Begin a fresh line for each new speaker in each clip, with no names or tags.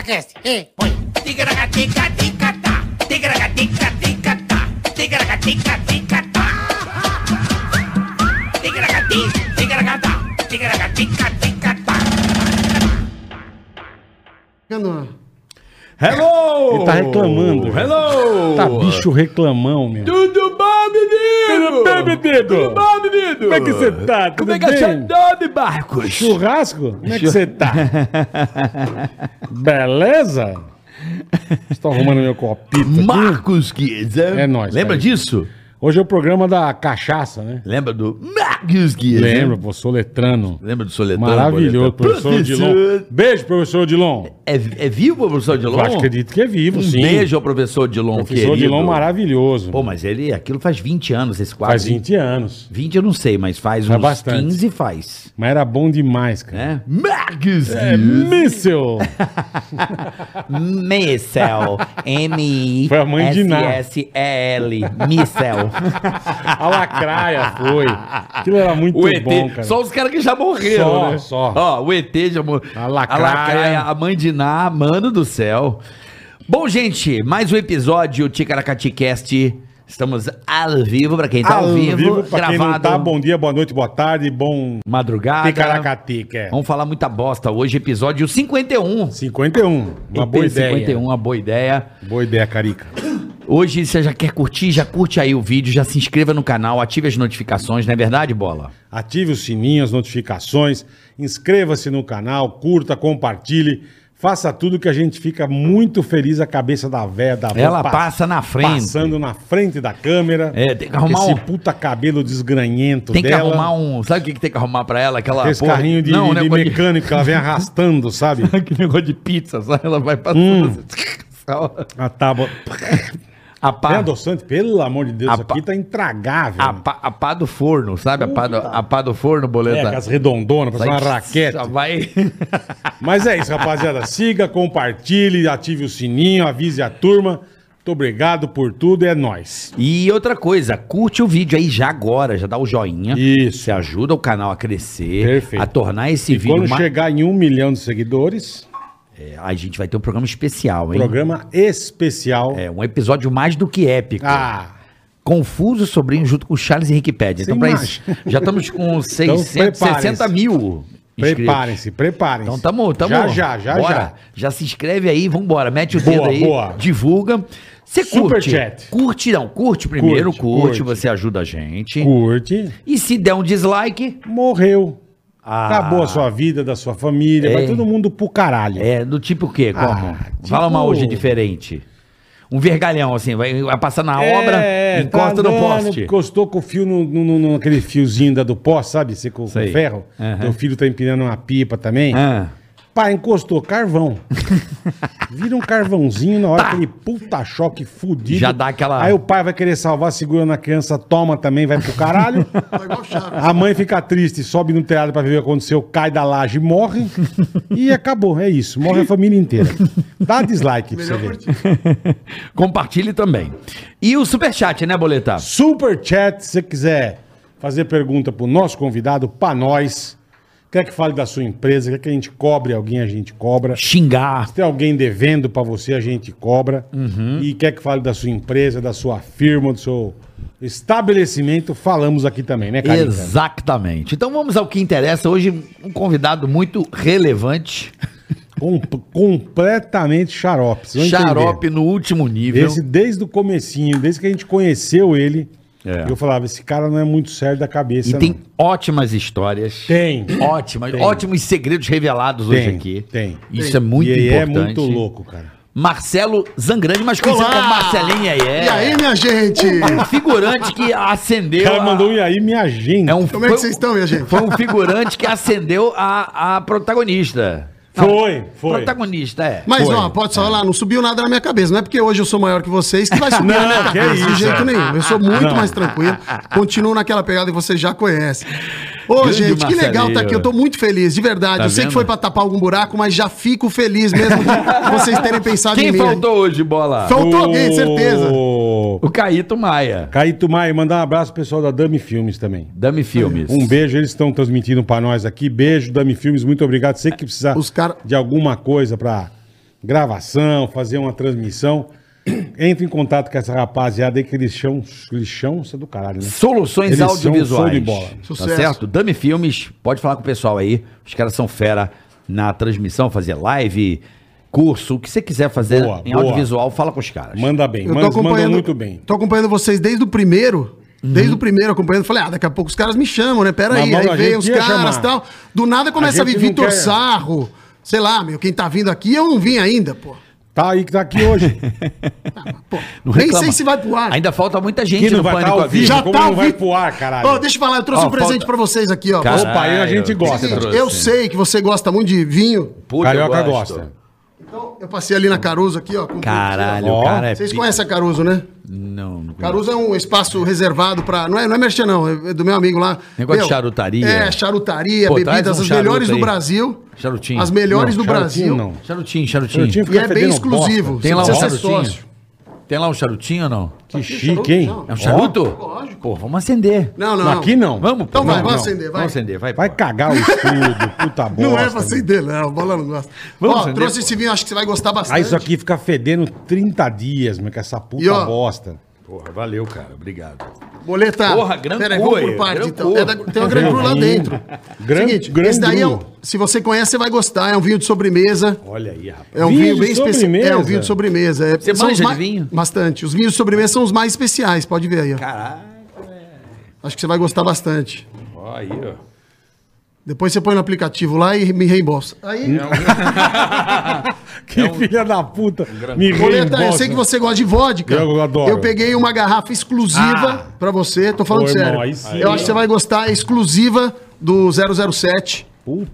Cast. E põe. Canoa.
Hello!
Ele tá reclamando.
Hello!
Tá bicho reclamão, meu.
Tudo bom, menino?
Tudo bem, menino?
Tudo bom, menino?
Como é que você tá? Tudo
Como é que é
bem?
seu nome, Marcos?
Churrasco? Como é que você tá? Beleza? Estou arrumando meu copito.
Marcos Guiza.
É nóis,
Lembra
cara.
disso?
Hoje é o programa da cachaça, né?
Lembra do Marcos Guiza?
Lembra, pô, soletrano.
Lembra do Soletano?
Maravilhoso,
Boletano?
professor Dilon. Beijo, professor Dilon.
É, é vivo o professor Dilon?
Eu acho que acredito que é vivo,
Um
sim.
beijo ao professor Dilon,
Professor Dilon maravilhoso.
Pô, mas ele, aquilo faz 20 anos, esse quadro.
Faz 20 anos.
20 eu não sei, mas faz
Faz
uns
bastante.
15 faz.
Mas era bom demais, cara.
Né? Marcos
É, míssil!
Missel. m
Foi a mãe de Ná.
s l Missel.
A lacraia foi. Aquilo era muito
O ET,
bom, cara.
só os caras que já morreram,
Só,
né?
só.
Ó, o ET já morreu.
A lacraia.
a mãe de Ná, mano do céu. Bom, gente, mais um episódio Ticaracatecast. Estamos ao vivo, pra quem tá ao, vivo,
pra
gravado.
quem não tá, bom dia, boa noite, boa tarde, bom
Madrugada.
Ticaracatica. é.
Vamos falar muita bosta hoje, episódio 51.
51, uma boa
EP
ideia.
51, uma boa ideia.
Boa ideia, Carica.
Hoje, se você já quer curtir, já curte aí o vídeo, já se inscreva no canal, ative as notificações, não é verdade, Bola?
Ative o sininho, as notificações, inscreva-se no canal, curta, compartilhe, faça tudo que a gente fica muito feliz a cabeça da véia, da avó
Ela
pa-
passa na frente.
É, Passando na frente da câmera.
É, tem que arrumar
esse
um-
puta cabelo desgranhento
Tem que
dela.
arrumar um... Sabe o que que tem que arrumar pra ela? Aquela
Esse carrinho de,
Não,
de-
um
de
negócio de-
mecânico, que ela vem arrastando, sabe?
Que negócio de pizza, sabe? Ela vai passando...
Hum.
assim,
A tábua.
A
É
pá...
adoçante, pelo amor de Deus,
A
isso aqui
pa-
tá intragável.
A pá, a pá do forno, sabe? A pá do, a pá do forno,
É,
boleta.
com as redondonas, parece uma raquete.
Só vai...
Mas é isso, rapaziada. Siga, compartilhe, ative o sininho, avise a turma. Muito obrigado por tudo, é nóis.
E outra coisa, curte o vídeo aí já agora, já dá o joinha.
Isso.
Você ajuda o canal a crescer,
Perfeito.
a tornar esse
E
vídeo
quando
mais.
chegar em um milhão de seguidores,
É, a gente vai ter um programa especial, hein?
programa especial.
É, um episódio mais do que épico.
Ah,
Confuso Sobrinho junto com o Charles Henrique Pede. Então,
Sem
pra isso,
imagem.
já estamos com 660
Então, preparem-se.
mil. inscritos.
preparem-se, preparem-se.
Então tamo, tamo.
Já, já, já,
Bora.
já.
Já se inscreve aí, vambora. Mete o
Boa,
dedo aí,
boa.
divulga. Você
Super
curte.
chat.
Curte, não. Curte primeiro,
Curte,
curte,
curte.
você ajuda a gente.
Curte,
E se der um dislike,
morreu.
Ah.
Acabou a sua vida, da sua família,
É.
vai todo mundo pro caralho.
É, do tipo o quê? Como?
Ah, tipo-
Fala uma hoje diferente. Um vergalhão, assim, vai, vai passar na obra, encosta
É, tá
no
andando,
poste.
Encostou com o fio no, no- no- naquele fiozinho da do poste, sabe? Você com, com
Sei.
ferro.
Aham.
Teu filho tá empinando uma pipa também.
Ah,
Pá, encostou, carvão. Vira um carvãozinho na hora, aquele puta choque fudido.
Já dá aquela-
Aí o pai vai querer salvar, segura na criança, toma também, vai pro caralho.
Foi Tá igual chave.
A mãe fica triste, sobe no telhado pra ver o que aconteceu, cai da laje e morre. E acabou, é isso. Morre a família inteira. Dá dislike pra você
Melhor
ver.
curtir.
compartilhe também. E o superchat, né, Boleta?
Super chat, se você quiser fazer pergunta pro nosso convidado, pra nós. Quer que fale da sua empresa, quer que a gente cobre alguém, a gente cobra. Se
Xingar.
tem alguém devendo pra você, a gente cobra.
Uhum.
E quer que fale da sua empresa, da sua firma, do seu estabelecimento, falamos aqui também, né, Carica?
Exatamente. Então vamos ao que interessa. Hoje, um convidado muito relevante.
Com- completamente xarope. vocês vão entender.
Xarope no último nível.
Esse desde o comecinho, desde que a gente conheceu ele,
É.
eu falava, esse cara não é muito sério da cabeça,
E tem
não.
ótimas histórias.
Tem.
Ótimas,
Tem.
ótimos segredos revelados hoje
Tem,
aqui.
tem.
Isso é muito
e aí
importante.
é muito louco, cara.
Marcelo Zangrande, mas conhecido como Marcelinho aí.
E aí, minha gente?
Um figurante que acendeu.
O cara
a-
mandou um e aí, minha gente.
É um,
Como ah, é
foi-
que vocês estão, minha gente?
Foi um figurante que acendeu a, a protagonista.
Foi, foi.
Protagonista, é.
Mas,
Foi.
ó, pode falar, não subiu nada na minha cabeça. Não é porque hoje eu sou maior que vocês que vai subir
Não,
na minha
que
cabeça
isso. é.
de jeito nenhum. Eu sou muito
Não.
mais tranquilo. Continuo naquela pegada que vocês já conhecem. Ô,
Grande
gente, que legal
Marcelinho.
estar aqui. Eu tô muito feliz, de verdade.
Tá
eu sei
vendo?
que foi pra tapar algum buraco, mas já fico feliz mesmo de vocês terem pensado em
Quem
mim. né? um
faltou hoje,
Ah.
bola?
Faltou alguém, certeza.
O
O Caíto Maia,
Caíto Maia, mandar um abraço pro pessoal da Dami Filmes também.
Dami Filmes.
Um beijo, eles estão transmitindo pra nós aqui. Beijo, Dami Filmes, muito obrigado. Você que precisar
Os cara-
de alguma coisa pra gravação, fazer uma transmissão, entra em contato com essa rapaziada aí que eles chamam, eles chamam isso é do caralho, né?
Soluções
Eles são
audiovisuais.
show de bola.
Tá
Sucesso.
certo? Dami Filmes, pode falar com o pessoal aí. Os caras são fera na transmissão, fazer live, curso, o que você quiser fazer
Boa,
em
boa.
audiovisual, fala com os caras.
Manda bem,
Eu tô
manda, manda
acompanhando,
muito bem. Uhum.
Tô acompanhando vocês desde o primeiro. Desde o primeiro acompanhando, falei, ah, daqui a pouco os caras me chamam, né? Pera
Mas,
aí,
mano, a
aí vem
gente
os
ia
caras
chamar.
e tal. Do nada começa
A
a vir
gente não
Vitor
quer-
Sarro. Sei lá, meu, quem tá vindo aqui, eu não vim ainda, pô. Ah,
Tá aí que tá aqui hoje.
Pô,
Não
nem
reclama.
sei se vai pro ar.
Ainda falta muita gente
Que não vai estar
Pânico
ao
à Vida.
vivo,
Já
como
tá
não
ao
vai
vivo.
pro ar, caralho.
Ó, deixa eu falar, eu trouxe
Ó,
um presente
falta-
pra vocês aqui, ó.
Caralho,
Opa, aí a gente gosta.
que
Seguinte,
trouxe,
eu
hein?
sei que você gosta muito de vinho.
Puta,
Carioca
eu gosto.
gosta.
Então, eu passei ali na Caruso aqui, ó. com-
Caralho,
Ó.
o cara é...
Vocês
pi-
conhecem a Caruso, né?
Não, não conheço.
Caruso é um espaço reservado pra. Não é, não é merchan, não, é do meu amigo lá.
Negócio
Meu,
de charutaria.
É, charutaria,
Pô, traz
bebidas,
um
as melhores
charuto
do
aí.
Brasil.
Charutinho.
As melhores
Não,
do
charutinho
Brasil.
não.
Charutinho, charutinho.
Charutinho
E é
fica
bem
fedendo
exclusivo.
bosta.
Tem lá um
Você precisa ser
charutinho?
sócio.
Tem lá um charutinho ou não?
Que chique, hein?
Tá Não.
É um charuto?
lógico.
Pô, vamos acender.
Não, não.
Não, aqui não.
Vamos,
Então
pô,
vai,
não,
vamos
não.
acender, vai.
Vamos acender, vai.
Vai
pô.
cagar o estudo, puta bosta.
Não é pra
meu.
acender, não. A bola não gosta.
né? Vamos Ah,
ó,
acender,
trouxe
pô.
esse vinho, acho que você vai gostar bastante.
Aí isso aqui fica fedendo 30 dias, meu, com essa puta
né, E, ó,
bosta.
Porra, valeu, cara. Obrigado.
Boleta.
Porra, Gran
Peraí,
Cru
vamos
aí,
por parte,
Gran
então.
Cru.
É da- tem uma Gran Cru lá
Gran
dentro.
Gran-
Seguinte,
Gran
esse daí, é um-
Cru.
se você conhece, você vai gostar. É um vinho de sobremesa.
Olha aí, rapaz.
É um vinho, bem especial. É um vinho de sobremesa. É,
Você
são os
manja de
mais-
vinho?
Bastante. Os vinhos de sobremesa são os mais especiais, pode ver aí. ó.
Caralho.
Acho que você vai gostar bastante.
Ó, aí, ó.
Depois você põe no aplicativo lá e me reembolsa.
Hum.
Aí,
Que
É um
filha da puta. Me
Boleta, é, eu
reembolsa.
sei que você gosta de vodka.
Eu adoro. Ah.
Eu peguei uma garrafa exclusiva pra você. Tô falando
Ô, irmão,
sério.
aí sim.
eu acho que você vai gostar. É exclusiva do 007.
Puta,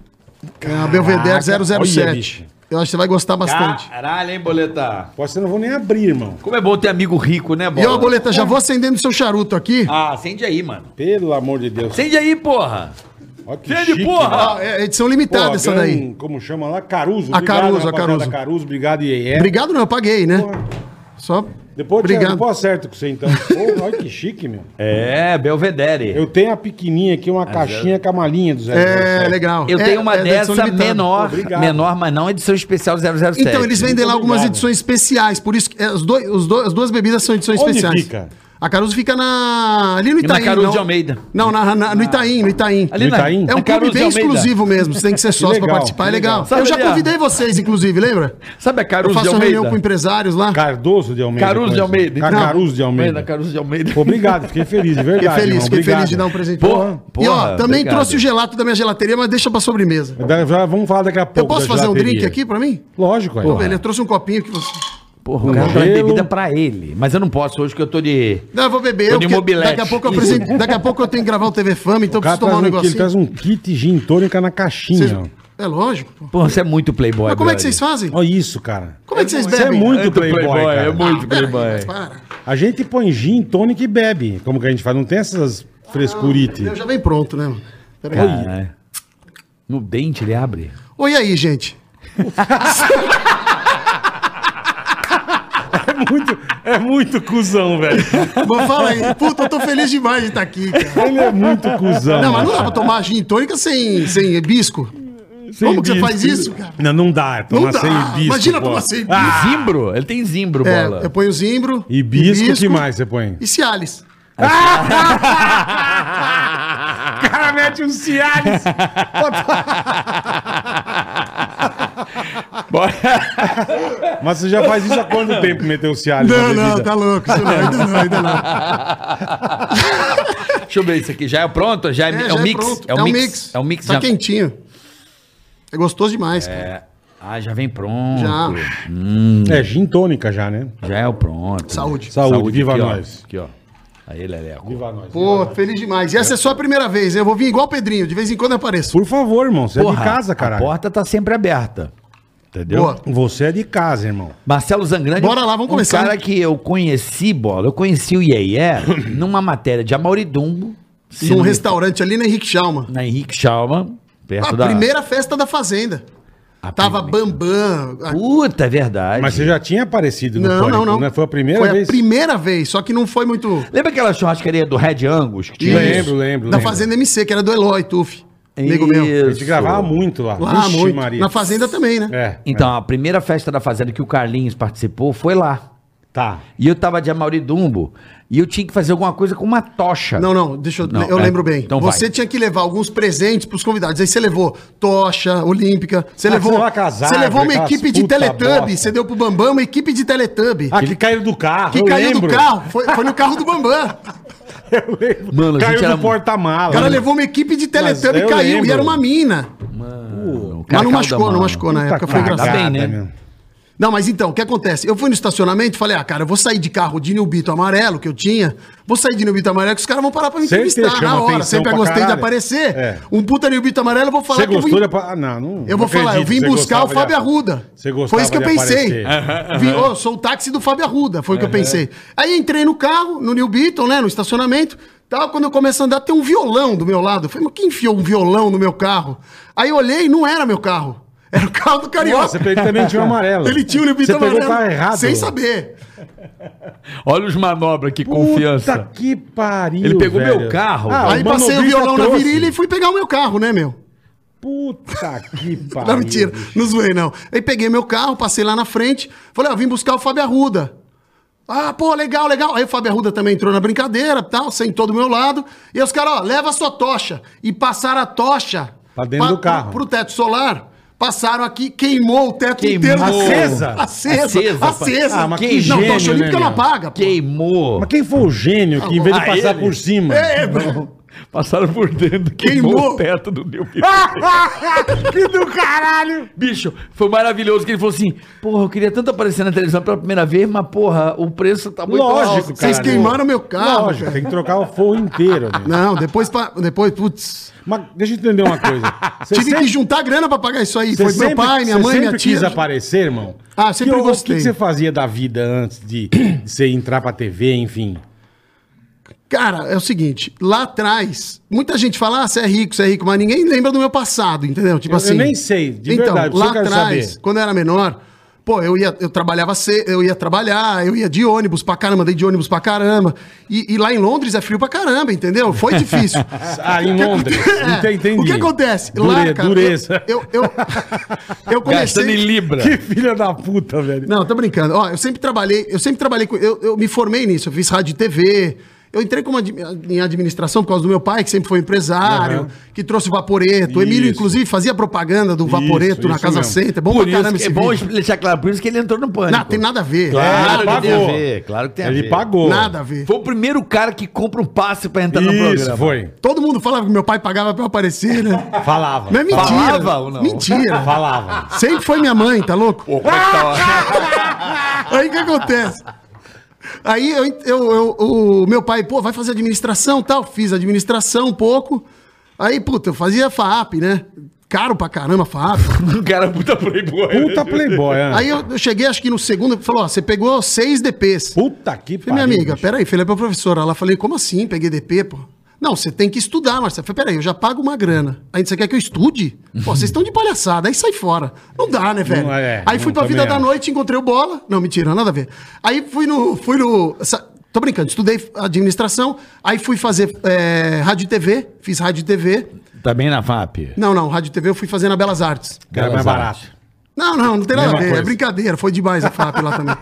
É a Belvedere
Caraca,
007.
olha, bicho.
eu acho que você vai gostar bastante.
Caralho, hein, Boleta?
você não vou nem abrir, irmão.
Como é bom ter amigo rico, né,
E ó, Boleta, já vou acendendo seu charuto aqui.
Ah, acende aí, mano.
Pelo amor de Deus.
Acende aí, porra.
Olha que
Fede, porra!
velho.
Ó, é edição
Pô, um
limitada
a
essa
Gran-
daí.
Como chama lá? Caruso.
A Caruso, a
rapaziada
Caruso.
Caruso, obrigado, IE.
Obrigado não, eu paguei, né? Só
Depois eu te-
obrigado.
depois eu acerto com você, então. Pô, olha que chique, meu.
É, Belvedere. Eu,
Eu tenho a pequenininha aqui, uma caixinha com a malinha do Zé.
É, legal. É-
tenho uma
é da edição
dessa
limitada.
menor,
Obrigado.
menor, mas não edição especial 007.
Então, eles vendem lá
Muito
algumas
obrigado.
edições especiais, por isso que é, os dois, os dois- as duas bebidas são edições
Onde
especiais.
fica?
A Caruso fica na ali no
E na
Itaim.
Caruso
não.
de Almeida.
Não, na, na-
Ah.
no Itaim, no Itaim.
Ali
No
na,
Itaim?
É um clube
Caruso
bem
de Almeida.
exclusivo mesmo, você tem que ser sócio pra
legal,
participar,
que
é legal.
legal.
Eu já
Sabe,
convidei vocês, inclusive, lembra?
Sabe a
Eu
Caruso de
faço uma reunião
Almeida?
com empresários lá.
Cardoso de Almeida.
Caruso de Almeida.
Ca-
Não.
Caruso de Almeida.
Almeida, Caruso de Almeida.
Pô, obrigado, fiquei feliz, de
então. Fiquei
verdade.
feliz,
irmão,
fiquei
obrigado.
feliz de dar um presente.
Porra,
e ó,
porra,
também
obrigado.
trouxe o gelato da minha gelateria, mas deixa pra sobremesa.
Da- já vamos falar daqui a pouco.
Eu posso
da
fazer um
gelateria.
drink aqui pra mim?
Lógico, aí.
Pô, Ele trouxe um copinho que você.
Porra, o cara traz
gelo.
bebida pra ele. Mas eu não posso hoje que eu tô de...
Não, eu vou beber.
Tô
Eu,
de
porque
mobilete.
daqui, a pouco eu apresento- daqui a pouco eu tenho que gravar o TV Fama, então eu
O cara
preciso
traz
tomar um
um, que ele
negocinho.
traz um kit gin tônica na caixinha.
Vocês-
ó.
É lógico. pô.
Porra, você é muito playboy,
Mas como é que
brother.
vocês fazem?
Olha isso, cara.
Como é que vocês
Você é
bebem?
muito playboy, cara. Ah,
é muito playboy.
Mas para.
A gente põe gin tônica e bebe. Como que a gente faz? Não tem essas frescurite.
Eu já vem pronto, né? mano? Pera aí.
Cara, no dente ele abre.
Oi aí, gente.
É muito, é muito cuzão, velho.
Bom, fala aí. Puta, eu tô feliz demais de estar aqui, cara.
Ele é muito cuzão.
Não, mas não dá pra tomar gin tônica sem, sem bisco.
Sem
Como que você
bisco.
faz isso, cara?
Não, não dá. é Tomar
Não dá.
sem bisco.
Imagina
pô.
tomar sem
Ah,
Zimbro? Ele tem zimbro,
É,
bola.
eu ponho zimbro.
E bisco, o que mais você põe?
E Cialis.
Assim.
cara mete um Cialis.
Bora.
Mas você já faz isso há quanto tempo meter o Cialis
Não,
na
não,
bebida?
tá louco. Isso não, ainda não, ainda não.
Deixa eu ver isso aqui. Já é pronto? Já é, é
já
o mix.
pronto.
É o mix. É o mix.
Tá
já...
quentinho. É gostoso demais, cara.
Ah, já vem pronto.
Já.
Já.
É gin tônica já, né?
é o pronto.
Saúde.
Saúde, viva
aqui, ó.
nós.
Aqui, ó. Aí, Leleco.
Viva nós.
Pô, feliz demais. E essa é só a primeira vez. hein? Eu vou vir igual o Pedrinho. De vez em quando eu apareço.
Por favor, irmão. Você é de casa,
a
caralho.
porta tá sempre aberta. Entendeu?
Boa.
Você é de casa, irmão.
Marcelo Zangrande.
Bora lá, vamos
um
começar,
cara
né?
que eu conheci, bola. Eu conheci o Iê numa matéria de Amauridumbo. se
Num
não me-
restaurante ali na Henrique Chalma.
Na Henrique Chalma. Perto
A
da.
primeira festa da Fazenda.
A
Tava
primeira.
Bambam. a-
Puta, é verdade.
Mas você já tinha aparecido no
Não,
Pânico,
não, não.
é-
né? Foi a primeira
Foi
vez?
a primeira vez, só que não foi muito.
Lembra aquela churrascaria do Red Angus? Que
Isso.
Lembro, lembro,
Da
lembro.
Fazenda MC, que era do Eloy Tuf. Amigo meu.
A gente gravava muito lá.
Lá
Vixe,
Ah, muito.
Maria.
Na fazenda também, né?
É.
Então, a primeira festa da Fazenda que o Carlinhos participou foi lá.
Tá.
E eu tava de Amauridumbo e eu tinha que fazer alguma coisa com uma tocha.
Não, não, deixa eu.
Não,
eu
é.
lembro bem.
Então
você
vai.
tinha que levar alguns presentes pros convidados. Aí você levou tocha olímpica. Você
Ah,
levou.
você levou casaco,
Você levou uma
aquelas
equipe de
puta
Teletubb.
bosta.
Você deu pro Bambam uma equipe de Teletubb.
Ah, que caiu do carro.
que
eu
caiu
lembro.
do carro. Foi, foi no carro do Bambam.
Eu lembro.
Mano, a
caiu
gente
do
era-
O
porta-mala. né?
cara levou uma equipe de Teletubb
Ah, Mas eu
e caiu. E
lembro.
era uma mina.
Mano, o
Mas
cara calda,
não machucou, não
mano.
machucou na
Puta
época. Foi
cagada.
engraçado.
Tá bem, né?
meu.
Não, mas então, o que acontece? Eu fui no estacionamento e falei, ah, cara, eu vou sair de carro de Nilbito amarelo que eu tinha, vou sair de Nilbito amarelo que os caras vão parar pra me
Sempre
entrevistar
chama
na hora.
atenção
Sempre
pra
gostei de
caralho.
aparecer.
É.
Um puta Nilbito amarelo, eu vou falar
Você
que eu
gostou de...
vim...
apa- Ah, não, não,
Eu
não
vou falar, eu
acredito,
vim
você
buscar o
gostava de-
Fábio Arruda.
Você gostava
Foi isso que eu
de
pensei.
É,
aparecer.
Vi, "Ô, sou o táxi do Fábio Arruda, foi o que eu pensei. Aí entrei no carro, no New Beaton, né, no estacionamento, tal, quando eu começo a andar, tem um violão do meu lado. Eu falei, mas quem enfiou um violão no meu carro? Aí eu olhei, não era meu carro. Era o carro do Carioca.
Nossa, ele também tinha o amarelo.
Ele tinha o New
Você
Beaton
pegou o carro errado.
sem saber.
Olha os manobras, que
Confiança.
confiança.
Puta que pariu,
Ele pegou
velho.
meu carro.
Ah,
Aí passei o
manobrista
violão na
trouxe.
virilha e fui pegar o meu carro, né, meu?
Puta que pariu.
não, mentira,
bicho.
não zoei, não. Aí peguei meu carro, passei lá na frente, falei, ó, vim buscar o Fábio Arruda. Ah, pô, legal, legal. Aí o Fábio Arruda também entrou na brincadeira, tal, sentou do meu lado. E os caras, ó, leva a sua tocha. E passaram a tocha.
Pra dentro do carro.
Pro, pro teto solar. Passaram aqui, queimou o teto
Queimou.
inteiro. do-
Acesa?
Acesa.
Acesa,
Acesa.
pai.
Ah, mas
não,
que gênio,
tocha olímpica
né,
ela
meu?
apaga, pô.
Queimou.
Mas quem foi o gênio que, em vez de
Ah,
passar
ele.
por cima...
É, bro.
Passaram por dentro, queimou,
Queimou.
o teto do meu filho.
que do caralho!
Bicho, foi maravilhoso que ele falou assim: porra, eu queria tanto aparecer na televisão pela primeira vez, mas porra, o preço tá muito
Lógico,
alto.
cara.
Vocês queimaram meu carro,
Lógico,
cara.
tem que trocar o forro inteiro. né?
Não, depois, pa- depois putz.
Mas deixa eu entender uma coisa. Você
Tive
sempre-
que juntar grana pra pagar isso aí.
Você
Foi meu pai, minha
você
mãe, minha
sempre
tia.
quis aparecer, irmão?
Ah, sempre
E o-
gostei.
O que que você fazia da vida antes de, de você entrar pra TV, enfim?
Cara, é o seguinte, lá atrás, muita gente fala, ah, você é rico, você é rico, mas ninguém lembra do meu passado, entendeu? Tipo
Eu- eu
assim.
nem sei, de
então,
verdade, isso eu
lá
quero
atrás,
saber.
quando eu era menor, pô, eu ia, eu trabalhava cedo, eu ia trabalhar, eu ia de ônibus pra caramba, dei de ônibus pra caramba. E, e lá em Londres é frio pra caramba, entendeu? Foi difícil.
Ah, em Londres.
É,
Ente- Entendi.
O que acontece?
Dure- dureza.
Eu, eu, eu, eu comecei.
Gastando em Libra.
Que filha da puta, velho.
Não, tô brincando. Ó, eu sempre trabalhei, eu sempre trabalhei com. Eu, eu me formei nisso, eu fiz rádio e TV. Eu entrei como admi- em administração por causa do meu pai, que sempre foi um empresário,
Aham.
que trouxe o Vaporeto. O Emílio,
Isso.
inclusive, fazia propaganda do Vaporeto
Isso,
na
isso
Casa
mesmo.
Centro. É bom
Por
pra
isso
caramba
que
esse
é bom
vídeo.
deixar claro, por isso que ele entrou no pânico.
Não, tem nada a ver.
Claro,
Claro que tem a
pagou.
ver, claro que tem a
Ele
ver.
pagou.
Nada a ver.
Foi o primeiro cara que compra um passe pra entrar no programa.
Isso, foi.
Todo mundo falava que meu pai pagava pra eu aparecer, né?
Falava.
Não é mentira.
Falava ou não?
Mentira.
Falava.
Sempre foi minha mãe, tá louco?
Pô, como é que tá?
Aí o que acontece? Aí eu, eu- eu- o meu pai, pô, vai fazer administração tal. Fiz administração um pouco. Aí, puta, eu fazia FAAP, né? Caro pra caramba FAAP.
O cara é puta playboy.
Puta playboy, né?
Aí eu, eu cheguei, acho que no segundo, ele falou, ó, você pegou seis DPs.
Puta que
Falei, minha amiga,
bicho.
peraí, falei pra professora. Ela falei, como assim? Peguei DP, pô. Não, você tem que estudar, Marcelo. Eu Falei, peraí, eu já pago uma grana. Ainda você quer que eu estude? Pô, vocês estão de palhaçada. Aí sai fora. Não dá, né, velho?
Não é,
aí
não,
fui pra
também
Vida da
acho.
Noite, encontrei o Bola. Não, mentira, nada a ver. Aí fui no... Fui no sa- tô brincando, estudei administração. Aí fui fazer eh, rádio e TV. Fiz rádio e TV.
Também na FAP.
Não, é. não, rádio e TV eu fui fazer na Belas Artes.
Que era mais é barato.
Não, não, não tem nada a
Mesma
ver.
coisa.
É brincadeira, foi demais a FAP lá também.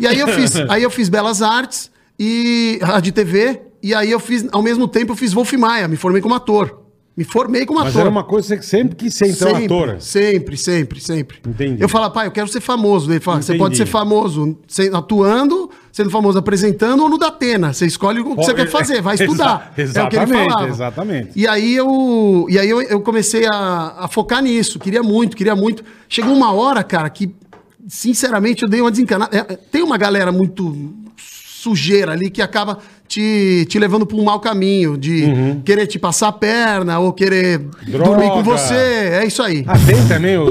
E aí eu fiz, aí eu fiz Belas Artes e Rádio TV, e aí eu fiz, ao mesmo tempo eu fiz Wolf Maia, me formei como ator. Me formei como
Mas
ator.
era uma coisa que você sempre quis ser, então,
Tá sempre,
atora.
sempre, sempre, sempre.
Entendi.
Eu falo, pai, eu quero ser famoso. Ele fala, você
Entendi.
pode ser famoso sendo- atuando, sendo famoso apresentando ou no Datena. Você escolhe o que você quer fazer, vai
é, Exa-
estudar. É
exatamente, exatamente.
E aí eu, e aí eu, eu comecei a, a focar nisso. Queria muito, queria muito. Chegou uma hora, cara, que sinceramente eu dei uma desencanada. É, é, Tem uma galera muito sujeira ali que acaba te, te levando para um mau caminho de querer te passar a perna ou querer
Uhum. Droga.
dormir com você. É isso aí.
Ah, tem também o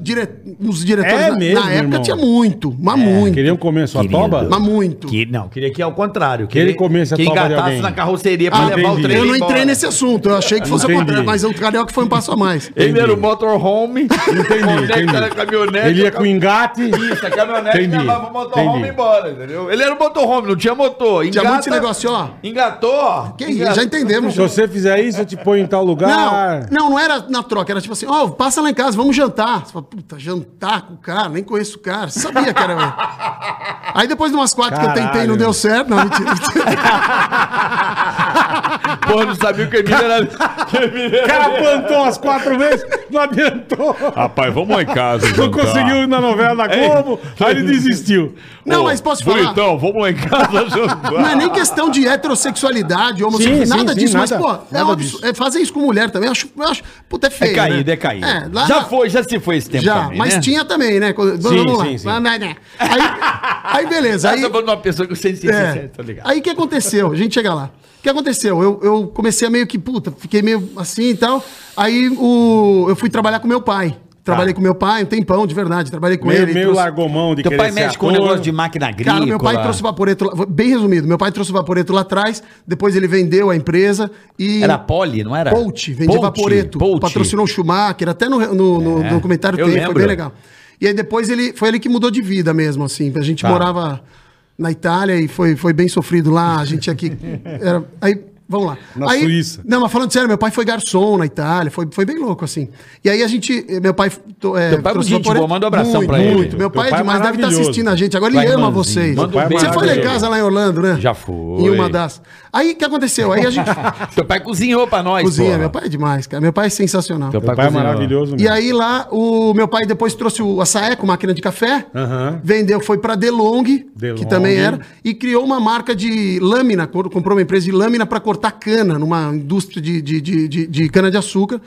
dire- os diretores
É
na,
mesmo,
na época
irmão?
tinha muito, mas muito.
Queriam comer sua
Querido.
toba?
Mas muito.
Que, não, queria que é o contrário.
Que ele comesse a
Que
toba de
engatasse
alguém.
na carroceria pra
Ah,
levar o
entendi.
trem
Eu não
embora.
entrei nesse assunto, eu achei que fosse o
Entendi.
contrário, mas o Carioca foi um passo a mais.
Ele era o motorhome. é
Entendi,
conecta
entendi.
na caminhonete.
Ele ia
o
com engate.
Isso, a caminhonete
Entendi,
levava o motorhome
entendi.
embora, entendeu? Ele era o motorhome, não tinha motor.
Tinha muito esse negócio, ó.
Engatou. ó.
Que
Enga-
isso, já entendemos.
Se você fizer isso, eu te ponho em tal lugar.
Não, não, não era na troca, era tipo assim, ó, passa lá em casa, vamos jantar. Você fala, puta, jantar com o cara, nem conheço o cara, sabia que era eu. Aí depois de umas quatro que eu
Caralho.
tentei e não deu certo, não, mentira.
Porra, não sabia que o Emílio era... que o Emílio
O
era-
cara plantou umas quatro vezes, não adiantou.
Rapaz, vamos lá em casa.
Não
jantar.
conseguiu ir na novela da Globo, aí ele desistiu.
Não,
Ô,
mas posso falar?
bonitão, vamos lá em casa jantar.
Não é nem questão de heterossexualidade, homossexualidade,
Sim, sim,
nada
sim,
disso,
nada,
mas, pô, é
nada
absurdo. É, fazer isso com mulher também, eu acho, eu acho puta, é feio.
É caído,
né?
é caído.
É, lá-
já foi, já se foi esse tempo
Já,
também,
mas
né?
tinha também, né? Quando-
Sim,
vamos lá.
sim, sim.
Mas, né? Aí, aí beleza.
Aí...
Aí,
Você falando de Tá uma pessoa que você se
É.
tá ligado?
Aí o que aconteceu? A gente chega lá. O que aconteceu? Eu, eu comecei a meio que, puta, fiquei meio assim e tal. Aí o, eu fui trabalhar com meu pai. Trabalhei com meu pai um tempão, de verdade. Trabalhei com
Meio,
ele.
meio
trouxe-
largou mão de
Teu pai
querer ser
mexe com um
ator.
negócio de máquina agrícola.
Cara, meu pai trouxe o Vaporeto lá, bem resumido, meu pai trouxe o Vaporeto lá atrás, depois ele vendeu a empresa e...
Era Poli, não era?
Polt, vendia Vaporeto,
Polt.
patrocinou o Schumacher, até no, no, no
É,
documentário
eu
tem, foi
lembro.
bem legal. E aí depois ele, foi ele que mudou de vida mesmo, assim, a
Tá.
gente morava na Itália e foi, foi bem sofrido lá, a gente aqui, era, aí... Vamos lá.
Na
Aí-
Suíça.
Não, mas falando sério, meu pai foi garçom na Itália, foi, foi bem louco, assim. E aí a gente. Meu pai. to- É,
Teu pai é
trouxe
muito gente
Vaporetto.
boa, manda um abração
muito,
pra ele.
Muito,
Teu
meu pai,
pai é
é demais, deve estar
maravilhoso.
assistindo a gente. Agora
Pai
ele ama
irmãozinho,
vocês.
manda
um beijo
Você foi
pra
lá em
ele.
casa, lá em Orlando, né?
Já foi.
Em uma das. Aí o que aconteceu? Aí a gente.
Teu pai cozinhou pra nós,
Cozinha,
porra.
meu pai é demais, cara. Meu pai é sensacional.
Teu
Meu pai é
cozinhou.
maravilhoso
E
mesmo.
aí lá, o meu pai depois trouxe o Asaeco, máquina de café,
Aham.
vendeu, foi pra DeLong,
DeLonghi.
que também era, e criou uma marca de lâmina, cor- comprou uma empresa de lâmina pra cortar cana, numa indústria de, de, de, de- de cana-de-açúcar,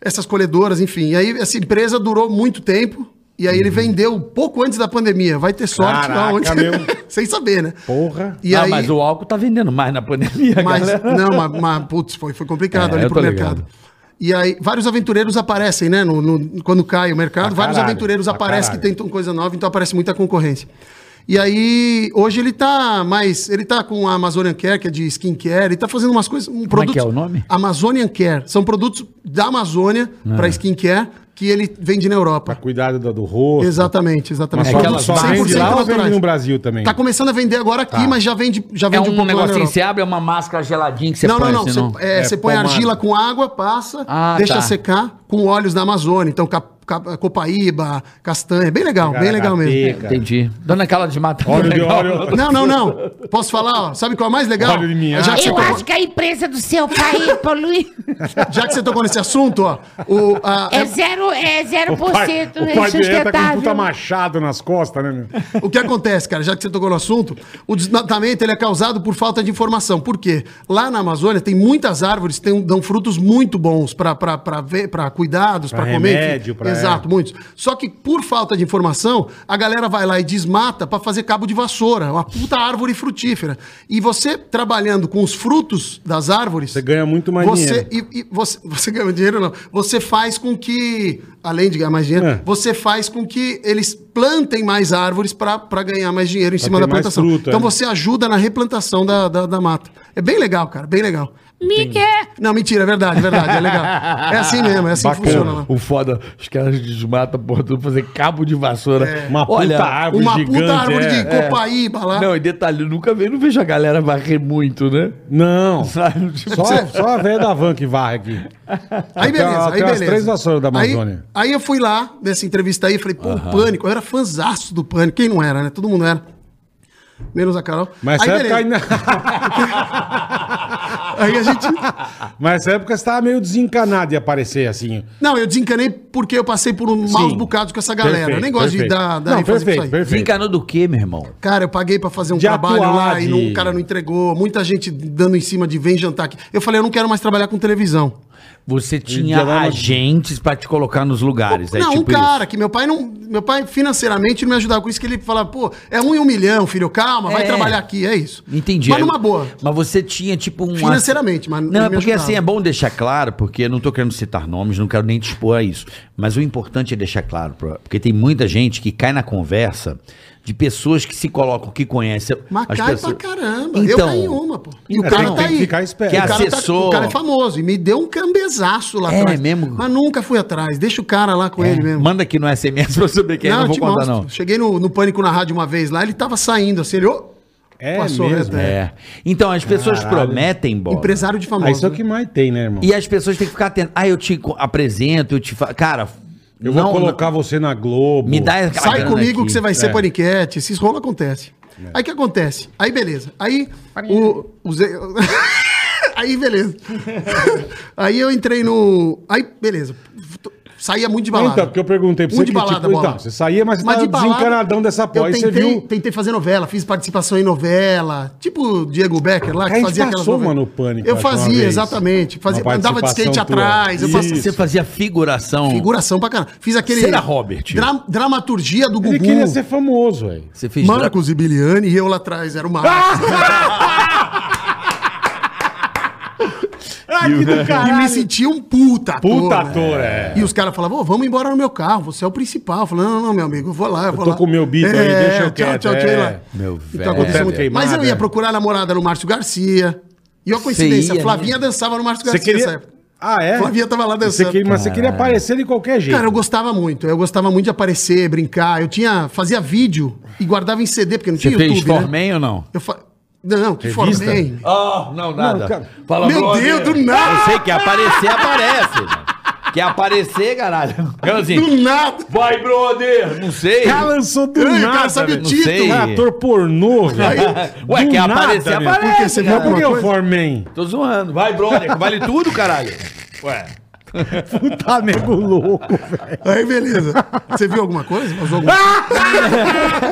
essas colhedoras, enfim. E aí essa empresa durou muito tempo, e aí ele vendeu pouco antes da pandemia. Vai ter sorte
Uhum. Caraca, meu.
Sem saber, né?
Porra.
E
ah,
aí,
mas o álcool tá vendendo mais na pandemia,
mas,
galera.
não, mas, mas, putz, foi, foi complicado
É,
ali
eu
pro
tô
mercado.
ligado.
E aí, vários aventureiros aparecem, né? no- no- quando cai o mercado,
Pra
vários
caralho,
aventureiros
pra
aparecem que
caralho.
tentam coisa nova, então aparece muita concorrência. E aí, hoje ele tá mais. Ele tá com a Amazonian Care, que é de skincare, ele tá fazendo umas coisas. Um Como
que é o nome?
Amazonian Care. São produtos da Amazônia pra skincare que ele vende na Europa.
Ah. Pra cuidar do, do rosto.
Exatamente,
Mas
exatamente.
só,
aquela-
Produtos
só vende
100%
lá ou vende
naturais.
no Brasil Tá. também?
Tá começando a vender agora aqui, mas já vende, já
É
vende
um
lá na
negocinho que
Europa
você abre, é uma máscara geladinha que você
não,
põe, assim,
não, não,
senão-
Você, é,
É,
você põe
pomada.
argila com água, passa,
Ah,
deixa
tá.
secar com óleos da Amazônia. Então, cap- cap- copaíba, castanha. Bem legal, bem legal mesmo.
Garagateca.
É, Entendi. Dona Carla de Mata.
Óleo de
Legal.
óleo.
Não, não, não. Posso falar? ó, Sabe qual é o mais legal?
Óleo de minha.
Já que você
Eu
tocou,
acho que a empresa do seu pai polui
já que você tocou nesse assunto, ó. O, a-
é zero, é zero por
Pai,
cento
o pai dele tá com um puta
sustentável.
machado nas costas, né, meu?
O que acontece, cara, já que você tocou no assunto, o desmatamento ele é causado por falta de informação. Por quê? Lá na Amazônia tem muitas árvores que têm- um, dão frutos muito bons para cuidados,
Pra
para comer. enfim.
remédio, pra-
Exato, muitos. Só que por falta de informação, a galera vai lá e desmata para fazer cabo de vassoura, uma puta árvore frutífera. E você trabalhando com os frutos das árvores.
Você ganha muito mais
você,
dinheiro.
e- e você, você ganha dinheiro não. Você faz com que, além de ganhar mais dinheiro,
É.
você faz com que eles plantem mais árvores para ganhar mais dinheiro em cima
ter
da
mais
plantação.
fruta,
então
é.
você ajuda na replantação da, da, da mata. É bem legal, cara, bem legal.
Miguel,
Não, mentira, é verdade, é verdade, é legal. É assim mesmo, é assim que
Bacana. Um
funciona lá.
O foda, os caras desmatam, porra, tudo fazer cabo de vassoura.
É.
Uma puta árvore
Uma
gigante.
puta árvore
é.
de copaíba lá.
Não, e detalhe, eu nunca vi, não vejo a galera varrer muito, né?
Não.
Sabe? Tipo,
Só, é- só a velha da van que varre aqui.
Aí
Até-
beleza,
até as
aí beleza.
três vassouras da Amazônia.
Aí, aí eu fui lá, nessa entrevista aí, eu falei, pô, o Pânico, eu era fanzaço do Pânico. Quem não era, né? Todo mundo era. Menos a Carol.
Mas
aí,
essa época
beleza.
ainda...
aí a gente...
Mas essa época você tava meio desencanado de aparecer assim.
Não, eu desencanei porque eu passei por um maus bocados com essa galera. eu nem gosto de dar, dar
Não,
ênfase pra
perfeito,
isso aí.
perfeito.
Desencanou do quê, meu irmão?
Cara, eu paguei pra fazer um
De
trabalho
atuar,
lá e não-
de-
o cara não entregou. Muita gente dando em cima de vem jantar aqui. Eu falei, eu não quero mais trabalhar com televisão.
você tinha
já dá uma-
agentes pra te colocar nos lugares. é
não,
tipo
um cara que meu pai não. Meu pai financeiramente não me ajudava com isso, que ele falava, pô, é um em um milhão, filho, calma, vai
É.
trabalhar aqui, é isso.
isso. Entendi.
Mas
Aí-
numa boa.
Mas você tinha tipo um.
Financeiramente, mas
Não,
ele
é
me
porque
ajudava.
assim é bom deixar claro, porque eu não tô querendo citar nomes, não quero nem te expor a isso. Mas o importante é deixar claro, pra- porque tem muita gente que cai na conversa de pessoas que se colocam, que conhecem.
Mas
as
cai
pessoas-
pra caramba. Eu
Então,
caí em uma, pô. E o
É,
cara
tem-
tá
tem que
aí.
ficar esperto.
O cara, tá,
Acessou.
o cara é famoso. E me deu um cambezaço lá
É
atrás.
mesmo?
Mas nunca fui atrás. Deixa o cara lá com ele mesmo.
Manda aqui no SMS pra eu saber quem é, não
eu
vou contar, não.
Cheguei no, no Pânico na Rádio uma vez lá, ele tava saindo assim, ele... ô,
É
Passou
mesmo.
reto,
É. Então, as pessoas
Caralho.
prometem, bola.
empresário de famoso.
Ah, isso é o
né?
que mais tem, né, irmão?
E as pessoas têm que ficar atentas. Ah, eu te co- apresento, eu te falo. Cara,
Eu vou
não-
colocar você na Globo.
Me dá aquela
Sai
grana
comigo
aqui.
que você vai
É.
ser paniquete. Esses rolos acontece. Aí o que acontece? Aí beleza. Aí o, o Zé- Aí beleza. aí eu entrei no... Aí beleza. Saía muito de
Não,
balada.
Então, porque eu perguntei pra você
Muito de
que,
balada,
tipo,
bola.
então, você saía, mas,
Mas
tava
de balada,
desencanadão dessa porra.
Eu
Aí
tentei,
você viu.
tentei fazer novela, fiz participação em novela, tipo o Diego Becker lá,
A
que
gente
fazia aquelas
passou,
novelas.
mano, o Pânico,
Eu
acho, uma
fazia,
vez.
exatamente. Fazia,
Uma
andava de skate
participação tua.
atrás, eu fazia
Isso.
Você fazia figuração.
figuração pra caramba. Fiz aquele...
Cera Robert.
dra- dramaturgia do
Ele
Gugu.
queria ser famoso, velho.
Você fez
Marcos e Biliane e eu lá atrás, era o Marcos.
Ah, que do
e me sentia um puta ator.
Puta
né?
ator, é.
E os caras falavam, "Ô, vamos embora no meu carro, você é o principal. Eu falei, não, não, meu amigo, eu vou lá, eu vou
tô
lá.
com o meu bico aí, deixa eu
tchau,
quieto,
tchau, tchau,
é.
lá.
Meu velho.
Então, aconteceu muito.
Queimada,
Mas eu
é.
ia procurar a namorada no Márcio Garcia. E uma coincidência,
ia,
Flavinha
né?
dançava no Márcio
Você
Garcia nessa
queria.
época.
Ah, é?
Flavinha tava lá
Você
tá dançando.
queria- Mas você queria aparecer de qualquer jeito.
Cara, eu gostava muito. Eu gostava muito de aparecer, brincar. Eu tinha, fazia vídeo e guardava em CD, porque não
Você
tinha
fez
YouTube, né?
Storman ou não?
Eu fa... Não, que
Revista?
formei.
Ah, não, nada.
Não, cara.
Fala,
Meu
brother.
Deus, do nada!
Eu sei que aparecer, aparece. mano. Quer aparecer, caralho. Eu assim,
Do nada!
vai, brother. Não sei.
O cara lançou do
Ei, o
nada.
cara sabe o
velho.
título.
Não sei.
Cara, ator pornô, velho.
Ué,
Do
quer
nada,
aparecer,
né?
aparece.
Por quê? Você viu
cara.
Por que
alguma
eu
coisa?
formei?
Tô zoando. Vai, brother. Vale tudo, caralho. Ué.
Puta, nego louco, velho.
Aí, beleza. Você viu alguma coisa? Vazou alguma coisa?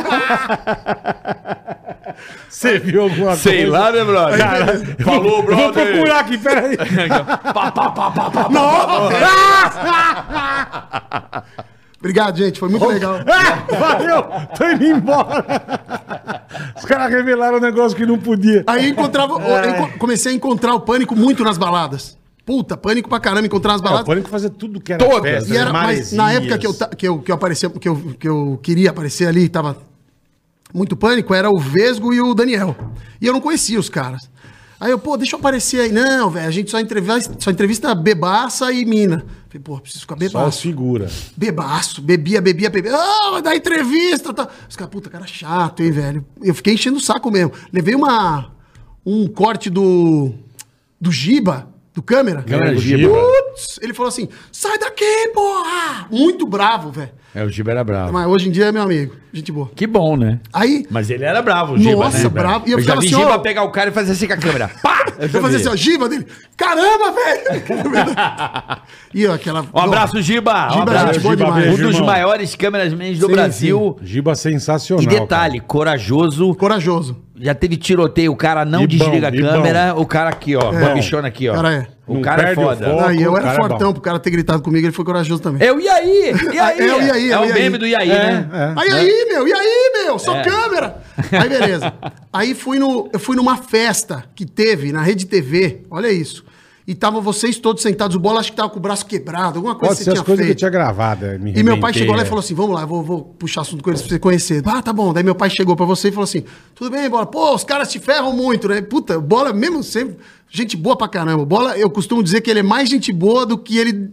Você viu alguma
Sei
coisa?
lá, né, brother? Falou, brother.
Vou procurar aqui, peraí.
Pá, pá, pá, pá, pá.
Obrigado, gente. Foi muito legal.
Ah, valeu, tô indo embora. Os caras revelaram um negócio que não podia.
Aí eu encontrava, eu enco- comecei a encontrar o pânico muito nas baladas. Puta, pânico pra caramba, encontrar
Ah,
nas
o
baladas.
Pânico fazia tudo que era
Todas.
festa,
E era, mas
maresias.
na época que eu, ta- que eu, que eu aparecia, que eu, que eu queria aparecer ali, tava muito pânico, era o Vesgo e o Daniel. E eu não conhecia os caras. Aí eu, pô, deixa eu aparecer aí. Não, velho, a gente só entrevista, só entrevista bebaça e mina. Falei, pô, preciso ficar
Só as
bebaço.
figuras.
Bebaço, bebia, bebia, bebia. Ah, vai dar entrevista. Tá. Os caras, puta, cara chato, hein, velho. Eu fiquei enchendo o saco mesmo. Levei uma, um corte do. do Giba, do câmera.
Câmera
Era o
Giba.
Giba.
Putz, ele falou assim: sai daqui, porra! Muito bravo, velho.
É, o Giba era bravo.
Mas hoje em dia é meu amigo, gente boa.
Que bom, né?
Aí,
Mas ele era bravo, o Giba,
Nossa,
né?
bravo. E
eu
eu
já
ficava
vi
assim, ó.
Giba pegar o cara e fazer assim com a câmera. Pá!
eu
já
fazia
vi.
assim, ó, Giba dele. Caramba, velho! e ó, aquela.
Um abraço, Giba. Um
Giba,
abraço,
gente boa
Giba.
demais.
Um dos
Irmão.
maiores câmeramans do
Sim,
Brasil.
Giba sensacional.
E detalhe, corajoso.
Corajoso.
Já teve tiroteio, o cara não
E bom,
desliga a
e
câmera. O cara aqui, ó.
É.
O bichona aqui, ó.
Cara, é.
O
Não
cara é
perde o
foda.
foco.
Aí eu
o
era
cara é
fortão
bom.
pro cara ter gritado comigo, ele foi corajoso também.
É o Iaí! Iaí!
É o Iaí,
É
é o
o meme
Iaí.
do Iaí,
cara.
né?
É, é.
Aí, aí, meu, e aí, meu? Só
É.
câmera! Aí, beleza. Aí fui no, eu fui numa festa que teve na Rede TV, olha isso. E estavam vocês todos sentados, o bola acho que tava com o braço quebrado, alguma coisa
Pode ser as coisas que eu tinha é. gravado.
E meu pai chegou lá e falou assim: vamos lá, eu vou, vou puxar assunto com eles pra você conhecer. Ah, tá bom. Daí meu pai chegou pra você e falou assim: tudo bem, bola? Pô, os caras te ferram muito, né? Puta, bola mesmo sempre. Gente boa pra caramba. Bola, eu costumo dizer que ele é mais gente boa do que ele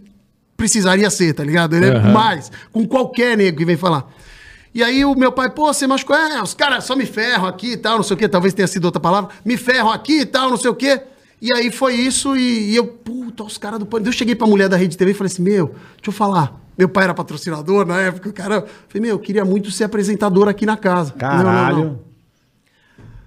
precisaria ser, tá ligado? Ele é mais. Com qualquer nego que vem falar. E aí o meu pai, pô, você machucou. É, os caras só me ferram aqui e tal, não sei o quê. Talvez tenha sido outra palavra. Me ferram aqui e tal, não sei o quê. E aí foi isso e, e eu, puta, os caras do pânico. Eu cheguei pra mulher da Rede TV e falei assim, meu, deixa eu falar. Meu pai era patrocinador na época, o cara... eu Falei, meu, eu queria muito ser apresentador aqui na casa.
Caralho.
Não, não, não.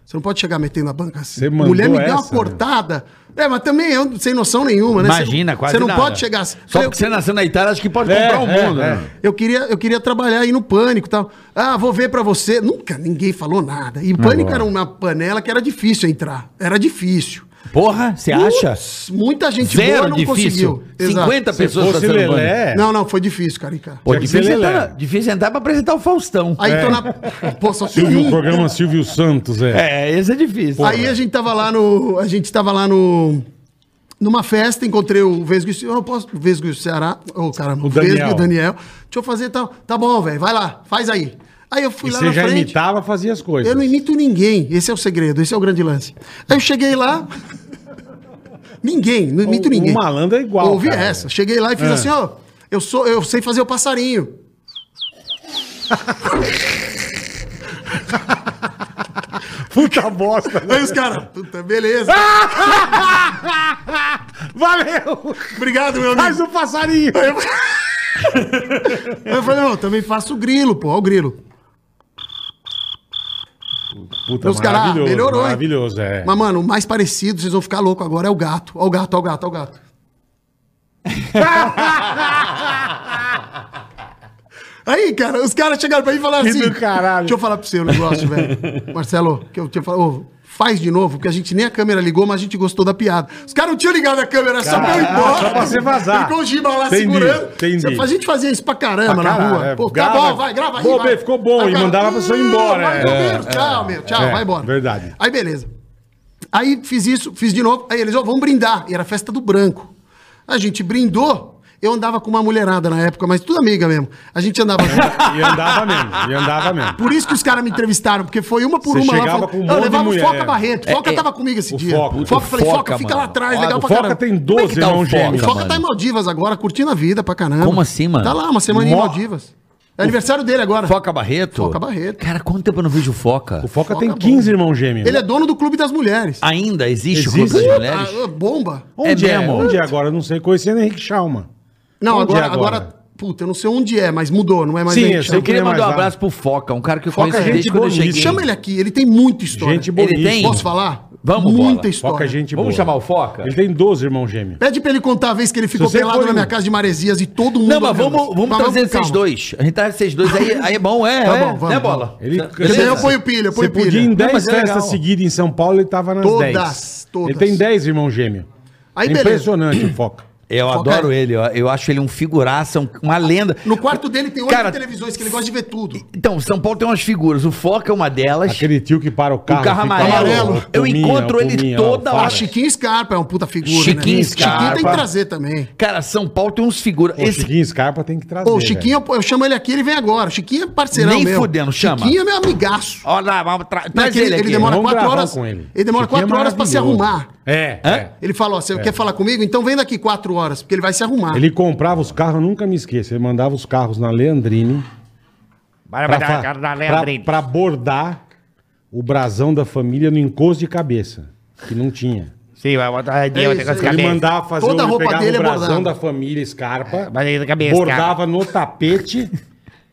Você não pode chegar metendo a banca assim.
Você mandou
mulher me deu uma
essa, né?
cortada. É, mas também eu sem noção nenhuma, né? Você não-
Imagina, quase
Você não
nada.
pode chegar assim.
Só
Falei,
porque você nasceu na Itália, acho que pode
É,
comprar o
é,
mundo,
é.
né?
eu queria, eu queria trabalhar aí no pânico e tal. Ah, vou ver pra
Tá
você. Nunca ninguém falou nada. E o pânico era uma panela que era difícil entrar. Era difícil.
é.
Porra, você acha?
assim, Putz, Muita gente boa
Zero
Uh, não
difícil.
conseguiu. Exato.
50
Se
pessoas
fosse
fazendo banda.
Lelé,
Não, não, foi difícil, Carica.
Pô,
Tinha que ser
difícil
Lelé.
entrar, difícil entrar pra apresentar o Faustão.
Aí tô na. Pô, só
Silvio,
Sim.
é. o programa Silvio Santos, é.
É, esse é difícil.
Aí a gente tava lá no. A gente tava lá no. Numa festa, encontrei o Vesgo e o Ceará. Eu posso. O Vesgo e o Ceará. Ô, caramba,
O
o Vesgo e
Daniel.
o Daniel. Deixa eu fazer tal. Tá bom, velho. Vai lá, faz aí. Aí eu fui
E
lá
você
na
já
frente.
imitava, fazia as coisas.
Eu não imito ninguém. Esse é o segredo, esse é o grande lance. Aí eu cheguei lá. ninguém, não imito
O- o
ninguém.
malandro é igual,
Ouvi
cara.
essa. Cheguei lá e fiz assim, ó. Eu, sou, eu sei fazer o passarinho.
Puta bosta.
Aí os caras, puta, beleza.
Valeu!
Obrigado, meu amigo.
Mais um passarinho!
Aí eu falei, não, eu também faço grilo, pô, ó o grilo.
Puta,
Os caras, ah,
maravilhoso,
melhorou, hein?
Maravilhoso, é.
Mas, mano, o mais parecido, vocês vão ficar loucos agora, é o gato. Ó o gato, ó o gato, ó o gato. Aí, cara, os caras chegaram pra mim e falaram
Que
assim...
do caralho.
Deixa eu falar pra você um negócio, velho. Marcelo, que eu tinha falado... ô, faz de novo, porque a gente nem a câmera ligou, mas a gente gostou da piada. Os caras não tinham ligado a câmera, só pra eu ir embora.
só pra você vazar.
Ficou o Giba lá
Entendi,
segurando.
entendi.
A gente fazia isso pra caramba
Pra
na
caralho,
rua.
é.
Pô, tá
Grava.
bom, vai, grava aí.
Pô,
vai.
bem, ficou bom,
Aí o
e
cara,
mandava a pessoa ir embora,
"Hum,
é.
mais ou menos, Tchau, meu, tchau,
É,
vai embora.
verdade.
Aí beleza. Aí fiz isso, fiz de novo. Aí eles, ó, vamos brindar. E era festa do branco. A gente brindou. Eu andava com uma mulherada na época, mas tudo amiga mesmo. A gente andava junto.
E andava mesmo, e andava mesmo.
Por isso que os caras me entrevistaram, porque foi uma por
Você
uma lá.
chegava
falando-
com um
eu
monte de
levava o
mulher.
Foca Barreto. Foca
É, é.
tava comigo esse
O
dia.
Foca,
Foca,
puta,
o
falei, Foca,
Foca,
fica
mano.
lá atrás,
Ó,
legal
o
pra
Foca
caramba.
tem
Como é que
12
tá o
irmãos
Foca?
gêmeos,
O Foca
mano.
tá em Maldivas agora, curtindo a vida pra caramba.
Como assim, mano?
Tá lá, uma semana em
Mó-
Maldivas. É aniversário dele agora.
Foca Barreto?
Foca Barreto.
Cara, quanto tempo eu não vejo o Foca?
O Foca,
Foca
tem
bom.
15 irmãos gêmeos.
Ele é dono do Clube das Mulheres.
Ainda existe, o
Existe.
Clube das Mulheres?
Ah, bomba.
Onde
É
é?
mesmo?
Onde é agora? Eu Não sei, conhecendo Henrique Schalman.
Não,
Onde
agora,
é agora?
agora? Puta, eu não sei onde é, mas mudou, não é mais
Sim,
aí,
eu
chama.
Eu queria
Não é mais
mandar um
lá.
abraço pro Foca, um cara que eu
Foca é
conheço desde
gente
quando eu
bonita.
cheguei.
Chama ele aqui, ele tem muita história.
Gente bonita.
tem?
Posso falar?
Vamos,
Muita
bola.
história.
Foca é gente boa.
Vamos chamar o Foca?
Ele tem 12 irmãos gêmeos.
Pede pra ele contar a vez que ele ficou
você
pelado
for
na minha
em-
casa de maresias e todo mundo...
Não, um mas
olhando.
vamos, vamos
Mas
trazer
com calma.
vocês dois. A gente traz vocês dois aí, aí é bom, é.
Tá
é,
bom, vamos,
né,
vamos.
bola?
Ele-
Porque daí
Beleza?
eu ponho pilha, eu
Você
ponho
podia ir
pilha.
em 10
mas é
festas
legal.
seguidas em São Paulo, ele tava nas
Todas,
10.
todas.
Ele tem 10 irmãos gêmeos.
Aí,
É
beleza.
Impressionante o Foca.
Eu
Foca
adoro
é-
ele, ó. eu acho ele um figuraça, um- uma lenda.
No quarto dele tem oito
Cara-
televisões, que ele gosta de ver tudo.
Então, São Paulo tem umas figuras, o Foca é uma delas.
Aquele tio que para o carro.
O carro
fica
amarelo.
lá, ó,
Eu
pominha,
encontro
ó,
ele
pominha,
toda
ó,
hora.
para.
Ah, Chiquinho Scarpa é uma puta figura,
Chiquinho
né?
Scarpa.
Chiquinho tem que trazer também.
Cara, São Paulo tem uns figuras.
Pô,
Esse
Chiquinho Scarpa tem que trazer.
Ô, o
velho.
Chiquinho, eu, eu chamo ele aqui, ele vem agora. Chiquinho é parceirão
Nem
meu.
fudendo, chama.
Chiquinho é meu amigaço.
Olha lá, vamos tra-
Não, é
traz
que ele,
ele
ele
aqui.
demora
Vamos
quatro
gravar
horas.
com ele.
Ele demora
Chiquinho é
quatro horas pra se
maravilhoso.
arrumar.
É,
Hã?
é.
Ele falou: ó, você quer falar comigo? Então vem daqui quatro horas, porque ele vai se arrumar.
Ele comprava os carros, eu nunca me esqueço. Ele mandava os carros na Leandrine
Vai,
pra, fa- pra, pra bordar o brasão da família no encosto de cabeça, que não tinha.
Sim, vai botar
É isso aí.
Ele mandava fazer
Toda a
ele
roupa
pegava
dele
o
é
brasão
bordada.
da família Scarpa,
Mas na cabeça.
bordava no tapete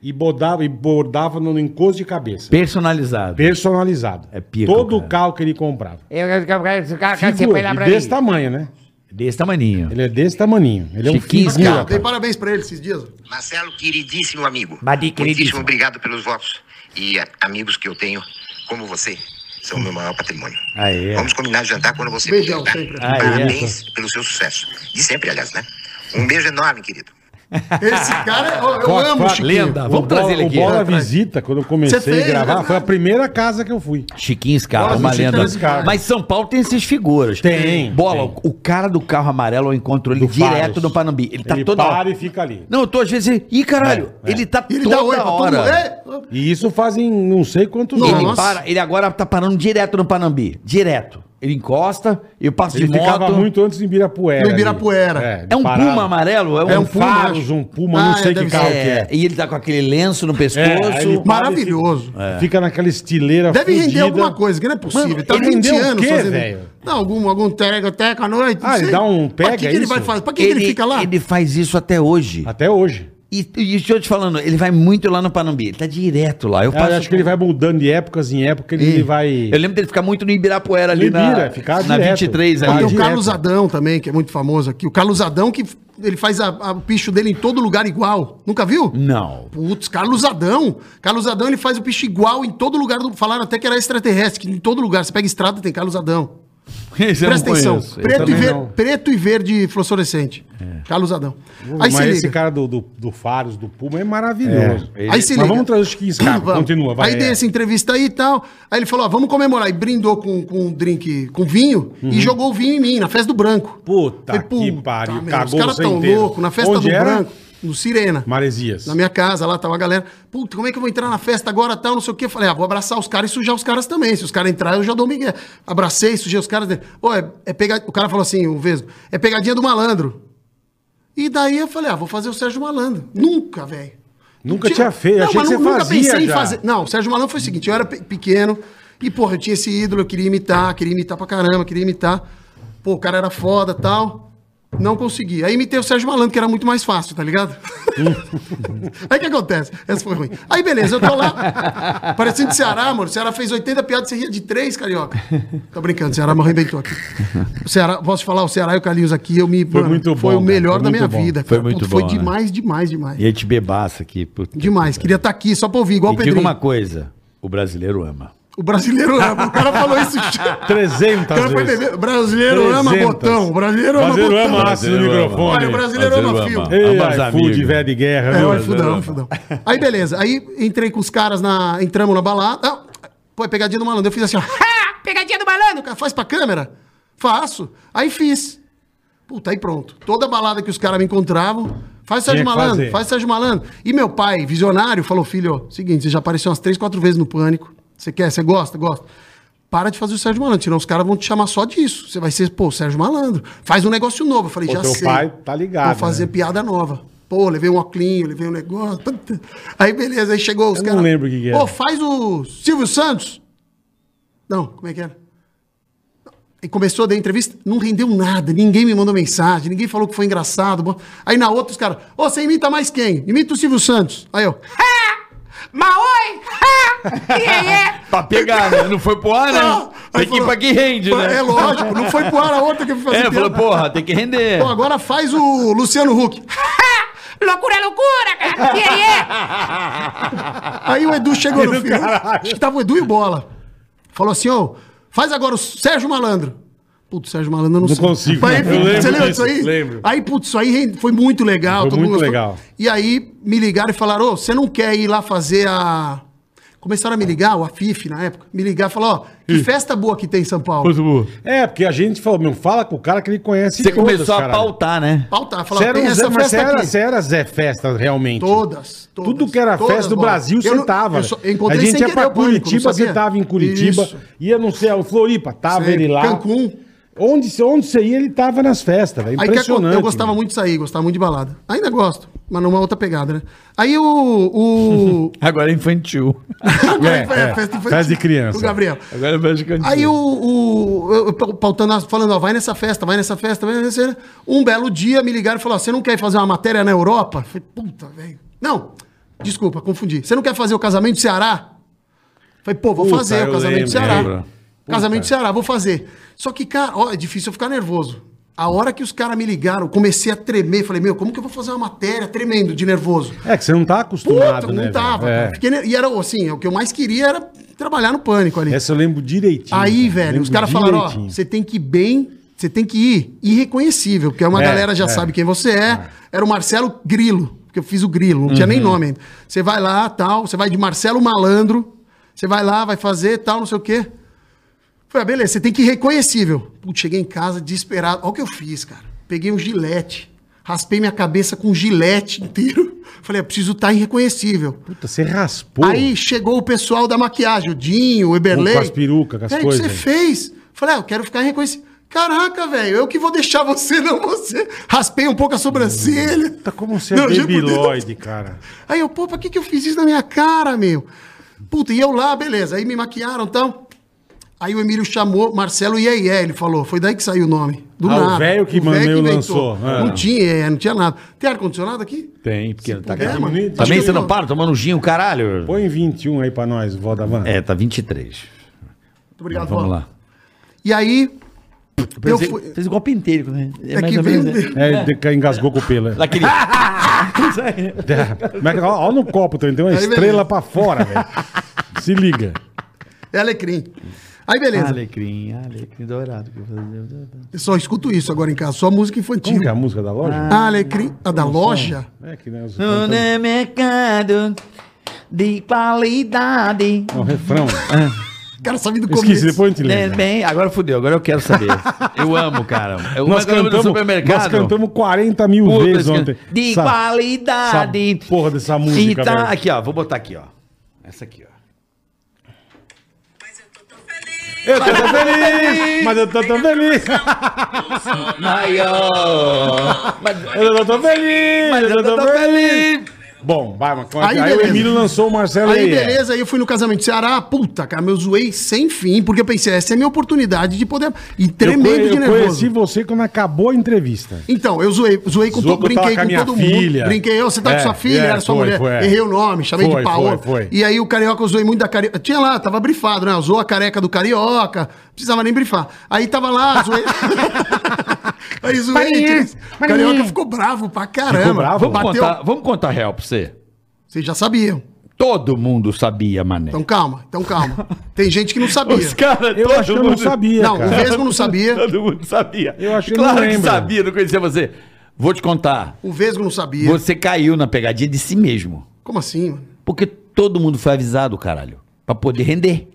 e bordava, e bordava no encosto de cabeça.
Personalizado.
Personalizado.
É pica,
Todo
cara.
o carro que ele comprava.
Eu quero que o cara
Figura, e desse tamanho, né?
Desse tamaninho.
Ele é desse tamaninho. Ele é um
Chiquinho
figura,
Scarpa.
Cara, dei
cara.
parabéns pra ele esses dias.
Marcelo, queridíssimo amigo.
Badi, queridíssimo.
Muitíssimo obrigado pelos votos. E a- amigos que eu tenho, como você, são meu maior patrimônio.
É.
Aê.
Vamos combinar de jantar quando você
Beijão,
puder, tá?
sempre.
Ah,
Aê.
Parabéns pelo seu sucesso. De sempre, aliás, né? Um beijo enorme, querido.
Esse cara, é- eu, eu
Foca,
amo o
foca,
Chiquinho.
lenda. Tá,
O
vamos
Bola-
trazer ele aqui.
O Bola
Vamos
trazer.
Visita, quando eu comecei
Você fez,
a gravar,
né?
foi a primeira casa que eu fui.
Chiquinho Scarpa,
Nossa,
uma
Chiquinho
lenda.
Scarpa.
Mas São Paulo tem essas figuras.
Tem,
Bola,
tem.
o o cara do carro amarelo, eu encontro ele
Do
direto
Faros.
no Panambi. Ele tá
Ele
toda
para
hora.
e fica ali.
Não, eu tô às vezes. Ih, caralho,
É, é.
ele tá
E Ele
toda
dá oi pra todo mundo. É,
hora.
Ei,
E isso fazem não sei quantos
Nossa.
Ele
anos.
para, ele agora tá parando direto no Panambi. Direto. Ele encosta, eu passo
Ele
de
ficava
moto.
muito antes em Ibirapuera.
No
ali.
Ibirapuera.
É um
parava.
puma amarelo?
É um
puma,
Faros,
acho.
um puma, não
Ah,
sei
é,
que
deve
carro
ser.
que é.
É, e ele tá com aquele lenço no pescoço.
aí ele para
Maravilhoso.
e fica- Fica naquela estileira
Deve render
fudida.
alguma coisa, que não é possível.
Mano,
tá
ele rendeu
20
o
anos
quê,
fazendo.
velho?
Não, algum, algum teca-teca à noite. não
Ah, ele
sei.
dá um
Pra
pega,
que, que ele
isso?
vai fazer? Pra que, que ele fica lá?
Ele faz isso até hoje.
Até hoje.
E, e estou te falando, ele vai muito lá no Panambi. Ele tá direto lá. Eu
É, Eu
passo
acho que ele vai mudando de épocas em época, ele, ele vai...
Eu lembro dele ficar muito no Ibirapuera ali
Ele
na,
vira, ficar
na
direto.
23
Tem
ali.
o
direto.
Carlos Adão também, que é muito famoso aqui. O Carlos Adão que f- ele faz a- a- o picho dele em todo lugar igual. Nunca viu?
Não.
Putz, Carlos Adão. Carlos Adão ele faz o picho igual em todo lugar. Do... Falaram até que era extraterrestre, que em todo lugar. Você pega estrada tem Carlos Adão.
Esse eu não
Presta atenção.
conheço. Esse
Preto e,
também
ver-
não.
preto e verde fluorescente. Carlos Adão. Aí
É. Mas
se
esse
liga.
cara do, do, do Faros, do Puma, é maravilhoso.
É, ele-
Aí se
Mas
liga.
vamos trazer o Chiquinho Scarpa,
Vamos.
continua, vai,
Aí
é.
dei essa entrevista aí e tal. Aí ele falou: ó, vamos comemorar. E brindou com, com um drink, com vinho, e jogou o vinho em mim, na festa do branco.
Uhum. Puta
Falei,
que
"Puta,
pariu,
meu,
cagou
Os caras
você
tão
inteiro."
loucos, na festa
Onde
do
era?
branco, no Sirena.
Maresias.
Na minha casa lá tava a galera. Puta, como é que eu vou entrar na festa agora tal? Não sei o que. Falei, ah, vou abraçar os caras e sujar os caras também. Se os caras entrarem, eu já dou migué. Abracei, sujei os caras. Ô, é, é pega... O cara falou assim, o Vesgo, é pegadinha do malandro. E daí eu falei, ah, vou fazer o Sérgio Malandro. Nunca, velho.
Nunca tinha feito, achei
mas
que
nu-
você
nunca
fazia
pensei em
já.
fazer. Não, o Sérgio Malandro foi o seguinte, eu era pe- pequeno e, porra, eu tinha esse ídolo, eu queria imitar, queria imitar pra caramba, queria imitar. Pô, o cara era foda tal. Não consegui. Aí imitei o Sérgio Malandro, que era muito mais fácil, tá ligado?
Hum.
Aí o que acontece? Essa foi ruim. Aí beleza, eu tô lá, parecendo Ceará, mano. O Ceará fez 80 piadas, você ria de três, carioca. Tô brincando, o Ceará é me arrebentou aqui. O Ceará, posso falar, o Ceará e o Calils aqui, eu me.
Foi muito
Foi
bom,
o
cara,
melhor
foi
da minha
muito bom.
vida.
Foi
cara.
muito
Puta, Foi
bom, né?
demais, demais, demais.
E a gente bebaça aqui. Puta.
Demais, queria estar aqui só pra ouvir, igual
E
o
diga
Pedrinho.
uma coisa: o brasileiro ama.
O brasileiro ama, o cara falou isso. O
300
cara foi
vezes.
beber. Brasileiro ama
300.
botão. O brasileiro ama
Brasileiro
botão.
ama ácido no
Brasileiro ama.
microfone.
Olha, o brasileiro ama
Brasileiro
fio.
ama.
Ei,
Ama os
iFood,
amigos.
velho de guerra.
É,
viu?
o fudão, o fudão. Aí beleza, aí entrei com os caras na. Entramos na balada. Ah, pô, é pegadinha do malandro. Eu fiz assim, ó. "Ha! Pegadinha do malandro, cara. Faz pra câmera? Faço. Aí fiz. Puta, aí pronto. Toda balada que os caras me encontravam. Faz Sérgio
que
Malandro,
fazer.
faz Sérgio Malandro. E meu pai, visionário, falou: filho, ó, seguinte, você já apareceu umas três, quatro vezes no pânico. Você quer, você gosta, gosta. Para de fazer o Sérgio Malandro, senão os caras vão te chamar só disso. Você vai ser, pô, Sérgio Malandro. Faz um negócio novo. Eu falei,
Pô,
já
teu
sei.
pai tá ligado,
Vou fazer
né?
piada nova. Pô, levei um óculinho, levei um negócio. tanta- Aí beleza, aí chegou os
Eu
caras.
não lembro o que que era.
Pô, faz o Silvio Santos. Não, como é que era? E começou a dar entrevista, não rendeu nada, ninguém me mandou mensagem, ninguém falou que foi engraçado. bom. Aí na outra os caras, ô, você imita mais quem? Imita o Silvio Santos. Aí eu,
Maoi! Ha! E aí é?
Pra pegar, né? Não foi pro ar,
"Ah!"
né? Tem
Aí
que ir
falou,
pra quem rende, né?
É lógico, não foi pro ar a outra que eu fui fazer.
É,
piada.
falou, porra, tem que render.
Pô, agora faz o Luciano Huck.
Ha! Loucura, loucura, cara! E aí é?
Aí o Edu chegou no final. Acho que tava o Edu e o Bola. Falou assim, ô, faz agora o Sérgio Malandro. Putz, Sérgio Malandro, eu não,
Não
sei.
consigo,
Mas,
eu
enfim,
lembro
você lembra
disso,
disso aí?
lembro.
Aí, putz, isso aí rende- foi muito legal.
Foi
todo mundo
muito
gostou.
legal.
E aí me ligaram e falaram, ô, você não quer ir lá fazer a... Começaram a me ligar, o Afif na época, me ligar e falar, ó, que festa boa que tem em São Paulo.
É, porque a gente falou, meu, fala com o cara que ele conhece
Você
todas,
começou a
caralho.
pautar, né?
Pautar,
Você
falar,
era,
tem
um Zé,
essa
mas você
festa
era,
aqui.
você era Zé Festa, realmente.
Todas, todas.
Tudo que era
Todas,
festa do
Bola.
Brasil,
Eu
você
não-
tava.
eu só- eu encontrei
a gente
sem
ia
querer
pra
o Pânico,
Curitiba,
não sabia?
você tava em Curitiba.
Isso.
Ia, não sei, ao Floripa, tava
Sempre.
ele lá.
Cancún.
Onde, onde você ia, ele tava nas festas, velho.
Aí que aco-
Impressionante.
eu gostava
mano.
muito de sair, gostava muito de balada. Ainda gosto, mas numa outra pegada, né? Aí o. o...
Agora é infantil.
É, é. Festa de criança.
O Gabriel.
Agora é infantil.
Aí o. o eu, eu pautando, as- falando, ó, vai nessa festa, vai nessa festa, vai nessa festa. Um belo dia me ligaram e falaram: ó, você não quer fazer uma matéria na Europa? Eu Falei, puta, velho. Não, desculpa, confundi. Você não quer fazer o casamento do Ceará? Eu Falei, pô, vou
Puta,
fazer
eu
o casamento
lembro,
do Ceará.
lembro.
Casamento do Ceará, vou fazer. Só que, cara, ó, é difícil eu ficar nervoso. A hora que os caras me ligaram, eu comecei a tremer. Falei, meu, como que eu vou fazer uma matéria tremendo de nervoso?
É que você não tá acostumado,
Puta, não
né? velho?
tava.
É.
cara. Fiquei ner- E era assim, o que eu mais queria era trabalhar no pânico ali.
Essa eu lembro direitinho.
Aí,
cara.
velho,
Lembro
os caras falaram, ó,
direitinho.
você tem que ir bem, você tem que ir irreconhecível, porque uma
É,
galera já
é. Uhum.
sabe quem você é. Era o Marcelo Grilo, porque eu fiz o Grilo, não tinha nem nome ainda. Você vai lá, tal, você vai de Marcelo Malandro, você vai lá, vai fazer, tal, não sei o quê. Falei, ah, beleza, você tem que ir reconhecível. Putz, cheguei em casa desesperado. Olha o que eu fiz, cara. Peguei um gilete, raspei minha cabeça com um gilete inteiro. Falei, eu preciso estar irreconhecível.
Puta, você raspou.
Aí chegou o pessoal da maquiagem, o Dinho, o Eberlei.
Com as perucas, com as
"Véi, o
coisas."
que você fez? Falei, ah, eu quero ficar reconhecido. Caraca, velho, eu que vou deixar você, não você. Raspei um pouco a sobrancelha.
Puta, como você é
Não, juro por Deus.
debilóide, cara.
Aí eu, pô, pra que, que eu fiz isso na minha cara, meu? Puta, e eu lá, beleza. Aí me maquiaram e tal. Aí o Emílio chamou Marcelo Iê, Iê, ele falou. Foi daí que saiu o nome. Do
Ah, o
nada.
velho que
velho
Mameu
inventou.
lançou. Ah.
Não tinha, Iê, não tinha nada. Tem ar-condicionado aqui?
Tem, porque não tá
É
puder,
acabando.
mano.
Também
É, Acho
você
que
não
eu-
para tomando um gin, o caralho.
Põe 21 aí pra nós, vó da van.
É, tá 23.
Muito obrigado,
Vamos
Bola.
lá.
E aí, eu
Fez-
fui...
Fez igual penteiro, né? É, Ah!
É
mais
que
ou
veio...
menos, né?
É, de- que engasgou com o pelo. é.
Daquele...
É, mas Olha olha no copo, tem uma
Aí,
estrela
beleza.
pra fora, velho. Se liga.
É alecrim. Aí beleza.
Alecrim, alecrim dourado.
Eu só escuto isso agora em casa, só música infantil.
Como que é a música da loja?
Ah, Alecrim, a da loja?
É que né, os
No
cantores-
mercado de qualidade.
Não, É refrão.
O cara sabe do começo.
Esqueci, depois a gente
É,
lembra.
bem, agora fudeu, agora eu quero saber. Eu amo, cara. Eu
Nós
agora eu vou no
cantamos, nós cantamos 40 mil
Puta,
vezes
esse
ontem.
can- De
Essa-
qualidade.
essa porra dessa música,
E tá-
velho.
aqui, ó. Vou botar aqui, ó. Essa aqui, ó.
Eu tô tão feliz, mas eu tô tão feliz.
Maior. Mas,
Eu tô tão feliz,
mas eu tô feliz.
Bom, vai, mas como é
Aí,
que- aí, o
beleza.
Emílio lançou o Marcelo
Aí,
aí. é.
beleza, aí eu fui no casamento de Ceará, puta, cara, eu zoei sem fim, porque eu pensei, essa é a minha oportunidade de poder. E tremendo
eu, conhe-
de
eu
nervoso.
conheci você quando acabou a entrevista.
Então, eu zoei, zoei com
Zoou
todo
que eu tava
brinquei
com a
com,
minha
todo
filha.
mundo. Brinquei, eu, você tá
É,
com sua filha,
é,
era sua
foi,
mulher.
foi, é.
Errei o nome, chamei
Foi,
de Paola.
foi, foi.
E aí o carioca eu zoei muito da carioca. Tinha lá, tava brifado, né? Zoou a careca do carioca, não precisava nem brifar. Aí tava lá, zoei. aí zoei.
Maninha,
tirei- O carioca ficou bravo pra caramba.
Ficou bravo?
Vamos
Bateu.
contar, vamos contar real pra você.
Vocês já sabiam.
Todo mundo sabia, mané.
Então calma, então calma. Tem gente que não sabia.
caras,
Eu acho que eu não sabia,
Não, o
cara.
Vesgo não sabia.
Todo mundo sabia.
Eu acho que
claro
não
que
lembro.
sabia, não conhecia você. Vou te contar.
O Vesgo não sabia.
Você caiu na pegadinha de si mesmo.
Como assim, mano?
Porque todo mundo foi avisado, caralho. Pra poder render.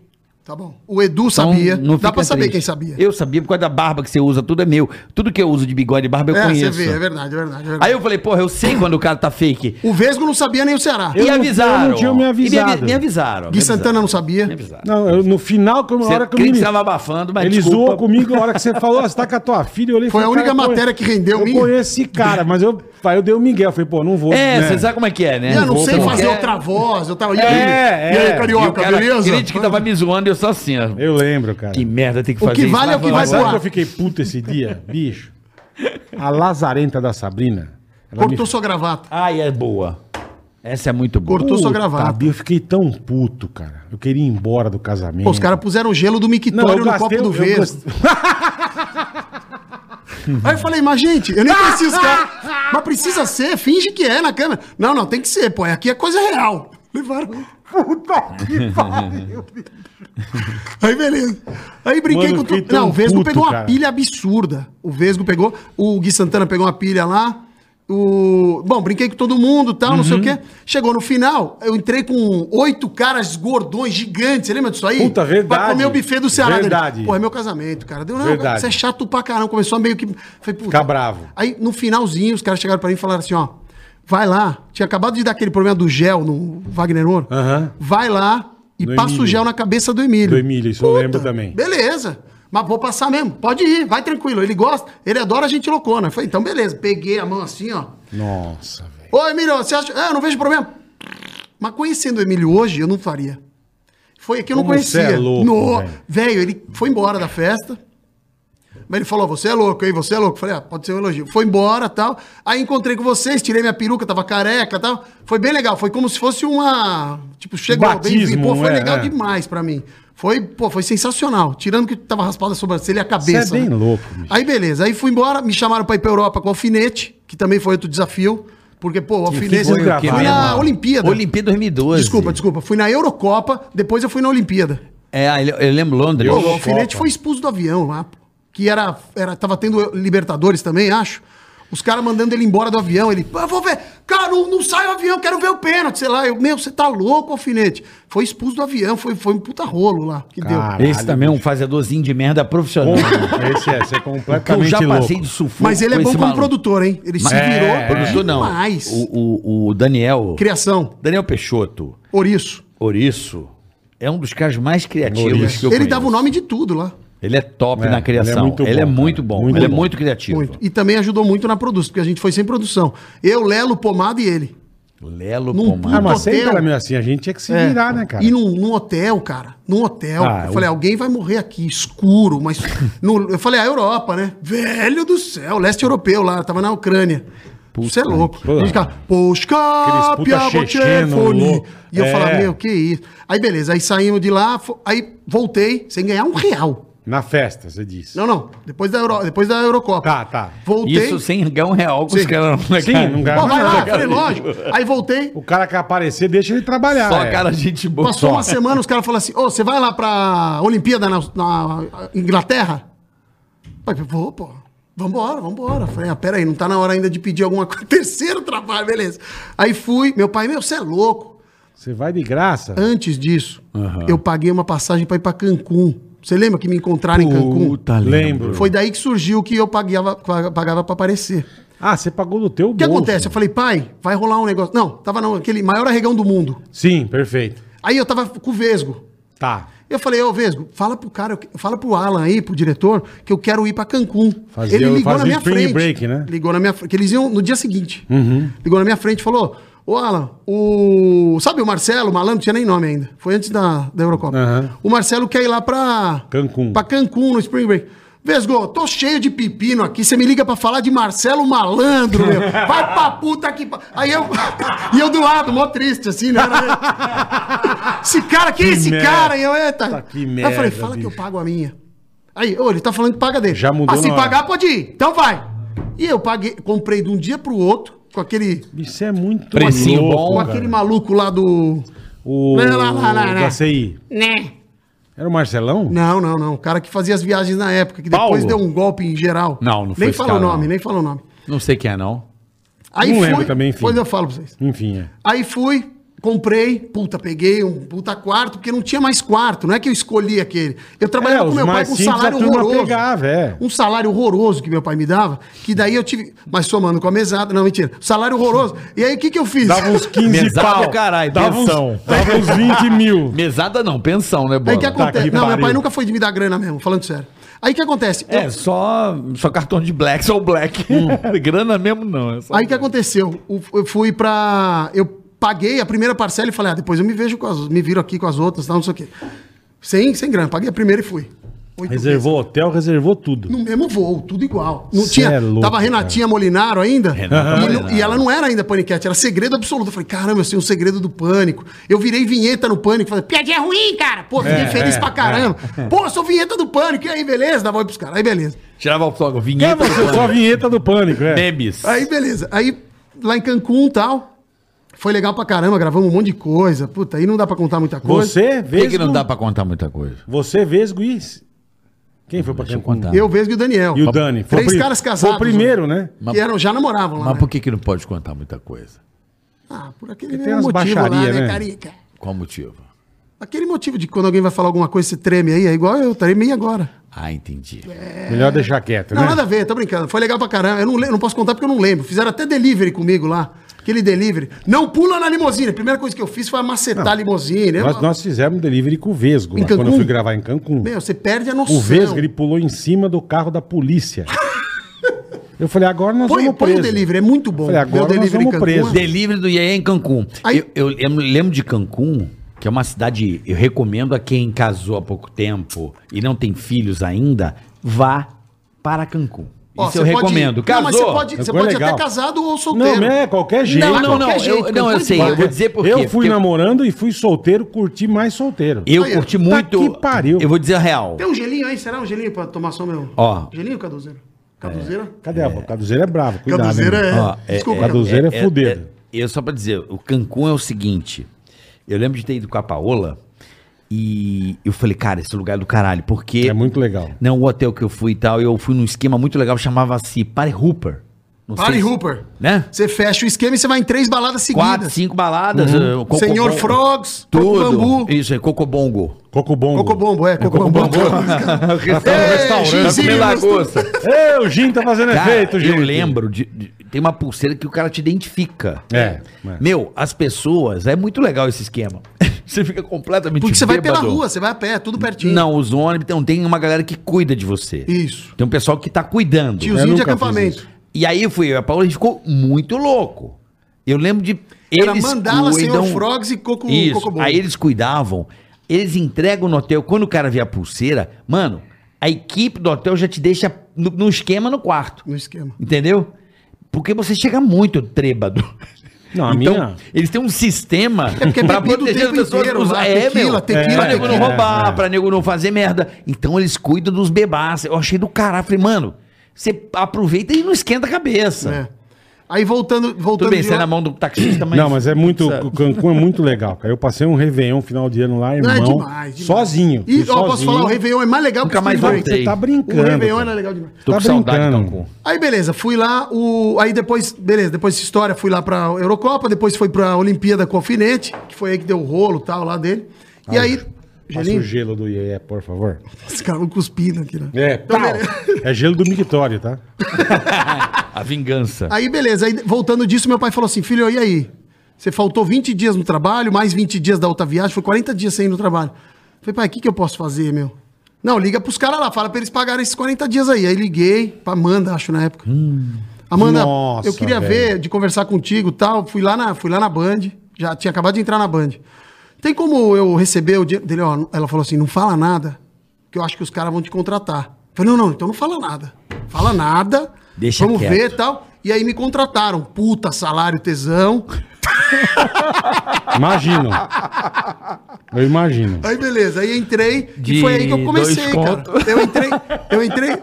Tá bom. O Edu
Então,
sabia.
não
Dá
fica
pra saber
triste.
quem sabia.
Eu sabia por causa da barba que você usa, tudo é meu. Tudo que eu uso de bigode e barba eu
é,
conheço.
você vê, é verdade, é verdade. É verdade.
Aí eu falei, porra, eu sei quando o cara tá fake.
O Vesgo não sabia nem o Ceará.
Eu
e
não-
avisaram.
eu não tinha me
E avi-
avisado.
Me, avisaram.
Gui
me
Santana não sabia.
Me avisaram.
Não, eu- no final, quando- na
Você
hora que eu
crente
me-
estava abafando, mas
ele
desculpa.
zoou comigo na hora que você falou, "Ah, você tá com a tua filha. Eu olhei, e
Foi a
falei,
única
cara, eu
matéria
conhe-
que rendeu
Eu
minha.
conheço esse cara, mas eu, aí eu dei o Miguel. Eu falei, pô, não vou.
É,
né?
você sabe como é que é, né?
Eu não sei
Você
fazer
quer-
outra voz. Eu tava. E
É,
aí,
é.
e aí,
E o
carioca,
cara,
beleza?
crente que tava me zoando, eu sou assim, ó.
Eu lembro, cara.
Que merda, tem que
O
fazer
que vale é o que vai
Mas
voar.
sabe que eu fiquei puto esse dia, bicho? A lazarenta da Sabrina. ela me
Cortou sua gravata.
Ai, é boa. Essa é muito boa.
Cortou sua
Puta,
gravata.
Bia, Eu fiquei tão puto, cara. Eu queria ir embora do casamento.
Pô, os caras puseram gelo do mictório no copo do
eu
Vesgo.
gastei-
Aí eu falei, mas gente, eu nem preciso, cara. Mas precisa ser, finge que é na câmera. Não, não, tem que ser, pô. Aqui é coisa real. Levaram. Puta que pariu. Aí beleza. Aí brinquei
Mano, eu
com
fiquei
tudo. Não,
tão
o Vesgo
puto,
pegou uma
cara.
pilha absurda. O Vesgo pegou, o Gui Santana pegou uma pilha lá. O... Bom, brinquei com todo mundo tal, não
Uhum.
sei o quê. Chegou no final, eu entrei com oito caras gordões gigantes. Você lembra disso aí?
Puta,
Pra
verdade.
comer o buffet do Ceará.
Verdade.
Pô, é meu casamento, cara. Deu, não,
Verdade.
cara, você é chato pra caramba. Começou a meio que. Falei, puta.
Ficar bravo.
Aí, no finalzinho, os caras chegaram pra mim e falaram assim, ó. Vai lá. Tinha acabado de dar aquele problema do gel no Wagner Ouro.
Aham.
Vai lá e
No
passa o
Emílio.
gel na cabeça do Emílio.
Do Emílio, isso eu lembro também.
Beleza. Mas vou passar mesmo. Pode ir, vai tranquilo. Ele gosta, ele adora a gente loucona. Eu Falei, então beleza. Peguei a mão assim, ó.
Nossa, velho.
Ô, Emílio, você acha... Ah, eu não vejo problema. Mas conhecendo o Emílio hoje, eu não faria. Foi aqui eu não
Como
conhecia.
você é louco,
No-
velho.
Velho, ele foi embora da festa. Mas ele falou, você é louco, hein? Você é louco. Eu Falei, ah, pode ser um elogio. Foi embora tal. Aí encontrei com vocês, tirei minha peruca, tava careca tal. Foi bem legal. Foi como se fosse uma... Tipo, chegou
Batismo,
Pô, foi
é,
legal
é.
demais pra mim. Foi, pô, foi sensacional. Tirando que tava raspada a sobrancelha e a cabeça. né?
Você é bem louco, bicho.
Aí beleza, aí fui embora, me chamaram pra ir pra Europa com o alfinete, que também foi outro desafio, porque, pô, o alfinete.
foi
Fui
gravado?
na Olimpíada.
Olimpíada 2012.
Desculpa, desculpa. Fui na Eurocopa, depois eu fui na Olimpíada.
É, eu eu lembro Londres.
Pô, o
Eurocopa.
alfinete foi expulso do avião lá, pô. Que era, era. Tava tendo Libertadores também, acho. Os caras mandando ele embora do avião. Ele, pô, eu vou ver. Cara, não, não sai o avião, quero ver o pênalti. Sei lá, eu, meu, você tá louco, alfinete. Foi expulso do avião, foi, foi um puta rolo lá. Que deu.
Cara,
Esse também é um fazedorzinho de merda profissional.
Como? Esse é, você é
Que eu
completamente
já passei de
louco.
sufoco.
Mas ele é
com
bom
esse
como
maluco.
produtor, hein? Ele se
É,
virou.
Produtor não.
demais.
O, o, o Daniel.
Criação,
Daniel Peixoto,
ouriço.
Ouriço, é um dos caras mais criativos
Ouriço.
que eu
ele
conheço.
dava o nome de tudo lá.
Ele é top
É,
na criação. Ele é muito bom. Ele é muito,
cara.
bom.
Muito bom.
criativo.
Muito. E também ajudou muito na produção, porque a gente foi sem produção. Eu, Lelo, Pomada e ele.
Lelo
Num
Pomar.
Ah, mas sempre
Hotel.
era meio assim, a gente tinha que se virar, né, cara?
É. E num, num hotel, cara. Num hotel.
Ah,
eu falei, alguém vai morrer aqui, escuro, mas. no- eu falei, a Europa, né? Velho do céu, leste europeu lá, tava na Ucrânia. Você é louco.
que-
A gente ficava, Poska,
Aqueles puta checheno, louco.
E eu
É.
falava, meu, que isso. Aí beleza, aí saímos de lá, fo- aí voltei sem ganhar um real.
Na festa, você disse.
Não, não. Depois da, Euro, depois da Eurocopa.
Tá, tá.
Voltei.
Isso sem ganhar um real com
Sim.
os caras. não, né,
Sim,
cara?
não
Pô, vai lá,
ganha.
falei, lógico. Aí voltei.
O cara quer aparecer, deixa ele trabalhar.
Só
é.
cara gente boa.
Passou
Só.
uma semana, os caras falaram assim: Ô, você vai lá pra Olimpíada na, na Inglaterra? Falei, vou, pô. Vambora, vambora. Falei, ah, peraí, não tá na hora ainda de pedir alguma coisa. Terceiro trabalho, beleza. Aí fui, meu pai, meu, você é louco.
Você vai de graça?
Antes disso, eu paguei uma passagem pra ir pra Cancún. Você lembra que me encontraram em Cancún?
Puta, lembro.
Lembro.
Foi daí que surgiu que eu pagava, pagava pra aparecer.
Ah, você pagou do teu
O que
bolso.
acontece? Eu falei, pai, vai rolar um negócio. Não, tava não, aquele maior arregão do mundo.
Sim, perfeito.
Aí eu tava com o Vesgo.
Tá.
Eu falei, ô Vesgo, fala pro cara, eu que- fala pro Alan aí, pro diretor, que eu quero ir pra Cancún.
Fazer o- fazer spring break, né? Uhum.
Ligou na minha frente, que eles iam no dia seguinte. Ligou na minha frente e falou, ô Alan, o... Sabe o Marcelo, o malandro, não tinha nem nome ainda. Foi antes da, da Eurocopa.
Aham.
O Marcelo quer ir lá pra...
Cancún.
Pra Cancún, no spring break. Vesgo, tô cheio de pepino aqui, você me liga pra falar de Marcelo Malandro, meu. Vai pra puta que... pa-" Aí eu... e eu do lado, mó triste, assim, né? Esse cara, quem é esse
merda.
cara? E eu, eita.
Tá, que
Aí eu
merda,
falei, fala
bicho.
que eu pago a minha. Aí, ô, ele tá falando que paga dele.
Já mudou
Ah, se
na hora.
pagar, pode ir. Então vai. E eu paguei, comprei de um dia pro outro, com aquele,
Isso é muito
Precinho bom,
com
cara.
aquele maluco lá do...
O
Não, não, não, não,
da
não.
CI.
Né?
Era o Marcelão?
Não, não, não. O cara que fazia as viagens na época, que depois
Paulo?
deu um golpe em geral.
Não, não foi
Nem
esse
fala o
cara,
nome,
não.
nem fala o nome.
Não sei quem é, não.
Aí
Não
fui,
lembro também, enfim.
depois eu falo pra vocês.
Enfim, é.
Aí fui, comprei, puta, peguei um puta quarto, porque não tinha mais quarto, não é que eu escolhi aquele. Eu
É,
trabalhava
os
com meu pai
mais
com um
simples
salário
a turma
horroroso.
pegava, é.
Um salário horroroso que meu pai me dava, que daí eu tive. Mas somando com a mesada, não, mentira. Salário horroroso. E aí o que, que eu fiz?
Dava uns 15
Mesada,
pau.
caralho,
dava, uns,
pensão.
dava uns 20 mil.
Mesada não, pensão, né,
Aí o que
Bola?
Tá
acontece?
que
não, meu
pariu.
pai nunca foi de me dar grana mesmo, falando sério. Aí o que acontece? Eu-
É, só, só cartão de black, só o black. Grana mesmo não. É só...
Hum. Aí o que aconteceu? O- Eu fui pra. Eu paguei a primeira parcela e falei, ah, depois eu me vejo com as. Me viro aqui com as outras, tal, não sei o quê. Sem, sem grana, paguei a primeira e fui. Oito
Reservou hotel, reservou tudo.
No mesmo voo, tudo igual. Não
Cê
tinha,
é louco,
tava a Renatinha Molinaro ainda.
Renata
e, não-
Molinaro.
e ela não era ainda paniquete, era segredo absoluto. Eu falei, caramba, eu sei um segredo do pânico. Eu virei vinheta no pânico. Falei,
Piadinha é ruim, cara.
pô, fiquei
É,
feliz
é,
pra caramba. Pô, eu sou vinheta do pânico. E aí, beleza? Dava oi pros caras. Aí, beleza.
Tirava o fogo,
É,
vinheta.
você só a vinheta do pânico, é.
Memes.
Aí, beleza. Aí, lá em Cancún e tal. Foi legal pra caramba, gravamos um monte de coisa. Puta, aí não dá pra contar muita coisa.
Você,
Por que, que
Vesgo.
não dá pra contar muita coisa?
Você, Vesgo e. Quem foi pra Deixa
contar.
Eu, Vesgo e o Daniel.
E o Dani. Foi
Três
pri-
caras casados.
Foi o primeiro, né?
Que eram, já namoravam lá.
Mas
né?
por que, que não pode contar muita coisa?
Ah, por aquele
tem umas
mesmo motivo lá,
baixaria,
né,
né?
Carica?
Qual motivo?
Aquele motivo de quando alguém vai falar alguma coisa, você treme aí, é igual eu tremei agora.
Ah, entendi.
Melhor deixar quieto,
É. Não,
né?
nada a ver, tô brincando. Foi legal pra caramba. Eu não, le- não posso contar porque eu não lembro. Fizeram até delivery comigo lá. Aquele delivery. Não pula na limusine. A primeira coisa que eu fiz foi macetar a limusine. Eu-
Nós, nós fizemos delivery com o Vesgo,
Em
lá, quando eu
Cancún?
fui gravar em Cancún.
Meu, você perde a noção.
O Vesgo, ele pulou em cima do carro da polícia. Eu falei, agora nós
Põe,
vamos
põe
preso.
o delivery, é muito bom.
Falei, agora
Meu
nós
delivery
vamos
Cancún.
preso.
Delivery do Iaia em Cancún.
Aí-
Eu, eu lembro, lembro de Cancún, que é uma cidade, eu recomendo a quem casou há pouco tempo e não tem filhos ainda, vá para Cancún.
Ó,
Isso eu
você pode-
recomendo.
Não, mas você
Casou?
pode, você
Agora
pode
é legal.
até casado ou solteiro.
Não, é qualquer jeito.
Não, não, não.
qualquer
Eu,
jeito,
não, eu
Cancún é
sei.
demais.
Eu vou dizer por quê.
Eu fui
Porque
namorando e fui solteiro, curti mais solteiro.
Eu
Aí,
curti
tá
muito.
que pariu.
Eu vou dizer a real.
Tem um gelinho aí? Será um gelinho pra tomar só meu?
Ó.
Gelinho, Caduzeiro?
É.
Caduzeira?
Cadê a Caduzeira é bravo, cuidado.
Caduzeira
hein,
é...
mano.
Ó, é-
Desculpa,
é- Caduzeiro é fudido.
eu só pra dizer, o Cancún é o seguinte. Eu lembro de ter ido com a Paola e eu falei, cara, esse lugar é do caralho. Porque
É muito legal.
Não, o hotel que eu fui e tal, eu fui num esquema muito legal, chamava-se Party Hooper. Não
Party
sei se-
Hooper.
Né?
Você fecha o esquema e você vai em três baladas seguidas.
Quatro, cinco baladas. eh, Cocobongo,
Uhum. Senhor Frogs,
tudo. tipo,
Cocobambu.
Isso é aí, Cocobongo.
Cocobongo.
Cocobombo, é, Cocobombo.
restaurante.
Ginzinho,
Comer lagosta.
Ei, o Gin tá fazendo
Cara,
efeito, gente.
eu lembro, de, de- tem uma pulseira que o cara te identifica.
É, é.
Meu, as pessoas, é muito legal esse esquema. você fica completamente
Porque você vai pela
bêbado.
rua, assim. você vai a pé, tudo pertinho.
Não, os ônibus, então tem uma galera que cuida de você.
Isso.
Tem um pessoal que tá cuidando.
Eu
Tiozinho de
nunca fiz
acampamento.
E aí eu fui eu e a Paula, a gente ficou muito louco. Eu lembro de.
Era mandala, senhor
cuidam-
Frogs e coco,
Isso.
Cocobombo.
Aí eles cuidavam, eles entregam no hotel. Quando o cara vê a pulseira, mano, a equipe do hotel já te deixa no, no esquema no quarto.
No esquema.
Entendeu? Porque você chega muito trêbado.
Não, a
então,
minha-
eles têm um sistema
É porque é
pra
bebido o
proteger as
tempo
pessoas
inteiro
dos
lá,
é,
tequila,
meu.
tequila,
pra nego não
tequila.
roubar,
É, é.
pra nego não fazer merda. Então eles cuidam dos bebaços. Eu achei do caralho. Falei, mano, você aproveita e não esquenta a cabeça.
É. Aí voltando, voltando
Tudo bem,
de
você é
lá-
na mão do taxista, mas.
não, mas é muito.
Sabe?
o Cancún é muito legal, cara. Eu passei um Réveillon final de ano lá,
Não,
irmão.
é demais, demais.
Sozinho.
E
fui
ó, posso
sozinho.
falar, o Réveillon é mais legal
Nunca mais
Spring
voltei.
Break.
Você tá brincando.
O Réveillon
cara.
era legal demais.
Tô
tá
com saudade do
brincando.
Cancún.
Aí beleza, fui lá, o... aí depois, beleza, depois dessa história, fui lá pra Eurocopa, depois fui pra Olimpíada com o Alfinete, que foi aí que deu o rolo e tal lá dele. E aí,
Passa o
gelinho,
gelo do Iê, por favor.
esse cara não cuspindo aqui, né?
É, pau. É gelo do mictório, tá?
A vingança.
Aí beleza, aí voltando disso, meu pai falou assim, filho, e aí? Você faltou 20 dias no trabalho, mais 20 dias da outra viagem, foi 40 dias sem ir no trabalho. Eu Falei, pai, o que, que eu posso fazer, meu? Não, liga pros caras lá, fala pra eles pagarem esses 40 dias aí. Aí liguei pra Amanda, acho, na época. Amanda,
Hum. Nossa,
eu queria
velho.
ver, de conversar contigo e tal, fui lá, na, fui lá na Band, já tinha acabado de entrar na Band. Tem como eu receber o dinheiro dele? Ó, ela falou assim, não fala nada, que eu acho que os caras vão te contratar. Eu Falei, não, não, então não fala nada. Fala nada,
Deixa
vamos
quieto.
ver e tal. E aí me contrataram. Puta, salário, tesão.
Imagino. Eu imagino.
Aí beleza, aí entrei
De
e foi aí que eu comecei,
dois
cara.
conto.
Eu entrei, eu entrei,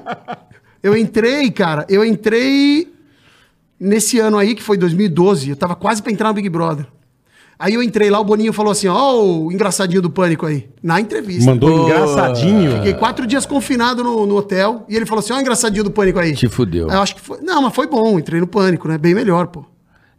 eu entrei, cara, eu entrei nesse ano aí, que foi 2012, eu tava quase pra entrar no Big Brother. Aí eu entrei lá, o Boninho falou assim, ó o engraçadinho do Pânico aí, na entrevista.
Mandou engraçadinho.
Ah.
Fiquei quatro dias confinado no, no hotel e ele falou assim, ó o engraçadinho do Pânico aí.
Te fudeu.
Aí Eu acho que foi, não, mas foi bom, entrei no Pânico, né, bem melhor, pô.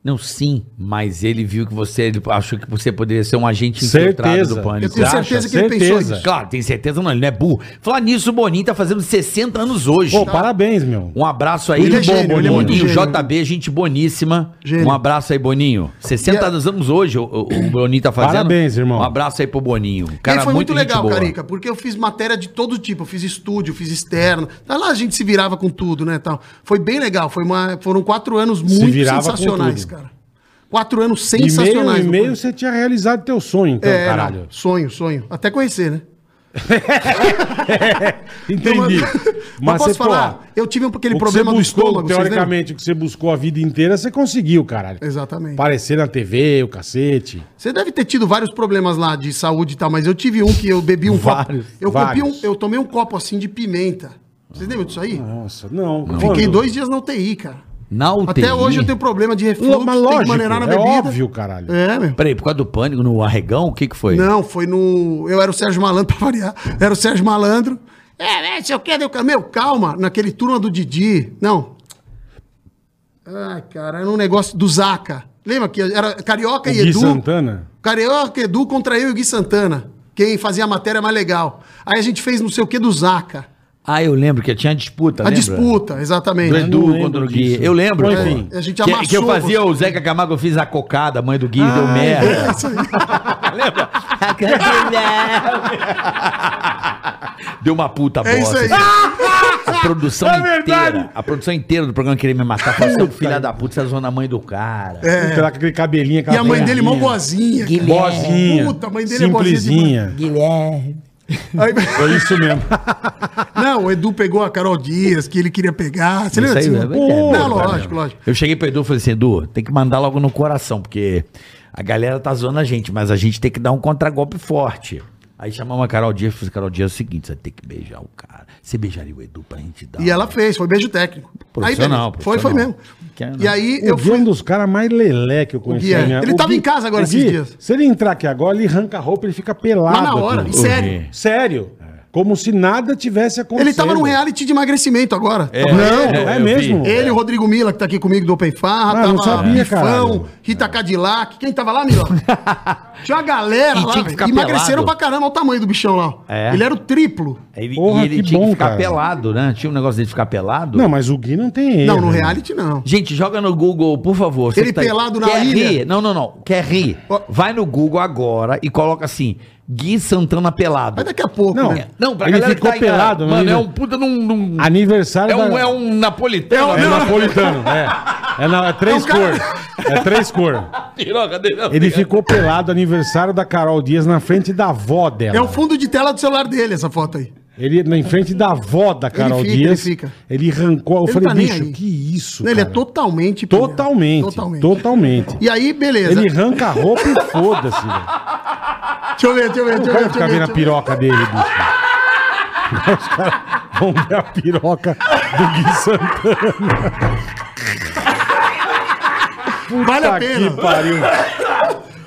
Não, sim, mas ele viu que você. Ele achou que você poderia ser um agente
Certeza.
infiltrado do pânico.
Eu tenho
Você
certeza
acha?
que ele pensou
Certeza.
nisso.
Claro, tem certeza não, ele não é burro. Falar nisso, o Boninho tá fazendo 60 anos hoje.
Pô, parabéns, meu.
Um abraço aí,
Ele é gênio,
Boninho.
ele é muito
Boninho,
gênio.
JB, gente boníssima.
Gênio.
Um abraço aí, Boninho. 60
E a-
anos anos hoje, o, o- o Boninho tá fazendo.
Parabéns, irmão.
Um abraço aí pro Boninho. Um
E aí
Cara,
foi muito,
gente
legal,
boa.
Carica, porque eu fiz matéria de todo tipo. Eu fiz estúdio, fiz externo. Tá lá a gente se virava com tudo, né? Tal. Foi bem legal. Foi uma, foram quatro anos muito
virava com
sensacionais,
tudo.
cara. Quatro anos
E meio,
sensacionais.
e
no
meio
Corinthians.
você tinha realizado teu sonho, então,
É,
caralho.
não, sonho, sonho. Até conhecer, né?
Entendi.
Mas, É. mas posso falar? eu tive um- aquele
o
problema
que
do
você buscou,
estômago, vocês lembram?
teoricamente, o que você buscou a vida inteira, você conseguiu, caralho.
Exatamente.
Aparecer na TV, o cacete.
Você deve ter tido vários problemas lá de saúde e tal, mas eu tive um que eu bebi um
Vários,
copo. Eu,
vários. Ah,
copi um, eu tomei um copo assim de pimenta. Vocês lembram disso aí?
Nossa, não.
Fiquei
Quando?
dois dias na UTI, cara.
Na UTI.
Até hoje eu tenho problema de refluxo,
Mas
tem que
lógico,
maneirar na
é
bebida.
óbvio, caralho.
É, meu.
Peraí, por causa do pânico no arregão, o que que foi?
Não, foi no. Eu era o Sérgio Malandro, pra variar. Era o Sérgio Malandro. É, é, se eu quero, eu quero. Meu, calma, naquele turma do Didi. Não. Ai, cara, era um negócio do Zaca. Lembra que era Carioca
O
e
Gui
É, Edu?
Santana?
Carioca, Edu contra eu e o Gui Santana. Quem fazia a matéria mais legal. Aí a gente fez não sei o que do Zaca.
Ah, eu lembro que tinha a disputa,
Tá
A
lembra?
disputa, exatamente.
Do
não
Edu
lembro
contra o Gui.
disso.
Eu lembro.
Foi,
pô.
enfim.
A gente
que, que eu
amassou
fazia
você.
o Zeca Camargo, eu fiz a cocada, a mãe do Gui, deu
Ah,
É,
merda.
isso aí.
deu uma puta
É isso
bosta. assim.
aí.
A produção
É verdade.
inteira. A produção inteira do programa queria me matar. Falou, seu filho da puta, você é zona mãe do cara.
Sei lá, com aquele cabelinho,
É. E a mãe
perninha.
dele é mó boazinha. cara.
Boazinha.
Puta, a mãe dele é boazinha
Simplesinha.
Aí-
Foi isso mesmo.
Não, o Edu pegou a Carol Dias, que ele queria pegar. Você lembra
Isso aí,
disso?
é verdade.
Pô, Não,
Cara,
lógico, lógico.
Eu cheguei pro Edu e falei assim, Edu, tem que mandar logo no coração, porque a galera tá zoando a gente, mas a gente tem que dar um contragolpe forte. Aí chamamos a Carol Dias e falei, Carol Dias, é o seguinte, você tem que beijar o cara. Você beijaria o Edu pra gente dar. um-
E ela fez, foi beijo técnico.
Profissional,
beleza. foi, foi mesmo.
profissional. Quer não.
E aí
Eu
eu
vi
fui.
um dos caras mais lelé que eu conheci.
Gui é.
na minha-
Ele
o
tava
Gui-
em casa agora
o
esses
Gui,
dias.
Se ele entrar aqui agora, ele arranca a roupa, ele fica
um
pelado.
Lá na hora,
aqui.
e sério.
Sério. Como se nada tivesse acontecido.
Ele tava num reality de emagrecimento agora.
É,
Não,
eu
é
vi.
mesmo.
Ele, o Rodrigo Mila, que tá aqui comigo do Open Farra,
Ah, não sabia, caralho.
Rita Cadillac. Quem tava lá, Milão? Tinha uma galera
E
lá,
tinha que
velho.
ficar
Emagreceram
pelado.
pra caramba, olha o tamanho do bichão lá. ó.
É.
Ele era o triplo.
Ele,
Porra,
e ele
que
tinha
bom,
que ficar
cara.
pelado, né? Tinha um negócio dele ficar pelado.
Não, mas o Gui não tem erro.
Não, no
né?
reality não.
Gente, joga no Google, por favor. você
Ele
que aí.
pelado na
Quer
ilha?
Rir? Não, não, não. Quer rir?
Ó.
Vai no Google agora e coloca assim, Gui Santana pelado.
Mas daqui a pouco,
Não.
né?
Não, pra
Ele
galera
ficou
que tá em-
pelado,
Mano,
né?
é um puta num... num-
Aniversário
É um,
da-
é um napolitano.
É napolitano, é. É, na- é três
É um cara-
cor. É três cor.
Piroca dele.
Ele ficou pelado aniversário da Carol Dias na frente da avó dela.
É o fundo de tela do celular dele, essa foto aí.
Ele, na em frente da avó da Carol
fica,
Dias,
ele fica.
ele arrancou. Eu
Ele
falei,
tá nem
bicho,
aí.
que isso,
Ele é
cara?
totalmente. pilhado.
Totalmente, totalmente.
Totalmente. E aí, beleza.
Ele arranca a roupa e foda-se, velho.
Deixa eu ver, deixa eu ver,
Não
deixa eu ver.
vai
Deixa
ficar
eu
vendo
ver,
a
deixa eu ver.
piroca dele, bicho. Os caras vão ver a piroca do Gui Santana.
Vale a
Puta
pena.
que pariu.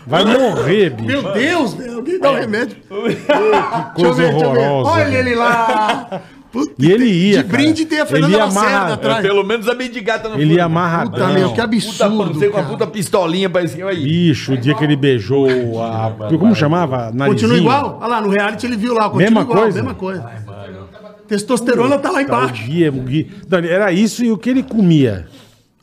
Vai morrer, bicho.
Meu Deus, velho. Alguém dá um remédio. Deixa eu
Coisa
ver, deixa eu ver.
horrorosa.
Olha ele lá. Puta,
E ele ia,
De
cara.
brinde tem a
Ele
Fernanda
ia
Lacerda
amarrar-
atrás.
Pelo menos a mendigata não
Ele é ia
Puta,
amarradão.
meu, que
Puta
absurdo.
pancê com a
cara.
puta pistolinha pra esquerda aí.
Bicho, o dia que ele beijou a. Como chamava? Narizinho.
Continua igual? Olha lá, no reality ele viu lá. Continua
Mesma
igual,
coisa?
mesma coisa. Testosterona tá lá
Tá, o
embaixo.
Gui, o Gui. Não, era isso e o que ele comia.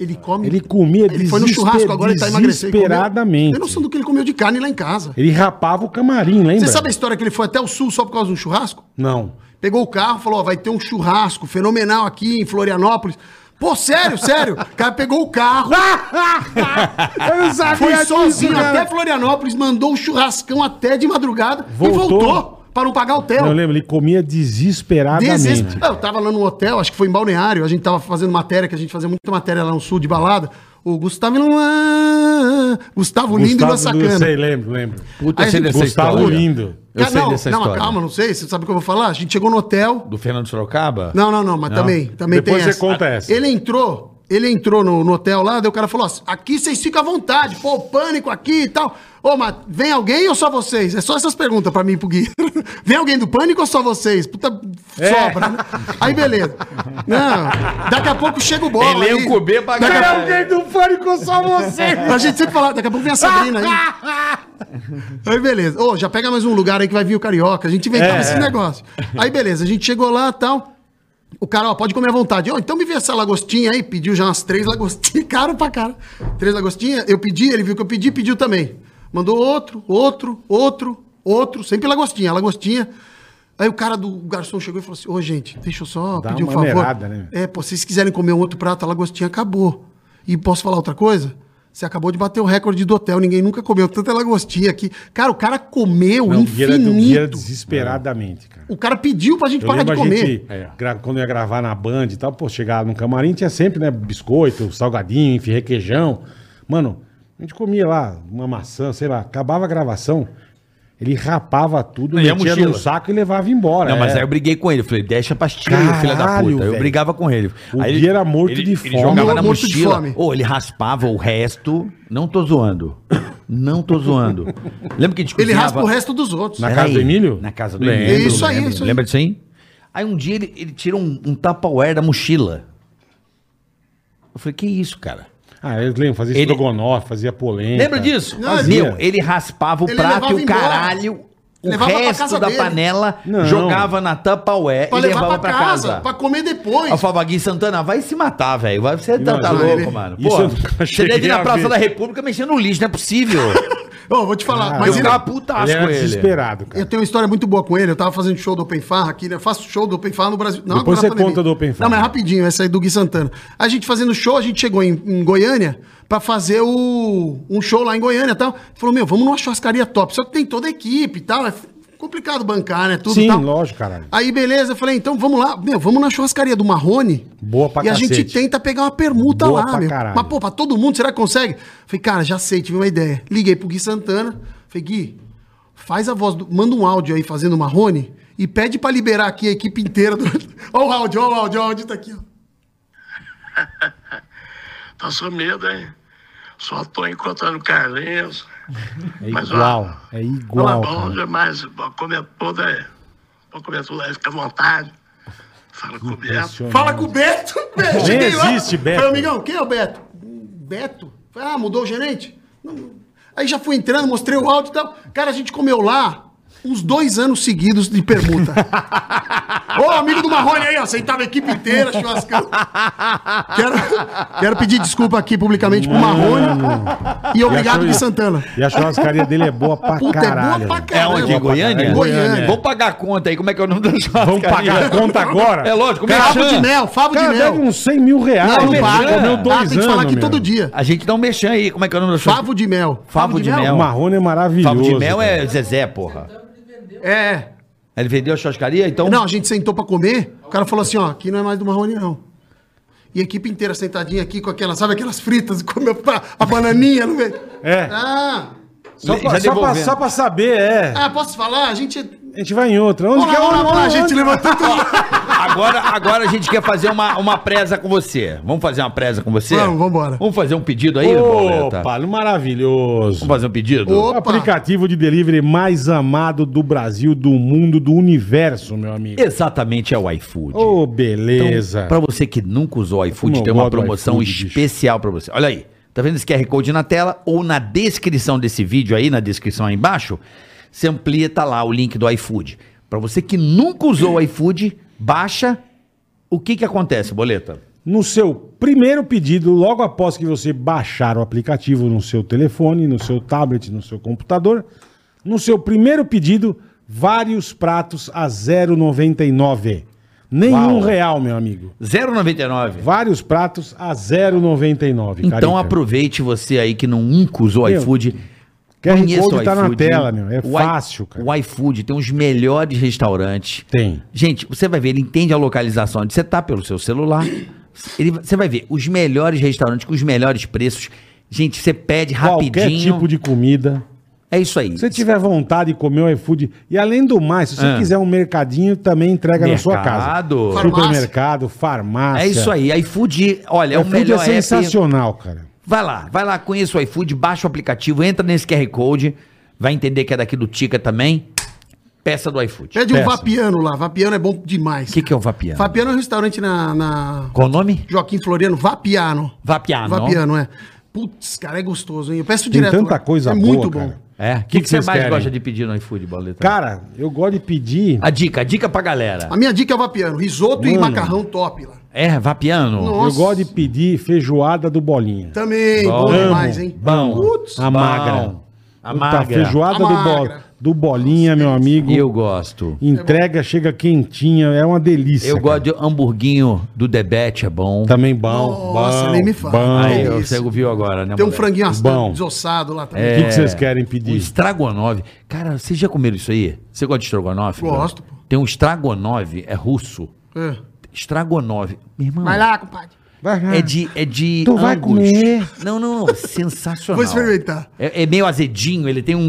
Ele come.
Ele comia
Ele foi no
desesper-
churrasco, agora ele tá emagrecendo. e comeu.
desesperadamente.
Tem noção do que ele comeu de carne lá em casa.
Ele rapava o camarim, lembra?
Você sabe a história que ele foi até o sul só por causa de um churrasco?
Não.
Pegou o carro, falou: ó, vai ter um churrasco fenomenal aqui em Florianópolis. Pô, sério, sério. O cara pegou o carro,
Eu não sabia
foi
disso,
sozinho
cara.
até Florianópolis, mandou o churrascão até de madrugada
Voltou.
e voltou para não pagar
Não, Eu
hotel.
lembro, ele comia desesperadamente.
Deses- Eu tava lá no hotel, acho que foi em Balneário, a gente tava fazendo matéria, que a gente fazia muita matéria lá no sul de balada. O Gustavo Lima- Gustavo Lindo e Lua
Gustavo do-
Sacana.
Sei, lembro, lembro.
Puta,
Aí
eu sei
a gente-
dessa
Gustavo
história.
Lindo.
Eu
Ca-
sei
não,
dessa
não,
história.
calma, não sei. Você sabe o que eu vou falar? A gente chegou no hotel.
Do Fernando Sorocaba?
Não, não, não, mas também, também
Depois
tem
você conta essa.
Ele entrou, ele entrou no, no hotel lá, daí o cara falou: ó, aqui vocês ficam à vontade, pô, o pânico aqui e tal. Ô, mas vem alguém ou só vocês? É só essas perguntas pra mim e pro Gui. vem alguém do pânico ou só vocês? Puta, sobra, né? Aí beleza. Não, daqui a pouco chega o bola.
Elenco
aí.
B é pra
Daqui a
caralho.
pouco-
Alguém do pânico só você.
a gente sempre fala, daqui a pouco vem a Sabrina aí. Aí beleza. Ô, já pega mais um lugar aí que vai vir o carioca. A gente inventava
É,
esse
é.
negócio. Aí beleza, a gente chegou lá e tal. O cara, ó, pode comer à vontade. Ó, então me vê essa lagostinha aí. Pediu já umas três lagostinhas. Caro pra cara. Três lagostinhas. Eu pedi, ele viu que eu pedi, pediu também. Mandou outro, outro, outro, outro. Sempre lagostinha, lagostinha. Aí o cara do o garçom chegou e falou assim: Ô, gente, deixa eu só
Dá
pedir um
uma
favor.
maneirada, né?
É, pô, se vocês quiserem comer um outro prato, a lagostinha acabou. E posso falar outra coisa? Você acabou de bater o recorde do hotel, ninguém nunca comeu tanta lagostinha aqui. Cara, o cara comeu
Não, o Gui era, o Gui era
infinito.
desesperadamente, cara.
O cara pediu pra gente
Eu
parar
lembro
de
a
comer.
gente, gra- quando ia gravar na Band e tal, pô, chegava no camarim, tinha sempre, né, biscoito, salgadinho, enfim, requeijão. Mano, a gente comia lá uma maçã, sei lá, acabava a gravação, ele rapava tudo,
Não, e a
metia
mochila?
num saco e levava embora.
Não, mas
é.
aí eu briguei com ele. Falei, deixa a pastilha,
Caralho,
filha da puta. Eu
velho.
brigava com ele.
O
aí
Gui era morto
ele-
de fome.
Ele jogava
Morto
na
de
mochila.
fome.
Ou ele raspava o resto. Não tô zoando. Não tô zoando. Lembra que a gente
Ele raspa o
cozinhava-
resto dos outros.
Na
Peraí,
casa do Emílio?
Na casa do
Lembro,
Emílio.
É isso aí,
lembro.
isso aí.
Lembra disso aí? Aí um dia ele, ele tira um, um Tupperware da mochila. Eu falei, que isso, cara?
Ah, eu lembro, fazia
Ele-
estrogonofe, fazia polenta.
Lembra disso?
Não,
Fazia.
Meu, ele raspava o
Ele
prato e
levava
o
embora.
caralho. O
Levava pra
resto
casa
da
dele.
panela
Não.
jogava na Tupperware
Pra
e
levar
levava
pra,
pra
casa,
casa.
pra comer depois.
Eu falava, Gui Santana, vai se matar, velho. Vai- Você tá,
Não,
tá
isso
louco,
eu-
mano.
isso
Pô,
eu nunca
você
cheguei
deve ir
a
na Praça
ver.
da República mexendo no lixo, não é possível.
Ô, vou te falar.
Ah,
mas
eu
ele,
ficava putaço
Ele era
com ele.
desesperado, cara.
Eu tenho uma história muito boa com ele. Eu tava fazendo show do Open Farra aqui, né? Eu faço show do Open Farra no Brasil. Não,
Depois
agora na
você conta do Open Farra.
Não, mas rapidinho, essa aí do Gui Santana. A gente fazendo show, a gente chegou em, em Goiânia pra fazer o, um show lá em Goiânia e tal. Falou, meu, vamos numa churrascaria top. Só que tem toda a equipe e tal. É f- complicado bancar, né? Tudo e
Sim,
tal.
lógico, caralho.
Aí, beleza, eu falei, então vamos lá. Meu, vamos na churrascaria do Marrone.
Boa pra
E a gente
cacete.
tenta pegar uma permuta
Boa
lá,
pra
meu.
caralho.
Mas, pô, pra todo mundo, será que consegue? Falei, cara, já sei, tive uma ideia. Liguei pro Gui Santana, falei, Gui, faz a voz, do- manda um áudio aí fazendo Marrone e pede pra liberar aqui a equipe inteira. Do... Ó o áudio, ó o áudio, ó o áudio tá aqui, ó.
Passou medo, Tá hein? Só tô encontrando Carlinhos.
É
Mas, ó, tá
igual, é igual.
bom
cara.
demais. Vou comer tudo aí. Vou comer tudo aí, fica à vontade. Fala com o Beto.
Fala com o Beto. Beto,
Nem existe, Beto.
Falei, amigão, quem é o Beto? "Hum, Beto? Falei, ah, mudou o gerente? Não. Aí já fui entrando, mostrei o áudio e tal. Cara, a gente comeu lá uns dois anos seguidos de permuta. Ô, amigo do Marrone aí, ó, sentava a equipe inteira, churrascando. Quero, quero pedir desculpa aqui publicamente pro Marrone e obrigado,
achou-
Gui Santana.
E a churrascaria dele é boa pra
Puta,
caralho.
é boa pra
É
caralho.
onde? Em Goiânia?
É
Goiânia.
Vamos pagar a conta aí. Como é que é o nome da churrascaria?
Vamos pagar a conta agora?
É lógico,
Favo
merchan.
de mel, favo de
Cara,
mel.
deve uns 100 mil reais.
Não, não
velho.
paga.
Comeu
Ah,
dois
tem que falar
anos,
aqui
meu.
todo dia.
A gente dá um mexão aí. Como é que é o nome da churrascaria?
Favo de mel.
Favo de mel.
O marrone é maravilhoso.
Favo de mel
cara.
é Zezé, porra.
É.
Ele vendeu a churrascaria, então.
Não, a gente sentou pra comer, o cara falou assim, ó, aqui não é mais do Marrone, não. E a equipe inteira sentadinha aqui com aquelas, sabe aquelas fritas, comeu a, a bananinha no meio.
É.
Ah,
Só,
Já
pra, só, pra,
devolvendo.
só pra saber, é.
ah, posso falar? A gente...
A gente vai em outra. Onde
Olha
que é
lá, olha
onde,
lá, a
onde,
gente
onde?
levantou tudo.
Agora, agora a gente quer fazer uma, uma presa com você. Vamos fazer uma presa com você?
Vamos, vambora.
Vamos fazer um pedido aí, Pauleta?
Opa, maravilhoso.
Vamos fazer um pedido?
Opa.
O aplicativo de delivery mais amado do Brasil, do mundo, do universo, meu amigo.
Exatamente, é o iFood.
Ô,
Então,
beleza.
Pra você que nunca usou o iFood,
Como
tem
eu
uma
gosto do
promoção
iFood, bicho.
especial pra você. Olha aí. Tá vendo esse QR Code na tela ou na descrição desse vídeo aí, na descrição aí embaixo? Você amplia, tá lá o link do iFood. Pra você que nunca usou o iFood, baixa. O que que acontece, Boleta?
No seu primeiro pedido, logo após que você baixar o aplicativo no seu telefone, no seu tablet, no seu computador, no seu primeiro pedido, vários pratos a 0,99. Nenhum
Uau.
um real, meu amigo.
0,99.
Vários pratos a 0,99.
Então
Carica.
aproveite você aí que nunca usou o
Meu,
iFood.
QR
Conheça
Code
o
tá na
iFood,
tela, meu. É
O i-
fácil, cara.
O iFood tem os melhores restaurantes.
Tem.
Gente, você vai ver, ele entende a localização onde você tá pelo seu celular. Ele- você vai ver os melhores restaurantes com os melhores preços. Gente, você pede
Qualquer
rapidinho.
tipo de comida.
É isso aí.
Se você tiver vontade de comer o iFood. E além do mais, se você
Ah.
quiser um mercadinho, também entrega na sua casa.
Mercado.
Supermercado, farmácia.
É isso aí. iFood, olha, é, o
iFood
melhor
é
app.
sensacional, cara.
Vai lá, vai lá, conheça o iFood, baixa o aplicativo, entra nesse QR Code, vai entender que é daqui do Tica também. Peça do iFood.
Pede um
Peça.
vapiano lá, vapiano é bom demais.
O que, que é o Vapiano?
Vapiano é um restaurante na- na
Qual o nome?
Joaquim Floriano, Vapiano.
Vapiano.
Vapiano, é. Putz, cara, é gostoso, hein? Eu peço
Ah, Tem
direto.
tanta
lá.
coisa
é
boa,
muito
cara.
bom.
É. O que,
Que
que
que
você
vocês
mais
querem?
gosta de pedir no iFood, Boleta?
Cara, eu gosto de pedir.
A dica, a dica pra galera.
A minha dica é o Vapiano, risoto e
Mano.
macarrão top lá.
É, Vapiano.
Nossa.
Eu gosto de pedir feijoada do Bolinha.
Também, bom,
Bom.
demais, hein?
Bom.
Putz,
A magra.
A
Puta,
magra.
feijoada
A
do, bo-
magra.
do Bolinha, meu amigo.
Eu gosto.
Entrega, chega quentinha. É uma delícia.
Eu
cara.
gosto de hamburguinho do Debete, é bom.
Também bom.
Nossa,
bom,
nem me fala.
Tá bom.
Aí,
Isso.
você viu agora, né?
Tem um
moleque?
franguinho
Bom. É.
assado, desossado lá também.
O que, que vocês querem
O
pedir?
estrogonofe. Cara, vocês já comeram isso aí? Você gosta de estrogonofe?
Gosto,
cara?
pô.
Tem um estrogonofe, é russo.
É.
Estrogonofe. Meu irmão.
Vai lá, compadre.
Vai, vai.
É de, é de
Tu vai comer.
Não, não, não. Sensacional.
Vou experimentar.
É, é meio azedinho, ele tem um...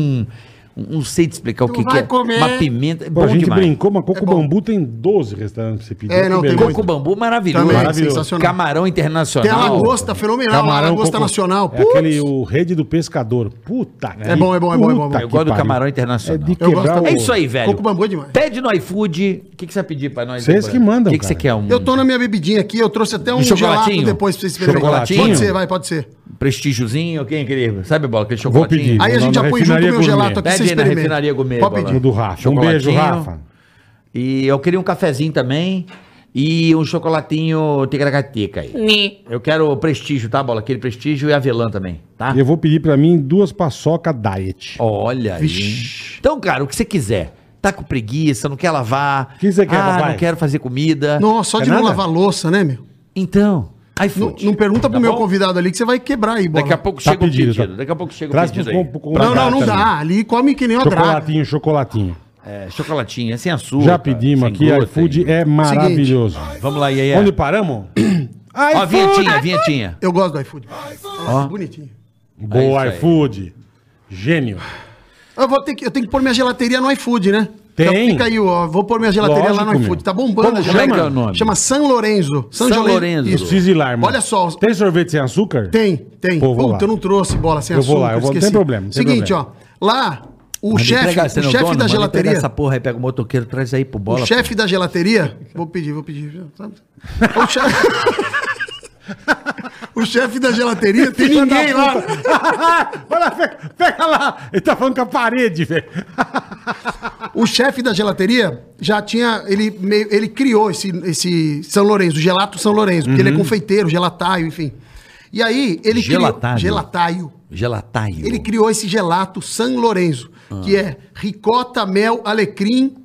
um- Não sei te explicar o que, que
vai
é.
comer.
Uma pimenta. É
Pô,
bom
a gente
demais.
brincou, mas Coco
É bom.
Bambu tem 12 restaurantes pra você pedir.
É,
que
não, tem
beleza.
Coco Bambu maravilhoso.
Também,
maravilhoso.
sensacional.
Camarão internacional.
Tem a lagosta fenomenal, a lagosta
coco-
nacional.
É aquele o rede do pescador. Puta que
É bom, é bom, é bom, é bom.
puta
Eu
que
gosto do
pariu.
camarão internacional.
É de
Eu gosto
quebrar o...
também.
É isso aí, velho.
Coco bambu é demais.
Pede no iFood. O que, que você vai pedir pra nós?
Vocês
Débora?
que mandam,
O que, que você
cara.
quer? Um
Eu tô na minha bebidinha aqui, eu trouxe até um,
Um
gelato
chocolatinho?
depois pra vocês experimentarem.
Chocolatinho?
Pode ser, vai, pode ser.
prestígiozinho? Quem, querido? Sabe, Bola, aquele chocolatinho?
pedir.
Aí a
Lá
gente
na
já põe junto o
refinaria
meu gelato
gourmet.
aqui,
Pede
você
aí na
experimenta.
refinaria gourmet,
Pode
Bola.
pedir.
O do Rafa. Um
Chocolatinho.
beijo, Rafa.
E eu queria um cafezinho também e um chocolatinho ticaracatica aí.
Ni.
Eu quero o prestígio, tá, Bola? Aquele prestígio e avelã também, tá?
Eu vou pedir pra mim duas paçoca diet.
Olha aí.
Vixe.
Então, cara, o que você quiser. Tá com preguiça, não quer lavar.
O que você quer,
ah,
papai?
não quero fazer comida.
Nossa, só
É
de não
nada?
lavar louça, né, meu?
Então,
Não,
iFood.
não pergunta pro
Tá
meu
bom?
convidado ali que você vai quebrar aí, bola.
Daqui a pouco
Tá
chega o
pedido,
pedido.
tá.
Daqui a pouco chega
Traz
o pedido
pro-
aí.
pro- pro-
Pra
Não,
cá
não, não
também.
dá. Ali come que nem uma draga.
Tá, Chocolatinho, chocolatinho.
É, chocolatinho, é sem açúcar.
Já pedimos
sem
aqui,
glúten.
iFood é maravilhoso.
Vamos lá, Iaia.
Onde paramos?
Ó, a
iFood!
vinhetinha, a vinhetinha.
Eu gosto do iFood. É, Bonitinho.
Boa,
É isso aí.
iFood. Gênio.
Eu, vou ter que, eu tenho que pôr minha gelateria no iFood, né?
Tem.
Então fica aí, ó. Vou pôr minha gelateria lá no
Lógico,
iFood.
meu.
Tá bombando
Como
a
chama?
gelateria.
Como é que é o nome?
Chama San Lorenzo. San,
San
Jole-
Lorenzo.
Isso.
Preciso ir lá, irmão.
Olha só.
Tem sorvete sem açúcar?
Tem, tem.
Pô, vou
Puta,
lá.
eu não trouxe bola sem
Eu vou lá, eu vou- não tem
esqueci.
problema, não tem
Seguinte,
problema.
ó. Lá, o
Manda
chefe
entregar,
o
você não é
chefe
dono?
da
Manda
gelateria...
entregar Essa porra aí, pega o motoqueiro, traz aí pro bola.
O chefe da gelateria. Vou pedir, vou pedir. O chefe. O chefe da gelateria tem um. ninguém lá.
Vai lá, pega, pega lá. Ele tá falando com a parede, velho.
O chefe da gelateria já tinha. Ele, meio, ele criou esse, esse São Lourenço, o gelato São Lourenço, porque ele
Uhum.
é confeiteiro, gelataio, enfim. E aí, ele
Gelataio.
criou. Gelataio.
Gelataio.
Ele criou esse gelato San Lorenzo,
Ah.
que é ricota, mel, alecrim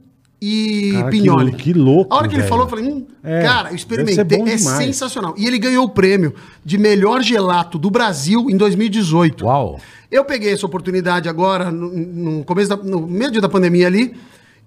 e
Cara, que
pinhole.
lou- que louco,
A hora que ele
velho.
falou, eu falei, hum,
É,
cara, eu
deve
experimentei,
ser bom
é
demais.
sensacional. E ele ganhou o prêmio de melhor gelato do Brasil em 2018.
Uau.
Eu peguei essa oportunidade agora, no, no começo da, no meio da pandemia ali,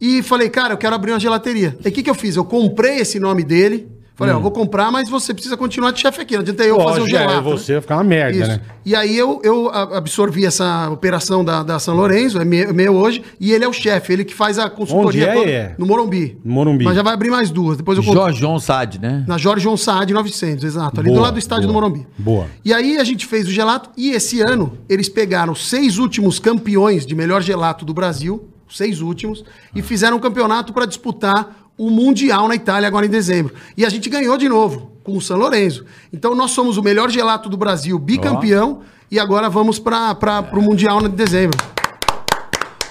E falei, cara, eu quero abrir uma gelateria. E o que, que eu fiz? Eu comprei esse nome dele. Falei, ó, vou comprar, mas você precisa continuar de chefe aqui. Não adianta eu fazer um
Hum. Lógico, é,
gelato. né?
você vai ficar uma merda,
Isso.
né?
E aí eu, eu a- absorvi essa operação da, da São Lourenço, é me- meu, hoje, e ele é o chefe, ele que faz a consultoria
Onde é, é?
no Morumbi.
No Morumbi.
Mas já vai abrir mais duas, depois eu conto.
Jorge Saad, né?
Na Jorge João Saad 900, exato. Ali
É. Boa,
do lado do estádio
boa,
do Morumbi.
boa.
E aí a gente fez o gelato e esse ano eles pegaram os seis últimos campeões de melhor gelato do Brasil, os seis últimos, e
Ah.
fizeram um campeonato para disputar o Mundial na Itália agora em dezembro. E a gente ganhou de novo com o San Lorenzo. Então nós somos o melhor gelato do Brasil, bicampeão, e agora vamos para o Mundial em dezembro.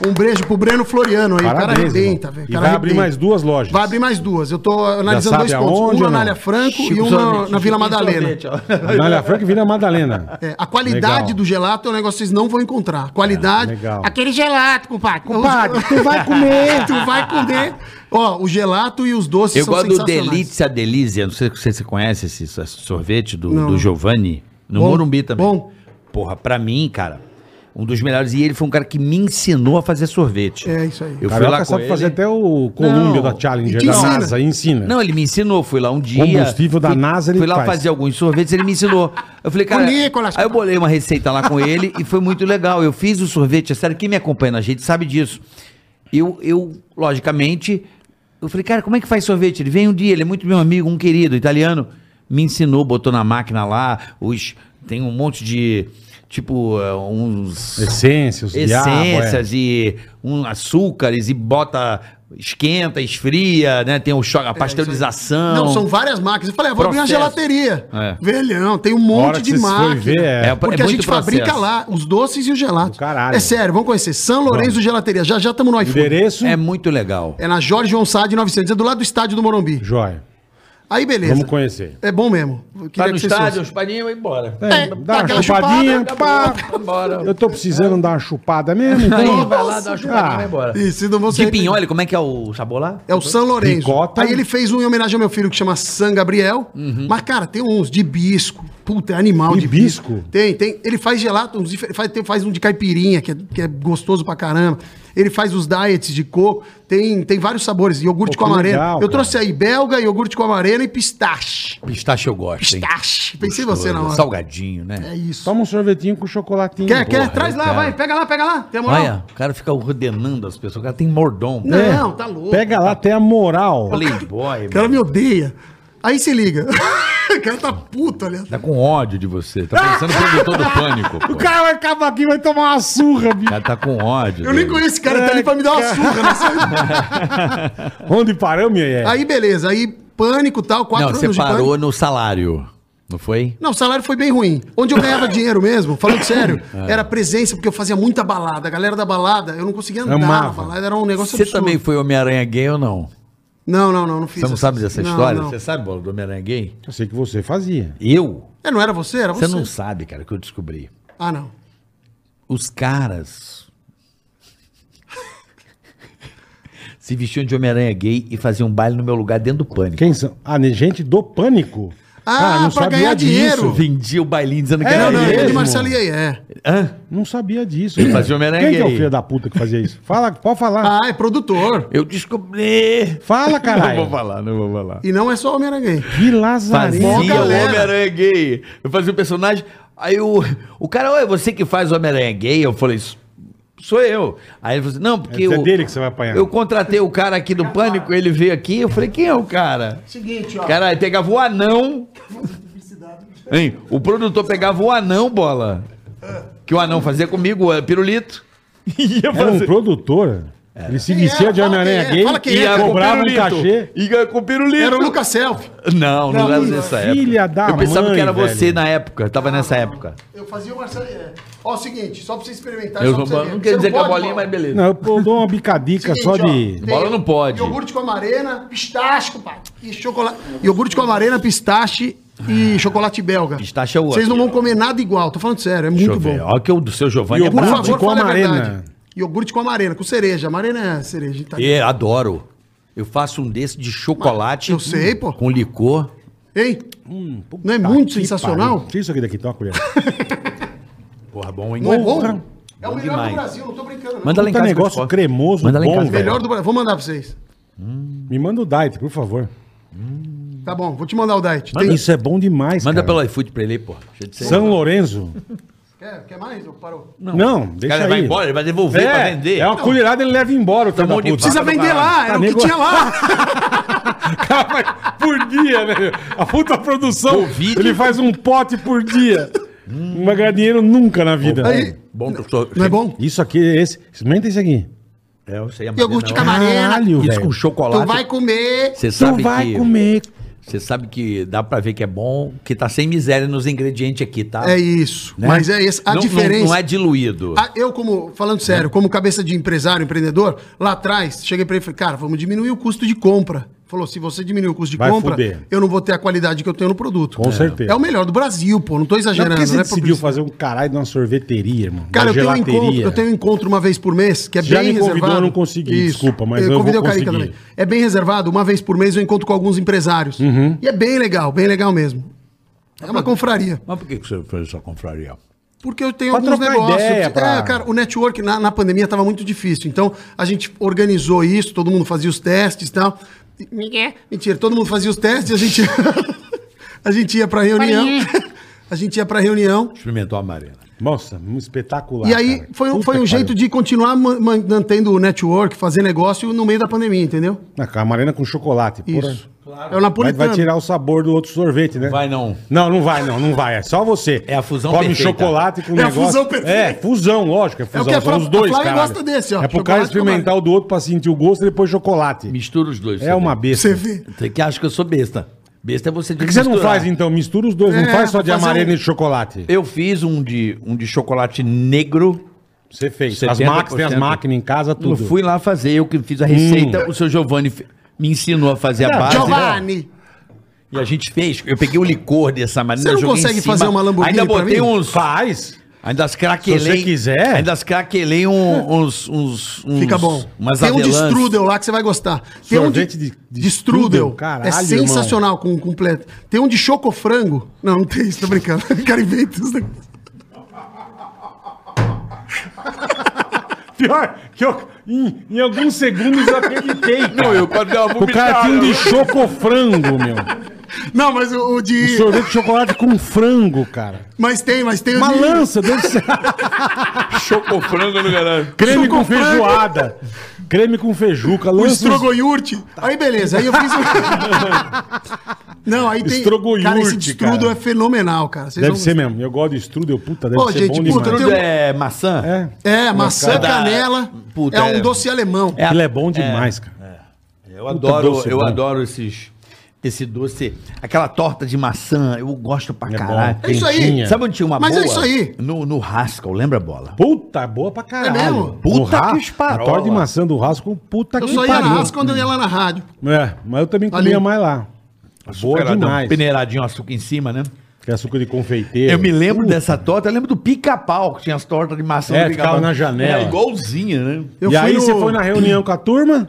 Um beijo pro Breno Floriano aí. o cara
Parabéns,
arrebenta,
irmão.
velho.
E
cara
vai abrir
arrebenta.
mais duas lojas.
Vai abrir mais duas. Eu tô analisando
sabe
dois pontos.
aonde
Uma
ou
na
não?
Anália Franco e
Chico
uma
Sorvete,
na Vila
Chiquinho
Madalena.
Sorvete, ó.
Anália Franca vira Madalena.
É, a qualidade
Legal. É,
do gelato é um negócio que vocês não vão encontrar. A qualidade.
Legal.
Aquele gelato, compadre.
Compadre, tu vai comer, tu vai comer. Ó, o gelato e os doces
Eu gosto do
sensacionais.
Delícia Delícia, não sei se você conhece esse so- sorvete do,
Não.
do Giovanni, no
Bom,
Morumbi também.
bom.
Porra, pra mim, cara, um dos melhores. E ele foi um cara que me ensinou a fazer sorvete.
É isso aí.
Eu fui
Carioca
lá com
sabe
ele.
fazer até o Columbia da
E
Challenger
te
da
ensina.
NASA, e ensina.
Não, ele me ensinou, fui lá um dia.
Combustível da
fui-
NASA ele
Fui lá
faz.
fazer alguns sorvetes, ele me ensinou. Eu falei, cara.
O Nicolas-
aí eu bolei uma receita lá com ele e foi muito legal. Eu fiz o sorvete, é sério, quem me acompanha na gente sabe disso. Eu, eu logicamente, eu falei, cara, como é que faz sorvete? Ele vem um dia, ele é muito meu amigo, um querido italiano, me ensinou, botou na máquina lá, os tem um monte de tipo eh, uns
Ah,
Essências, diabo, é.
essências e um, açúcares e bota esquenta, esfria, né? Tem o choque, a pasteurização.
É, Não, são várias máquinas. Eu falei, ah, vou abrir uma
Processo.
gelateria.
É.
Velhão, tem um
A hora
monte
que
de
vocês forem
máquinas.
ver, é.
É,
Porque a
muito
gente
processo.
fabrica lá os doces e o gelato.
Do caralho.
É sério, vamos conhecer. San Lourenço do Gelateria. Já já estamos no iPhone.
Endereço,
É muito legal.
É na Jorge João Sade 900, é do lado do estádio do Morumbi.
joia.
Aí beleza.
Vamos conhecer.
É bom mesmo. Eu
Vai
queria
Tá no
que vocês
estádio,
fossem.
os paninhos e embora.
É,
dá
dá uma
aquela
chupadinha.
chupada,
pá.
Bora.
Eu tô precisando dar uma chupada mesmo. então-
Aí vai lá, dá uma
Nossa,
chupadinha e vai
cara.
embora.
Isso, não vou ser-
De pinhole, como é que é o sabor lá?
É o San Lourenço.
Picota.
Aí ele fez um em homenagem ao meu filho que chama San Gabriel.
Uhum.
Mas, cara, tem uns de bisco. Puta, é animal de
Hibisco?
Tem, tem. Ele faz gelato, uns difer- faz, tem- faz um de caipirinha, que é, que é gostoso pra caramba. Ele faz os diets de coco. Tem, tem vários sabores. Iogurte
Pô,
com
que
amarelo.
legal,
Eu
cara.
trouxe aí belga, iogurte com amarelo e pistache.
Pistache eu gosto, hein?
Pistache. Pensei em você na hora.
Salgadinho, né?
É isso.
Toma um sorvetinho com chocolatinho.
Quer,
Porra.
quer? Traz lá,
cara.
vai. Pega lá, pega lá. Tem a moral?
Olha, o cara fica ordenando as pessoas. O cara tem mordom.
Não,
É.
tá louco.
Pega lá, tem a moral.
Playboy.
O cara me odeia. Aí se liga. o cara tá puto, aliás.
Tá com ódio de você. Tá
Ah!
pensando que eu tô do pânico. pô.
O cara vai acabar aqui, vai tomar uma surra,
O
bicho.
cara tá com ódio.
Eu nem
dele.
conheço esse cara, tá ali pra me dar uma surra. Nessa...
Onde paramos, Iaia?
Aí beleza, aí pânico e tal, quatro
Não, você parou no salário. Não foi?
Não, o salário foi bem ruim. Onde eu ganhava dinheiro mesmo, falando sério,
É.
era presença, porque eu fazia muita balada. A galera da balada, eu não conseguia andar na
Amava.
balada, era um negócio
Você também foi Homem-Aranha gay ou não?
Não, não, não, não
Você
fiz.
não
essas-
sabe dessa
não,
história?
não.
Você sabe, bola, do Homem-Aranha gay?
Eu sei que você fazia.
Eu?
É, não era você? Era
Você
você.
não sabe, cara, o que eu descobri.
Ah, não.
Os caras se vestiam de Homem-Aranha gay e faziam baile no meu lugar dentro do pânico.
Quem são? Ah, né, gente do pânico?
Ah,
Cara,
pra ganhar
disso.
dinheiro.
Vendia o bailinho dizendo que
É,
Não,
era
não,
gay.
era de
mesmo?
Marcelo e aí, é.
Hã?
Não sabia disso.
Ele
cara.
fazia Homem-Aranha
Quem que é o
gay.
filho da puta que fazia isso? Fala, pode falar.
Ah, é produtor.
Eu descobri.
Fala,
Não vou
caralho.
falar, não vou falar.
E não é só Homem-Aranha. gay.
Que lazarento.
Fazia o
galera.
Homem-Aranha gay. Eu fazia o personagem. Aí o, o cara, é você que faz o Homem-Aranha gay? Eu falei, "S- sou eu. Aí ele falou assim, não, porque.
É
eu-
dele que você vai apanhar.
Eu contratei o cara aqui do Pânico, ele veio aqui. Eu falei, quem é o cara?
Seguinte, ó.
Caralho, pegava o anão. Hein? O produtor pegava o anão, bola. Que o anão fazia comigo, o pirulito. E ia
Era um
fazer.
produtor. Ele se vestia
é?
de
Fala
Homem-Aranha
quem é,
gay,
fala quem é,
Ia
cara.
cobrava um cachê.
Ia com o pirulito.
Era o Lucas Selfie.
Não, não,
Não,
era
minha
nessa
filha
época.
da
Eu pensava
mãe,
que era você
velho.
na época. Tava nessa época.
Eu fazia o Marcelo e aí. Ó, o seguinte, só pra você experimentar.
Eu sou
só pra você
bola.
ver.
Não quer
Você
dizer que é
pode,
bolinha,
bola?
mas beleza.
Não, eu dou uma bicadica
Seguinte,
É só
ó,
de...
tem
Bola não pode.
Iogurte com amarena, pistache, compadre. E chocolate. Iogurte com amarena, pistache e chocolate belga.
Ah. Pistache é o outro.
Vocês não vão comer nada igual, tô falando sério, é
Deixa
muito
eu ver.
bom.
Olha que o do seu Giovanni é
Iogurte.
Por
brabo.
favor,
com
fale a
amarena.
verdade. Iogurte com amarena, com cereja. Amarena é cereja, tá?
E adoro. Eu faço um desse de chocolate.
Eu sei, pô.
Com licor.
Hein? não é
Tá
Hum,
muito
que
sensacional?
pariu. Tira isso aqui daqui, toma a colher.
Porra, bom, hein?
Não é bom? É o
Bom
melhor
demais.
do Brasil, não tô brincando. não.
Manda lá em casa.
Puta
que eu
negócio
te posto.
cremoso,
Manda lá em
bom,
casa. que eu te
Melhor do Brasil. Vou mandar pra vocês.
Me manda o diet, por favor.
Tá bom, vou te mandar o diet.
Mano, Isso é bom demais,
Manda
cara.
pelo iFood pra ele, aí, porra. Deixa eu te dizer.
São Lourenço?
Quer, quer mais? Ou parou?
Não,
O
deixa
cara
aí.
vai embora, ele vai devolver pra
É,
vender.
é uma colherada, ele leva embora o filho da
mão de
puta.
Tá
Precisa
do
vender lá,
Tá
era o que
nego-
tinha lá.
Cara, por dia, né? A puta produção.
Covid.
Ele faz um pote por dia.
Hum.
Não vai ganhar dinheiro nunca na vida.
Aí,
Bom, doutor.
não é bom?
Isso aqui, esse. Experimenta esse aqui.
É, eu sei.
Iogurte de
camarão.
camarela.
Caralho,
Isso
velho.
com chocolate.
Tu vai comer.
Você
Tu
sabe
vai
que...
comer.
Você sabe que dá pra ver que é bom, que tá sem miséria nos ingredientes aqui, tá?
É isso.
Né?
Mas é essa a
Não- não-
diferença.
Não, é diluído.
Ah, eu, como, falando sério, como cabeça de empresário, empreendedor, lá atrás, cheguei pra ele e falei, cara, vamos diminuir o custo de compra. Falou, se você diminuir o custo de
Vai
compra,
fuder.
eu não vou ter a qualidade que eu tenho no produto.
Com certeza.
É o melhor do Brasil, pô, não tô
Não,
exagerando.
por que você
não é
decidiu
publicidade.
fazer um caralho de uma sorveteria, irmão?
Cara, eu
uma
tenho, um
gelateria.
encontro, eu tenho um encontro uma vez por mês, que é
Já
bem
me convidou,
reservado.
eu não consegui, desculpa, mas eu
convidei
vou
o Carica
conseguir.
também. É bem reservado, uma vez por mês eu encontro com alguns empresários.
Uhum.
E é bem legal, bem legal mesmo. É uma confraria.
Mas por que que você fez essa confraria?
Porque eu tenho
Pra
alguns
trocar
negócios.
ideia, pra-
É, cara, o network na, na pandemia estava muito difícil. Então, a gente organizou isso, todo mundo fazia os testes e tal. E-
Miguel.
Mentira, todo mundo fazia os testes, a gente, a gente ia pra reunião. a gente ia pra reunião.
Experimentou a Marina.
Nossa, um espetacular.
E aí
cara.
foi, um-
Puta
foi um
que
jeito
pariu.
de continuar ma- ma- mantendo o network, fazer negócio no meio da pandemia, entendeu?
Na camarena Ah, com chocolate. porra.
Isso. É o napolitano.
Vai, vai tirar o sabor do outro sorvete, né?
Vai não.
Não, não vai, não, não vai. É só você.
É a fusão
Come
perfeita.
chocolate com
É a
negócio.
fusão perfeita.
É, fusão, lógico, é fusão.
que a
São
Flá-
os dois,
a Flávia
cara.
gosta desse, ó,
É pro cara
chocolate com
experimentar o do outro pra sentir o gosto e depois chocolate.
Mistura os dois.
É uma
besta.
besta.
Você
Por
vê.
Você que acha que eu sou besta. Besta é você de
que, que você não
misturar.
faz, então? Mistura os dois,
É,
não faz só
vou
de
fazer
amarelo
um-
e de chocolate.
Eu fiz um de, um de chocolate negro.
Você fez. As
70%.
máquinas, tem as máquinas em casa,
Eu
tudo.
fui lá fazer, eu que fiz a receita. O seu Giovanni fe- me ensinou a fazer a
Não,
base.
Giovanni!
E a gente fez. Eu peguei o licor dessa maneira.
Você não
joguei em
consegue
cima,
fazer uma Lamborghini
Ainda
pra
botei
mim?
uns.
Faz.
Ainda as craquelei.
Se você quiser.
Ainda as craquelei um- uns, uns, uns.
Fica bom.
Umas
Tem um de
avelãs.
strudel lá que você vai gostar. Tem
Sorvete
um
é de-
de,
de
de strudel.
strudel, caralho,
é sensacional com completo. Tem um de chocofrango. Não, não tem isso, tô brincando. né? O cara inventa isso daqui.
Pior que eu, em, em alguns segundos eu acreditei. Não, eu
quase dei uma
O cara tinha um de chocofrango, meu.
Não, mas o, o
Um
de.
sorvete de chocolate com frango, cara.
Mas tem, mas tem o
Uma
de.
lança, deve ser.
Chocofrango no garagem.
Creme com
Chocofrango.
feijoada. Creme com feijuca.
O
lança uns-
estrogoiurte.
Tá.
Aí beleza, aí eu fiz o. Não, aí tem.
Estrogoiurte,
Cara, esse de strudel
cara.
é fenomenal, cara. Vocês
Deve
vão-
ser mesmo. Eu gosto de strudel, puta, deve
Ô,
ser
gente,
bom
puta,
demais.
eu tenho-
É maçã?
É.
É, maçã,
cara.
canela.
Puta,
é um
é.
doce alemão.
É.
Aquilo é bom demais, cara.
Eu adoro,
doce
eu
bom.
adoro esses esse doce, aquela torta de maçã, eu gosto pra
É
caralho.
bom.
É isso aí.
Quentinha.
Sabe onde tinha uma
Mas é
boa?
isso aí.
No, no Haskell, lembra bola?
Puta, boa pra caralho.
É mesmo?
No
Puta
ra-
que esparola.
A torta de maçã do rasco, puta
Eu
que
só ia na
pariu.
raça quando eu ia lá na rádio.
É, mas eu também comia
Ali.
mais lá. Boa
Açucaradão,
demais.
Peneiradinho, açúcar em cima, né?
Que é açúcar de confeiteiro.
Eu me lembro dessa torta, eu lembro do pica-pau, que tinha as tortas de maçã
É,
do pica-pau.
ficava na janela.
É, igualzinha, né?
Eu
e
fui
aí
no-
você foi na reunião com a turma?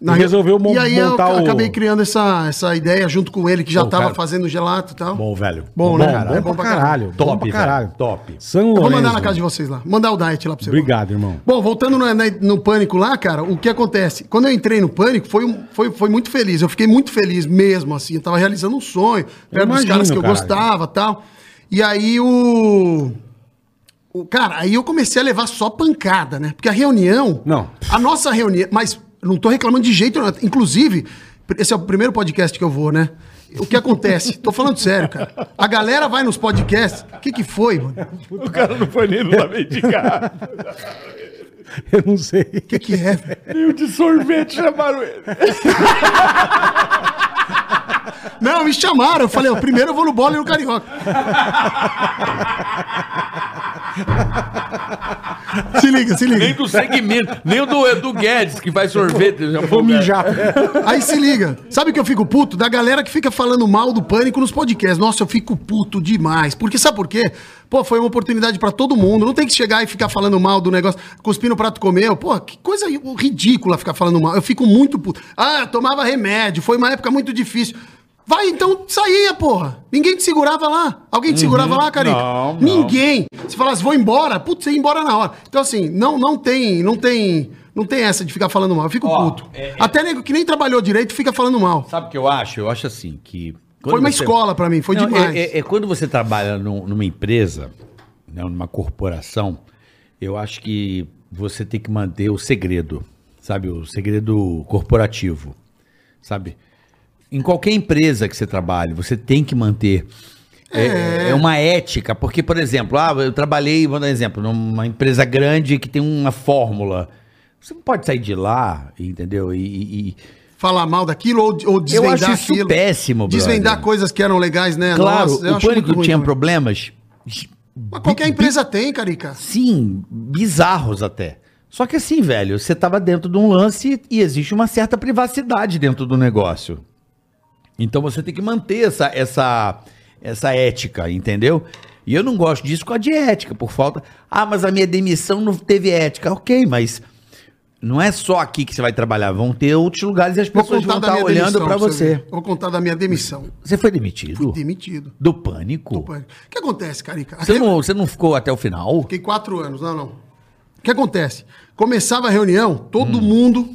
Na
E resolveu mon-
E aí
montar
eu
o-
acabei criando essa, essa ideia junto com ele, que já
Pô,
tava
cara.
fazendo gelato e tal.
Bom, velho.
Bom, né?
Bom,
É
bom pra
caralho.
caralho.
Top,
bom pra
velho,
caralho.
top.
São Lourenço.
Eu vou mandar na casa de vocês lá. Mandar o diet lá pra você.
Obrigado, irmão.
Bom, voltando no, na- no pânico lá, cara, o que acontece? Quando eu entrei no pânico, foi, um- foi, foi muito feliz. Eu fiquei muito feliz mesmo, assim. Eu tava realizando um sonho, perto dos
imagino,
caras que eu
caralho.
gostava e tal. E aí o. o- Cara, aí eu comecei a levar só pancada, né? Porque a reunião.
Não.
A nossa reunião. Mas não tô reclamando de jeito nenhum. Inclusive, esse é o primeiro podcast que eu vou, né? O que acontece? Tô falando sério, cara. A galera vai nos podcasts. O que que foi, mano?
O cara não foi nem no cara.
Eu não sei.
O que que é, velho?
E o de sorvete chamaram ele.
Não, me chamaram. Eu falei, ó, primeiro eu vou no bola e no carioca. se liga, se
Nem
liga.
do segmento, nem o do Edu Guedes, que faz sorvete. Eu
Vou mijar.
Aí se liga. Sabe que eu fico puto? Da galera que fica falando mal do pânico nos podcasts. Nossa, eu fico puto demais. Porque sabe por quê? Pô, foi uma oportunidade pra todo mundo. Não tem que chegar e ficar falando mal do negócio, cuspindo o prato comeu. Pô, que coisa ridícula ficar falando mal. Eu fico muito puto. Ah, tomava remédio. Foi uma época muito difícil. Vai, então saía, porra. Ninguém te segurava lá. Alguém te segurava lá, Carica?
Uhum. Não, não.
Ninguém. Se falasse, vou embora, putz, você ia embora na hora. Então, assim, não, não tem, não tem. Não tem essa de ficar falando mal. Eu fico
Ó,
puto.
é, é.
Até nego que nem trabalhou direito fica falando mal.
Sabe o que eu acho? Eu acho assim que. quando
Foi uma escola pra mim, foi
Não, é-
demais.
É, é quando você trabalha num- numa empresa, né, numa corporação, eu acho que você tem que manter o segredo, sabe? O segredo corporativo, sabe? Em qualquer empresa que você trabalhe, você tem que manter. É, é uma ética, porque, por exemplo, ah, eu trabalhei, vou dar um exemplo, numa empresa grande que tem uma fórmula. Você não pode sair de lá, entendeu? E- e- e
Falar mal daquilo ou, ou desvendar
acho isso
aquilo.
péssimo, brother.
Desvendar coisas que eram legais, né?
Claro,
Nossa, eu
o
acho muito
pânico
ruim
tinha
também.
problemas.
Mas qualquer
bi-
empresa tem, Carica.
bi- Sim, bizarros até. Só que assim, velho, você tava dentro de um lance e existe uma certa privacidade dentro do negócio. Então você tem que manter essa, essa, essa ética, entendeu? E eu não gosto disso com a de ética, por falta. Ah, mas a minha demissão não teve ética. Ok, mas não é só aqui que você vai trabalhar. Vão ter outros lugares e as pessoas vão estar olhando pra você.
ver. Vou contar da minha demissão.
Você foi demitido?
Fui demitido.
Do pânico?
Pô, O que acontece, Carica?
Você não, você não ficou até o final?
Fiquei quatro anos, não, não. O que acontece? Começava a reunião, todo mundo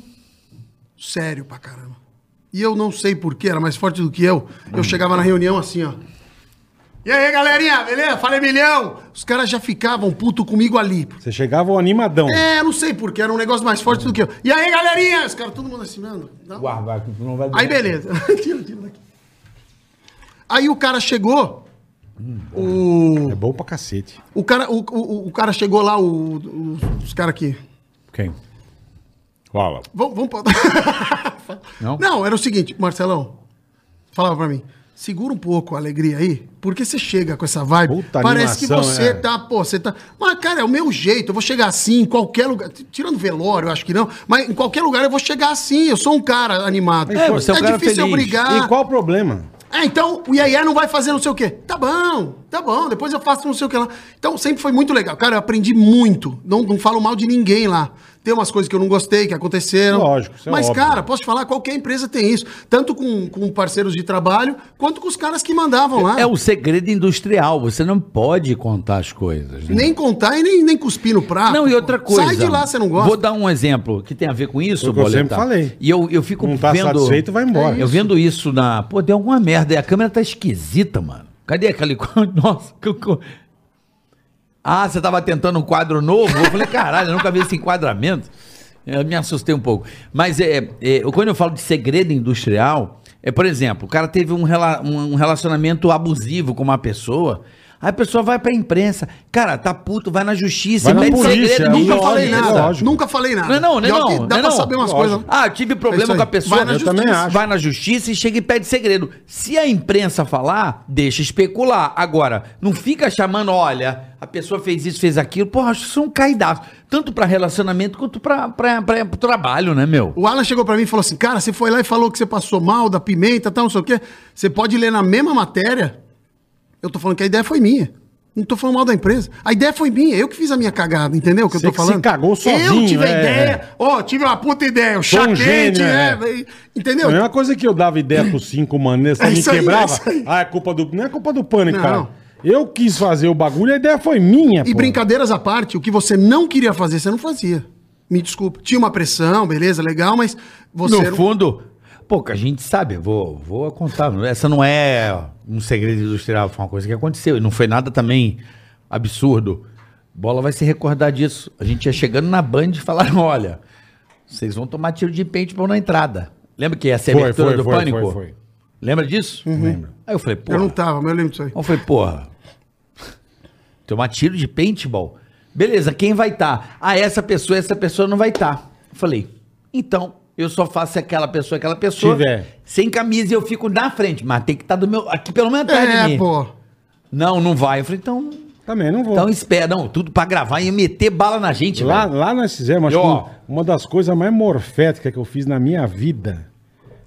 sério pra caramba. E eu não sei porquê, era mais forte do que eu. Eu chegava na reunião assim, ó. E aí, galerinha, beleza? Falei milhão! Os caras já ficavam puto comigo ali.
Você chegava o animadão.
É, não sei porquê, era um negócio mais forte do que eu. E aí, galerinha? Os caras, todo mundo assim, mano. dá um Aí beleza. Tira, tira daqui. Aí o cara chegou. O,
É bom pra cacete.
o, cara, o, o, o cara chegou lá, o- o- os caras aqui.
Quem?
Fala.
Vamos, vamos pra-
Não?
Não? era o seguinte, Marcelão. Falava pra mim. Segura um pouco a alegria aí, porque você chega com essa vibe.
Puta
parece
animação,
que você
é.
tá, pô, você tá. Mas, cara, é o meu jeito. Eu vou chegar assim em qualquer lugar. T- Tirando velório, eu acho que não. Mas em qualquer lugar eu vou chegar assim. Eu sou um cara animado.
É, você é um cara
difícil eu
feliz.
brigar.
E qual o problema?
É, então o Iaia não vai fazer não sei o quê. Tá bom, tá bom, depois eu faço não sei o que lá. Então sempre foi muito legal. Cara, eu aprendi muito. Não, não falo mal de ninguém lá. Tem umas coisas que eu não gostei, que aconteceram.
Lógico, isso é
Mas,
óbvio.
cara, posso te falar, qualquer empresa tem isso. Tanto com, com parceiros de trabalho, quanto com os caras que mandavam lá.
É o segredo industrial. Você não pode contar as coisas. né?
Nem contar e nem, nem cuspir no prato.
Não, e outra coisa.
Sai de lá, você não gosta.
Vou dar um exemplo que tem a ver com isso,
Foi o que eu
Boleta.
sempre falei.
E eu, eu fico
Não tá satisfeito, vai embora.
Eu vendo isso na... Pô, deu alguma merda. E a câmera tá esquisita, mano. Cadê aquele... quadro? Nossa, que... que- Ah, você tava tentando um quadro novo? Eu falei, caralho, eu nunca vi esse enquadramento. Eu me assustei um pouco. Mas é, é, eu- quando eu falo de segredo industrial, é, por exemplo, o cara teve um, rela- um relacionamento abusivo com uma pessoa, aí a pessoa vai pra imprensa. Cara, tá puto, vai na justiça,
Vai na polícia, é um
ninguém
Nunca
Lógico,
falei
olha.
nada.
lógico.
Nunca falei nada.
Não é não, não é
E, ó,
não,
Dá
não é
pra
não.
saber umas
Lógico.
coisas.
Ah, tive
É isso
problema
aí.
com a pessoa.
Vai na
Eu também justiça. acho.
Vai na justiça e chega e pede segredo. Se a imprensa falar, deixa especular. Agora, não fica chamando, olha, a pessoa fez isso, fez aquilo. Porra, acho isso um caidaço. Tanto pra relacionamento quanto pra, pra, pra, pro trabalho, né, meu?
O Alan chegou pra mim e falou assim: Cara, você foi lá e falou que você passou mal da pimenta, tal, não sei o quê. Você pode ler na mesma matéria. Eu tô falando que a ideia foi minha. Não tô falando mal da empresa. A ideia foi minha. Eu que fiz a minha cagada, entendeu? o Que
Você
eu
que
tô falando.
se cagou sozinho,
Eu tive
é,
a
é.
ideia. Ó, tive uma puta ideia. O chá
um
quente,
gênio,
é,
é. É
velho.
a
Entendeu?
mesma coisa que eu dava ideia pros cinco manos, você
É
me
isso aí,
quebrava.
é isso aí.
ah, é culpa do. Não é culpa do pânico,
Não.
cara. Eu quis fazer o bagulho, a ideia foi minha.
E
pô.
brincadeiras à parte, o que você não queria fazer, você não fazia. Me desculpa. Tinha uma pressão, beleza, legal, mas você.
no
era um-
fundo, pouca gente sabe. Vou, vou contar. Essa não é um segredo industrial, foi uma coisa que aconteceu. E não foi nada também absurdo. Bola vai se recordar disso. A gente ia chegando na Band e falaram: olha, vocês vão tomar tiro de paintball na entrada. Lembra que essa é a
Foi,
abertura
foi,
do
foi,
Pânico?
foi, foi. Uhum.
Lembra disso? Lembro. Aí eu falei, pô.
Eu não tava, mas eu lembro disso aí.
Eu falei, porra. Tomar tiro de paintball? Beleza, quem vai estar? Ah, essa pessoa, essa pessoa não vai estar. Eu falei, então, eu só faço aquela pessoa, aquela pessoa.
Tiver.
Sem camisa e eu fico na frente. Mas tem que estar do meu. Aqui pelo menos atrás de
É,
mim.
pô.
Não, não vai. Eu falei, então.
Também não vou.
Então espera, não, tudo pra gravar e meter bala na gente,
Lá,
velho.
lá nós fizemos, acho
E, ó.
que um, uma das coisas mais morféticas que eu fiz na minha vida.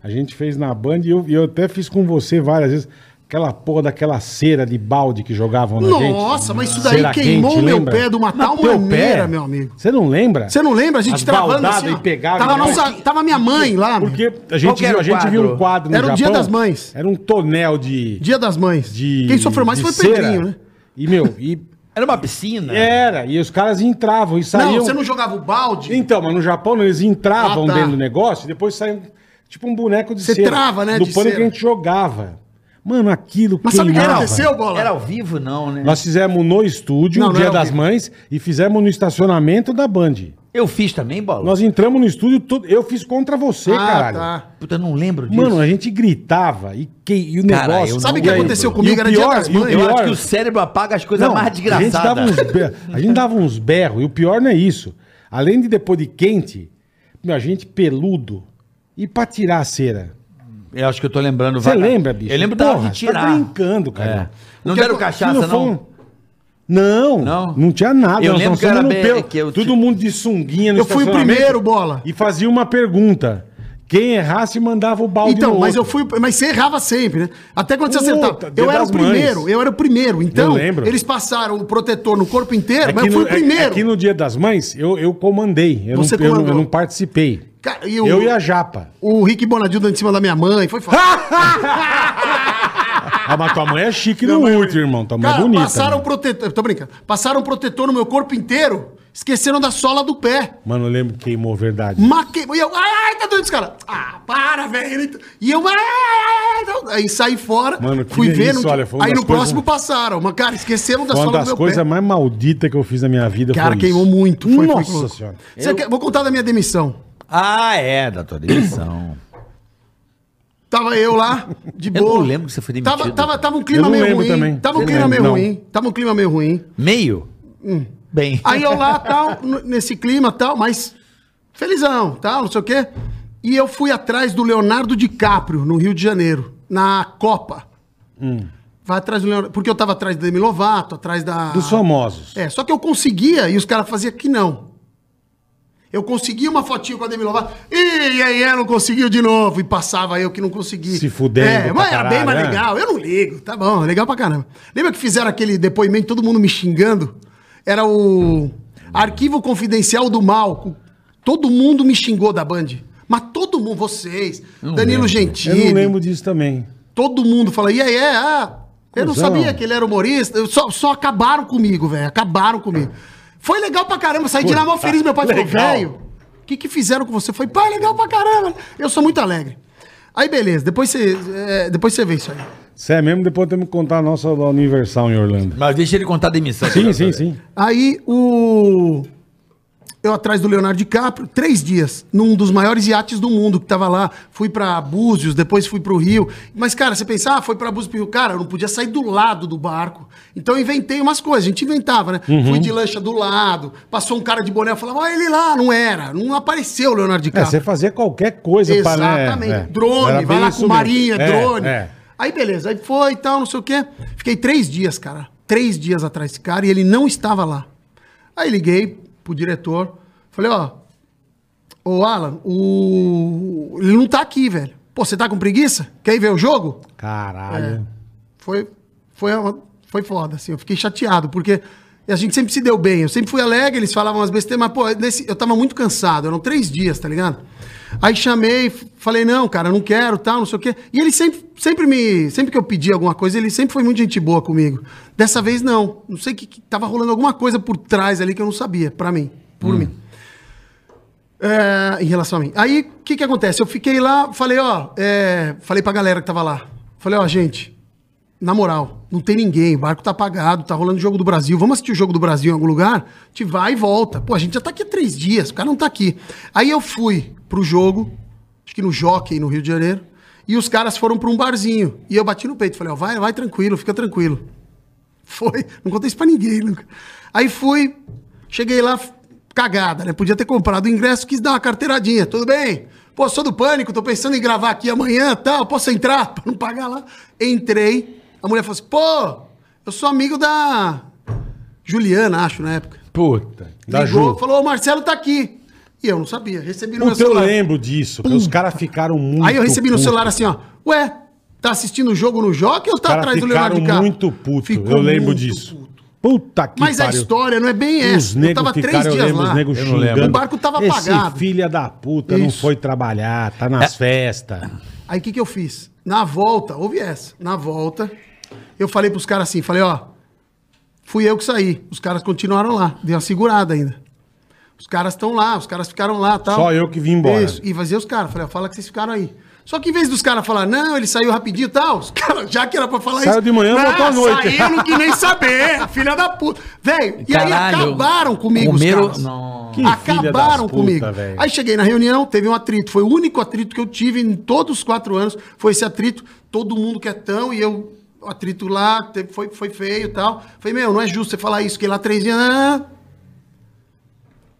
A gente fez na Band e eu, e eu até fiz com você várias vezes. Aquela porra daquela cera de balde que jogavam na gente.
Nossa, mas isso daí
Cera
queimou
quente,
o meu
lembra?
pé de uma
Mas
tal
teu
maneira, meu amigo.
Você não lembra?
Você não lembra? A gente
As
travando
baldadas
assim. ó.
e pegava,
tava, a
né?
nossa, tava minha mãe lá. meu.
Porque a
Qual
gente,
que era
viu, a
o
gente viu
quadro?
um quadro no
Era o Dia
Japão,
das Mães.
Era um tonel de...
Dia das Mães.
de
Quem sofreu mais
de
foi o
cera.
Pedrinho, né? É.
E, meu, e
Era uma piscina?
era. E os caras entravam e saíam...
Não, você não jogava o balde?
Então, mas no Japão eles entravam
Ah, tá.
dentro do negócio e depois saíam tipo um boneco de
Você trava, né,
Do
de
pano que
cera.
a gente jogava. Mano, aquilo
Mas sabe o que
queimava.
aconteceu, Bola?
Era ao vivo, não, né?
Nós fizemos no estúdio,
Não, não
Dia
era ao
das
vivo.
Mães, e fizemos no estacionamento da Band.
Eu fiz também, Bola?
Nós entramos no estúdio, tudo- eu fiz contra você,
Ah,
caralho.
tá.
Puta, eu não lembro disso.
Mano, a gente gritava e, que, e o
Cara,
negócio...
eu
Sabe
não
o que
lembro.
aconteceu
E
comigo?
o
Era dia
pior-
das
e o
mães.
eu acho
pior.
que o cérebro apaga as coisas mais
a gente, dava
desgraçadas.
uns berros, a gente dava uns berros, e o pior não é isso. Além de depois de quente, meu, a gente peludo, e pra tirar a cera?
Eu acho que eu tô lembrando.
Você
vaga-
lembra, bicho?
Eu lembro da
Porra,
hora de
você
tirar.
Tá brincando, cara.
É. Não
Porque
deram
aquilo
cachaça,
foi um-
não?
Não, não,
Não?
tinha nada.
Eu
nós
lembro
nós
que eu era
fomos no
bem-
pelo-
que eu
Todo
ti-
mundo de sunguinha no
Eu fui o
estacionamento
primeiro, Bola.
E fazia uma pergunta. Quem errasse mandava o balde
Então,
no
mas eu
outro.
fui. Mas você errava sempre, né? Até quando você
Puta,
acertava.
Dia
Eu era o
das Mães.
primeiro, eu era o primeiro.
Eu
Então,
lembro.
eles passaram o protetor no corpo inteiro,
É
mas
que
eu fui
no,
o
é-
primeiro.
Aqui no Dia das Mães, eu, eu comandei. Eu,
Você
não, eu não- eu,
comandou.
não participei.
Cara, e
Eu,
o,
e a Japa.
o Rick Bonadil dando em cima da minha mãe. Foi foda.
Ah, mas tua mãe é chique no último, irmão. Tua mãe é
Cara,
bonita.
passaram
mano.
protetor. Tô brincando. Passaram protetor no meu corpo inteiro, esqueceram da sola do pé.
Mano, eu lembro que queimou verdade.
Maquei. E eu, ai, ai, tá doendo esse cara. Ah, para, velho. Ele- E eu, ai, ai, ai, ai. Aí saí fora,
Mano, que
fui
delícia,
ver. não-
olha, foi uma
aí
das
no
coisas-
próximo passaram. Mas, cara, esqueceram da
Uma
sola do
das
meu
coisas
pé.
mais malditas que eu fiz na minha vida
Cara,
foi
queimou
isso.
muito. Foi,
Nossa
foi, foi.
senhora.
Você quer- Vou contar da minha demissão.
Ah, é, da tua demissão.
Hum.
Tava eu lá, de
Eu
boa.
não lembro que você foi demitido.
Tava, tava, tava um
Eu
clima
não
meio
lembro
ruim.
também.
Tava um
Eu
clima
lembro,
meio
não.
ruim. Tava um clima meio ruim.
Meio?
Hum.
Bem.
Aí eu lá, tal, n- nesse clima, tal, mas felizão, tal, não sei o quê. E eu fui atrás do Leonardo DiCaprio, no Rio de Janeiro, na Copa. Vai atrás do Leonardo, porque eu tava atrás da Demi Lovato, atrás da...
Dos famosos.
É, só que eu conseguia e os caras faziam que não. Eu conseguia uma fotinho com a Demi Lovato, e aí ela não conseguiu de novo, e passava eu que não consegui.
Se fudendo
É,
pra
mas era bem
caralho,
mais
né?
legal, eu não ligo, tá bom, legal pra caramba. Lembra que fizeram aquele depoimento, todo mundo me xingando? Era o Arquivo Confidencial do Mal, com- todo mundo me xingou da Band. Mas todo mundo, vocês, Danilo
Eu
Gentili,
não lembro disso também.
Todo mundo fala, e aí, é, ah, eu não
Cusão.
sabia que ele era humorista. Eu- Só, só acabaram comigo, velho. Acabaram comigo. Foi legal pra caramba, eu saí de lá mal feliz. Meu pai falou,
legal.
velho, o que, que fizeram com você? Foi, pai, legal pra caramba. Eu sou muito alegre. Aí, beleza, depois você, é, depois você vê isso aí.
Você é mesmo, depois temos que contar a nossa da Universal em Orlando.
Mas deixa ele contar a demissão.
Sim, sim, sim.
Aí, o. Eu atrás do Leonardo DiCaprio, três dias, num dos maiores iates do mundo que tava lá. Fui pra Búzios, depois fui pro Rio. Mas, cara, você pensa, ah, foi pra Búzios pro Rio. Cara, eu não podia sair do lado do barco. Então eu inventei umas coisas, a gente inventava, né?
Uhum.
Fui de lancha do lado, passou um cara de boné, eu falava, olha ele lá, não era, não apareceu o Leonardo
É,
DiCaprio.
você fazia qualquer coisa pra...
Exatamente.
né? É. Era
Drone, vai
bem
lá
isso
com
mesmo.
marinha,
É,
drone.
é.
Aí beleza, aí foi e tal, não sei o quê. Fiquei três dias, cara. Três dias atrás desse cara e ele não estava lá. Aí liguei pro diretor, falei, ó, ô Alan, o... ele não tá aqui, velho. Pô, você tá com preguiça? Quer ir ver o jogo?
Caralho.
É. foi, foi, uma- foi foda, assim. Eu fiquei chateado, porque a gente sempre se deu bem. Eu sempre fui alegre, eles falavam umas besteiras, mas, pô, nesse- eu tava muito cansado. Eram três dias, tá ligado? Aí chamei, f- falei, não, cara, não quero, tal, não sei o quê. E ele sempre, sempre me... Sempre que eu pedi alguma coisa, ele sempre foi muito gente boa comigo. Dessa vez, não. Não sei o que, que... Tava rolando alguma coisa por trás ali que eu não sabia, pra mim. Por mim. É, em relação a mim. Aí, o que que acontece? Eu fiquei lá, falei, ó... É, falei pra galera que tava lá. Falei, ó, gente, na moral, não tem ninguém, o barco tá apagado, tá rolando o Jogo do Brasil, vamos assistir o Jogo do Brasil em algum lugar? A gente vai e volta. Pô, a gente já tá aqui há três dias, o cara não tá aqui. Aí eu fui pro jogo, acho que no Jockey, no Rio de Janeiro, e os caras foram pra um barzinho. E eu bati no peito, falei, ó, vai, vai tranquilo, fica tranquilo. Foi. Não contei isso pra ninguém, nunca. Aí fui, cheguei lá, f- cagada, né? Podia ter comprado o ingresso, quis dar uma carteiradinha. Tudo bem? Pô, sou do pânico, tô pensando em gravar aqui amanhã tal, posso entrar pra não pagar lá? Entrei, a mulher falou assim, pô, eu sou amigo da Juliana, acho, na época.
Puta. Da
Ligou,
Ju.
falou, o Marcelo tá aqui. E eu não sabia, recebi no meu
Puta, eu
celular.
lembro disso. que os caras ficaram muito
Aí eu recebi no
putos.
celular assim, ó, ué, Tá assistindo o jogo no Jockey ou tá
caras
atrás do
ficaram
Leonardo DiCaprio?
muito puto,
Ficou
eu lembro
muito
disso.
puto.
Puta que
Mas a história não é bem
Os
essa. Eu
negros
tava
ficaram,
três
eu
dias
lembro,
lá.
os negros
Eu não lembro.
xingando.
O barco tava
Esse
apagado.
filha da puta não
Isso.
foi trabalhar, tá
É.
nas festas.
Aí o que, que eu fiz? Na volta, houve essa. Na volta, eu falei pros caras assim, falei, ó, fui eu que saí. Os caras continuaram lá, dei uma segurada ainda. Os caras estão lá, os caras ficaram lá tal.
Só eu que vim embora.
Isso, e vazei os caras. Falei, ó, fala que vocês ficaram aí. Só que em vez dos caras falar, não, ele saiu rapidinho e tal, os caras, já que era pra falar
Saiu de manhã,
não,
voltou à noite.
Saiu, não quis nem saber, filha da puta. Velho, e aí
Caralho.
acabaram comigo
Comeram-
os caras.
Não.
Que filha das
acabaram
puta,
comigo.
velho.
Aí cheguei na reunião, teve um atrito. Foi o único atrito que eu tive em todos os quatro anos. Foi esse atrito, todo mundo quietão, e eu, o atrito lá, teve- foi, foi feio e tal. Falei, meu, não é justo você falar isso, fiquei lá três dias. ah.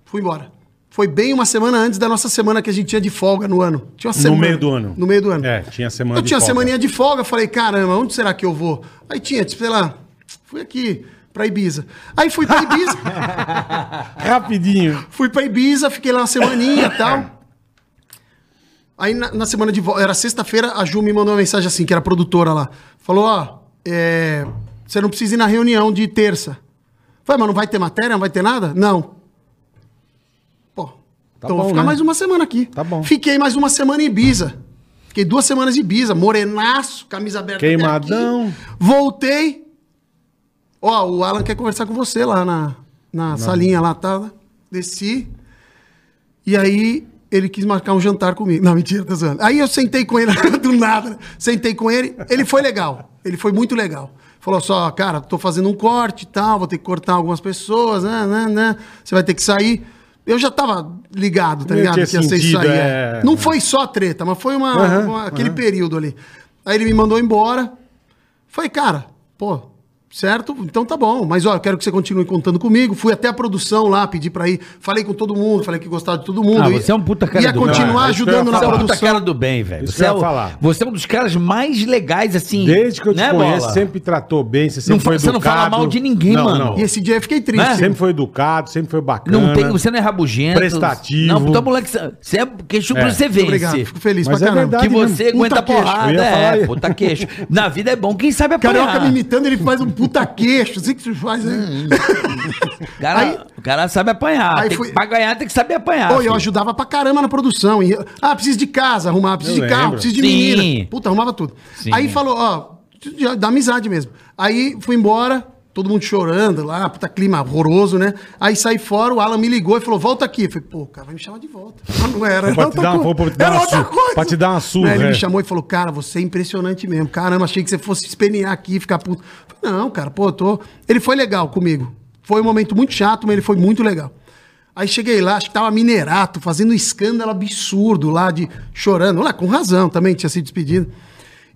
Fui embora. Foi bem uma semana antes da nossa semana que a gente tinha de folga no ano. Tinha uma
No
semana.
meio do ano.
No meio do ano.
É, tinha semana
Eu
de
tinha
folga.
semaninha de folga, falei, caramba, onde será que eu vou? Aí tinha, tipo, sei lá, fui aqui pra Ibiza. Aí fui pra Ibiza.
Rapidinho.
Fui pra Ibiza, fiquei lá uma semaninha e tal. Aí na, na semana de volta, era sexta-feira, a Ju me mandou uma mensagem assim, que era produtora lá. Falou, ó, é, você não precisa ir na reunião de terça. Falei, mas não vai ter matéria, não vai ter nada? Não. Pô,
Tá
então
bom,
vou ficar
né?
mais uma semana aqui.
Tá bom.
Fiquei mais uma semana em Ibiza. Fiquei duas semanas em Ibiza, morenaço, camisa aberta até
Queimadão.
aqui. Voltei. Ó, o Alan quer conversar com você lá na, na salinha lá, tá? Desci. E aí ele quis marcar um jantar comigo. Não, mentira, tá zoando. Aí eu sentei com ele do nada. né? Sentei com ele, ele foi legal. Ele foi muito legal. Falou só, cara, tô fazendo um corte e tal, vou ter que cortar algumas pessoas, né, né, né. Você vai ter que sair. Eu já tava ligado, tá
Meio
ligado?
tinha
Que ia ser isso
sentido,
aí.
é.
é. Não foi só a treta, mas foi uma,
Aham,
uma- aquele período ali. Aí ele me mandou embora. Falei, cara, pô, certo? Então tá bom. Mas olha, eu quero que você continue contando comigo. Fui até a produção lá, pedi pra ir. Falei com todo mundo, falei que gostava de todo mundo.
Ah,
E-
você é um puta cara
Ia
do
cara.
continuar
É isso que eu ia
ajudando na
Você é um
produção.
puta cara do bem, velho.
Isso
Você,
que
é
eu ia
o-
falar.
você é um dos caras mais legais, assim.
Desde que eu te
né,
conheço,
Bola?
sempre tratou bem, você sempre
Não
foi
fa- você não fala
educado.
mal de ninguém,
Não,
mano.
não.
E esse dia eu fiquei triste.
Né?
Sempre foi educado, sempre foi bacana.
Não tem, você não é rabugento.
Prestativo.
Não, puta moleque, você é queixo
É.
pra você vence.
Obrigado, fico feliz
Mas
pra
é
caramba.
verdade.
Que
mesmo.
você aguenta
Puta queixo,
porrada,
eu ia
é,
falar isso.
puta queixo. Na vida é bom, quem sabe apanhar.
Carioca me imitando, ele faz um puta queixo. Assim que tu faz,
Hum.
né?
Cara,
Aí-
o cara sabe apanhar. Tem
Aí
que-
fui-
pra ganhar tem que saber apanhar.
Pô, eu
filho.
ajudava pra caramba na produção. E, ah, preciso de casa arrumar, preciso
Eu
de carro,
lembro.
preciso de
Sim.
menina. Puta, arrumava tudo.
Sim.
Aí falou, ó, já dá amizade mesmo. Aí fui embora, todo mundo chorando lá, puta clima horroroso, né? Aí saí fora, o Alan me ligou e falou, volta aqui. Eu falei, pô, o cara vai me chamar de volta. Mas não era,
Pra
era
te
outra
dar uma-
coisa.
pra te dar
Era
uma
outra
surra,
coisa.
pra te dar uma surra,
Né, Ele
é.
me chamou e falou, cara, você é impressionante mesmo. Caramba, achei que você fosse espernear aqui e ficar puto. Eu Falei, não, cara, pô, eu tô... Ele foi legal comigo. Foi um momento muito chato, mas ele foi muito legal. Aí cheguei lá, acho que tava minerato, fazendo um escândalo absurdo lá, de chorando. Lá, com razão, também tinha sido despedido.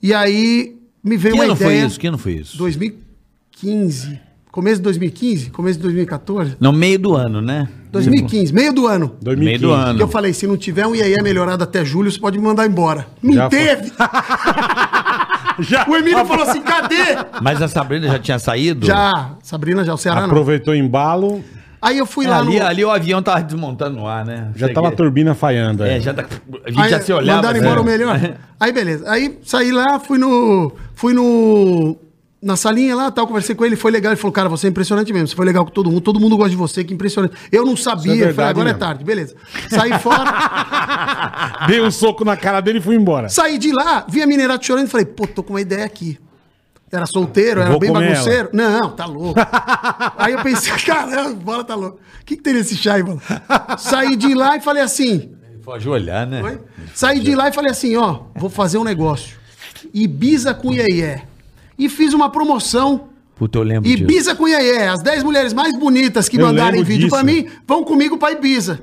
E aí me veio
Que
uma
ano foi
ideia...
isso? Que ano foi isso?
2015. Começo de 2015? Começo de 2014?
No meio do ano, né?
2015, meio do ano.
2015.
Meio do ano.
Que eu falei, se não tiver um IAE melhorado até julho, você pode me mandar embora. Não
Já foi.
teve!
Já
O Emílio falou assim, cadê?
Mas a Sabrina já tinha saído?
Já, Sabrina já, o Ceará não.
aproveitou o embalo,
Aí eu fui
É,
lá
ali,
no...
ali o avião tava desmontando no ar, né?
já
Cheguei-
tava a turbina falhando. é.
É, já tá... A gente
Aí,
já se olhava.
Mandaram
né?
embora o melhor. Aí beleza. Aí saí lá, fui no. Fui no. Na salinha lá, tal, conversei com ele, foi legal. Ele falou, cara, você é impressionante mesmo. Você foi legal com todo mundo, todo mundo gosta de você, que impressionante. Eu não sabia,
Isso é
eu
verdade
falei, agora
mesmo.
é tarde, beleza. Saí fora,
É.
Dei um soco na cara dele e fui embora.
saí de lá, vi a Minerato chorando e falei, pô, tô com uma ideia aqui. Era solteiro, era
Vou
bem
comer ela.
bagunceiro. Não, tá louco. Aí eu pensei, caramba, bola tá louco. O que, que tem nesse chá aí, bola? Saí de lá e falei assim,
Foi ajoelhar, né?
Foi? Saí de lá e falei assim, ó, vou fazer um negócio. Ibiza com Iê. E fiz uma promoção.
Puta, eu lembro disso.
Ibiza com Iê. As 10 mulheres mais bonitas que
Eu
mandarem
lembro
vídeo pra
disso.
mim, vão comigo pra Ibiza.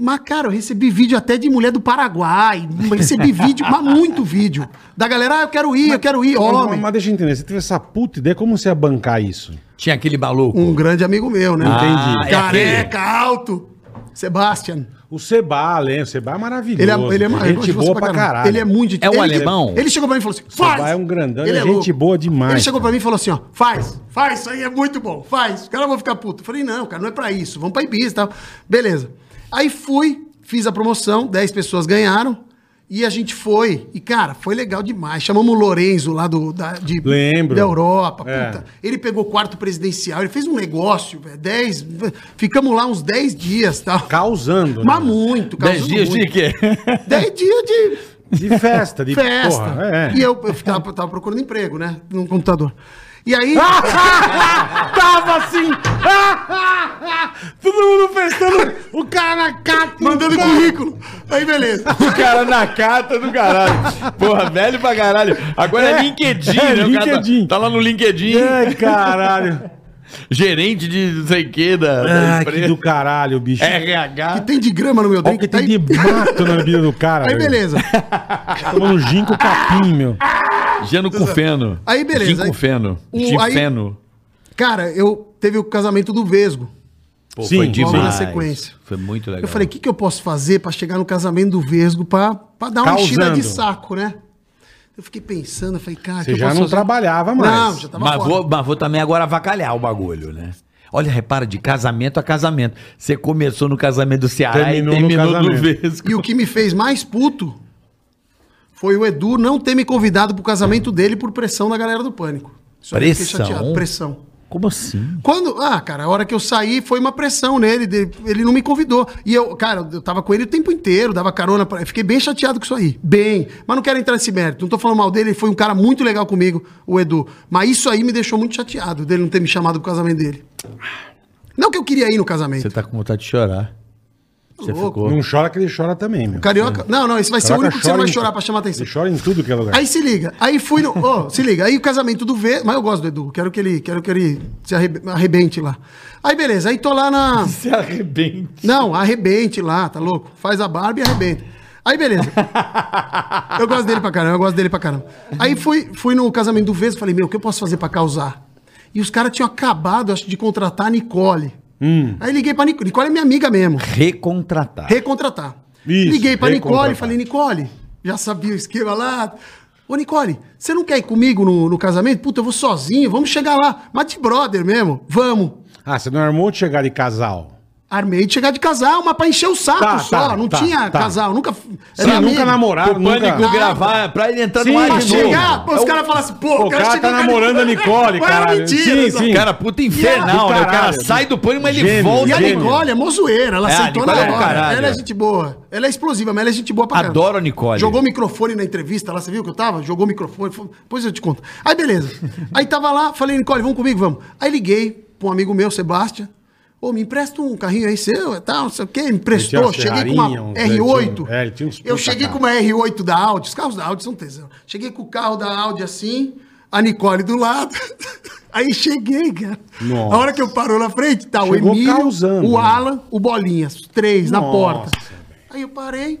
Mas, cara, eu recebi vídeo até de mulher do Paraguai. Recebi vídeo, mas muito vídeo. Da galera, ah, eu quero ir, eu quero ir.
Mas,
Homem.
mas deixa eu entender, você teve essa puta ideia, como você ia bancar isso?
Tinha aquele maluco.
Um grande amigo meu, né?
Ah, é
Careca, alto. Sebastian.
O Seba, né? O Seba é maravilhoso.
Ele é, ele é eu gosto
gente
de você
boa pra caralho.
Ele é muito
É um
ele,
alemão?
Ele chegou pra mim e falou assim: faz!
Vai, é um grandão,
ele
é gente
louco.
boa demais,
Ele chegou
cara.
pra mim e falou assim: ó, faz, faz, isso aí é muito bom, faz. Os caras vão ficar puto. Eu falei: não, cara, não é pra isso, vamos pra Ibiza e tal. Beleza. Aí fui, fiz a promoção, 10 pessoas ganharam. E a gente foi, e cara, foi legal demais. Chamamos o Lorenzo lá do, da, de,
Lembro.
da Europa.
É.
Puta. Ele pegou o quarto presidencial, ele fez um negócio, velho. Dez. Ficamos lá uns 10 dias, tal.
Causando. né?
Mas muito,
Dez
causando
dias
muito.
de quê?
10 dias de
De festa, de
festa.
É. Porra, é.
E eu, eu ficava, eu tava procurando emprego, né? Num computador. E aí.
Ah! Tava assim! Todo mundo festando, o cara na cata.
mandando currículo. Aí, beleza.
O cara na cata do caralho. Porra, velho pra caralho. Agora é,
É,
LinkedIn,
é
né? O cara tá-
LinkedIn.
Tá, lá no LinkedIn.
É,
Ai, caralho.
Gerente de não sei o que da, da
Ai, que
empresa.
do caralho, bicho.
RH.
Ah, Que tem de grama no meu
Olha o
drink.
que
tá
tem
aí-
de mato na vida do cara.
Aí,
velho. Tá
beleza.
Tomando gin com capim, meu.
Geno com feno.
tá Aí, beleza.
Gin com
Aí-
feno.
O-
Gin
aí-
feno.
Cara, eu teve o casamento do Vesgo.
Pô,
Sim, logo
na
demais.
sequência.
Foi muito legal.
Eu falei, o que, que eu posso fazer pra chegar no casamento do Vesgo pra, pra dar uma
Causando.
enchida de saco, né? Eu fiquei pensando, eu falei, cara, o que
Você
eu
já
posso
não
fazer?
trabalhava mais.
Não, já tava
mas,
fora.
vou, mas vou também agora avacalhar o bagulho, né? Olha, repara, de casamento a casamento. Você começou no casamento do Ceará
Terminou
e
no
terminou no,
casamento.
Vesco.
E o que me fez mais puto foi o Edu não ter me convidado pro casamento dele por pressão da galera do pânico. Isso aí eu fiquei
Pressão?
chateado, Pressão.
Como assim?
Quando, ah, cara, a hora que eu saí foi uma pressão nele, de- ele não me convidou. E eu, cara, eu tava com ele o tempo inteiro, dava carona pra. eu Fiquei bem chateado com isso aí. Bem, mas não quero entrar nesse mérito. Não tô falando mal dele, ele foi um cara muito legal comigo, o Edu. Mas isso aí me deixou muito chateado dele não ter me chamado pro casamento dele. Não que eu queria ir no
Você
casamento.
tá com vontade de chorar. Você
louco.
ficou.
Não chora que ele chora também, meu.
Carioca. Não, não, esse vai ser é o
Caraca,
único que você
chora
não vai
em-
chorar pra chamar atenção.
Ele chora em tudo que é lugar.
Aí se liga. Aí fui no. Ô, se liga. Aí o casamento do V. Mas eu gosto do Edu. Quero que ele, quero que ele se arrebe- arrebente lá. Aí beleza. Aí tô lá na.
Se arrebenta.
Não, arrebente lá, tá louco? Faz a barba e arrebenta. Aí beleza. Eu gosto dele pra caramba, eu gosto dele pra caramba. Aí fui, fui no casamento do Vesgo, falei, meu, o que eu posso fazer pra causar? E os caras tinham acabado, acho, de contratar a Nicole. Aí liguei pra Nicole. Nicole é minha amiga mesmo.
Recontratar.
Recontratar.
Isso,
Liguei pra Nicole
recontratar.
e falei, Nicole, já sabia o esquema lá. Ô, Nicole, você não quer ir comigo no, no casamento? Puta, eu vou sozinho, vamos chegar lá. Mas de brother mesmo, vamos.
Ah, você não armou de chegar de casal.
Armei de chegar de casal, mas pra encher o saco
Tá,
só.
tá,
não
tá,
tinha
tá.
casal, nunca.
Você nunca namoraram,
O
nunca...
pânico gravar pra ele entrar
Sim,
no ar
Pra
de novo.
chegar, pô, os
É o-
caras falam assim, pô,
Pô, o cara
chegou
tá
com a
namorando a Nicole,
Mas é uma
caralho.
mentira,
Sim,
só.
sim.
Cara, puta infernal,
do
né? O cara
caralho.
sai do pânico, mas ele
Gênio,
volta.
E a
gênio.
Nicole é mozoeira, ela
É, a
aceitou na
Nicole é do
hora.
caralho.
Ela é gente boa. Ela é explosiva, mas ela é gente boa pra
Adoro a Nicole.
Jogou o microfone na entrevista lá, você viu que eu tava? Jogou o microfone. foi- Depois eu te conto. Aí, beleza. Aí tava lá, falei, Nicole, vamos comigo, vamos. Aí liguei pra um amigo meu, Sebastião. Ô, me empresta um carrinho aí seu e tal, não sei o quê. Me
Ele tinha
emprestou.
uma
Cheguei com
Ferrarinha,
uma
uns-
R8.
é, ele tinha uns
eu
puta
cheguei
carro.
com uma R8 da Audi. Os carros da Audi são tesão. Cheguei com o carro da Audi assim, a Nicole do lado. Aí cheguei, cara.
Nossa.
A hora que eu parou na frente, tá o
Chegou
Emílio,
causando,
o
né?
Alan, o Bolinhas, os três na
Nossa,
porta.
velho.
Aí eu parei.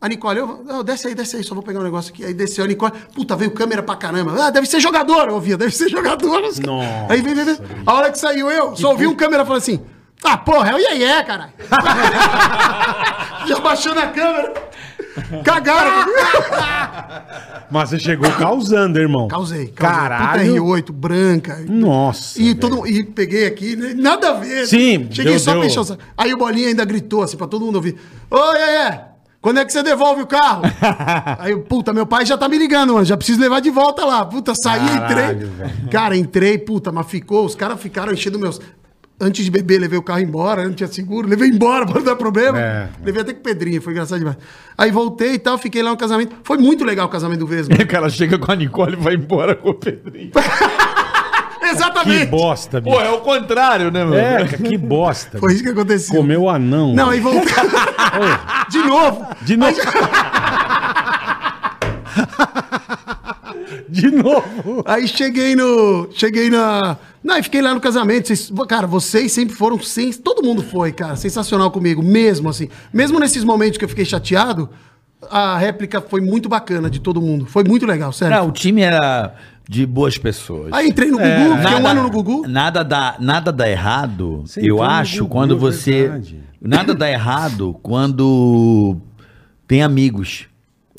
A Nicole, eu, eu, desce aí, desce aí, só vou pegar um negócio aqui. Aí desceu a Nicole. Puta, veio câmera pra caramba. Ah, deve ser jogador, eu ouvia, deve ser jogador.
Nossa,
Aí vem, vem, vem. A hora que saiu eu, só ouvi um câmera falando assim: Ah, porra, é o Iê, caralho. Já baixou na câmera. Cagaram.
Mas você chegou causando, irmão.
Causei. causei.
Caralho.
Puta R8, branca.
Nossa.
E,
velho.
todo, e peguei aqui, né? nada a ver.
é Sim,
Cheguei
deu-
só
deu.
pra encher o saco. Aí o Bolinha ainda gritou assim pra todo mundo ouvir. Ô, Iê, quando é que você devolve o carro? Aí, eu, puta, meu pai já tá me ligando, mano. Já preciso levar de volta lá. Puta, saí,
Caralho,
entrei.
velho.
Cara, entrei, puta, mas ficou. Os caras ficaram enchendo meus... Antes de beber, levei o carro embora, eu não tinha seguro, levei embora pra não dar problema.
É.
Levei até com pedrinha, foi engraçado demais. Aí voltei e tal, fiquei lá no casamento. Foi muito legal o casamento do Vesma.
O cara chega com a Nicole e vai embora com o Pedrinho.
Que
Exatamente.
bosta, bicho.
Pô, é o contrário, né, meu?
É, cara, que bosta.
Foi
bicho.
isso que aconteceu.
Comeu anão.
Não, aí
velho.
voltou. de novo.
De novo. De novo.
Aí cheguei no. Cheguei na. Não, e fiquei lá no casamento. Vocês- cara, vocês sempre foram sem. Todo mundo foi, cara. Sensacional comigo, mesmo assim. Mesmo nesses momentos que eu fiquei chateado, a réplica foi muito bacana de todo mundo. Foi muito legal, sério.
Não, o time era de boas pessoas.
Aí entrei no Gugu, fiquei um ano no Gugu. um
Nada dá, nada dá errado,
Você
eu
entrou no
acho,
Gugu, é
quando você.
verdade.
Nada dá errado quando tem amigos.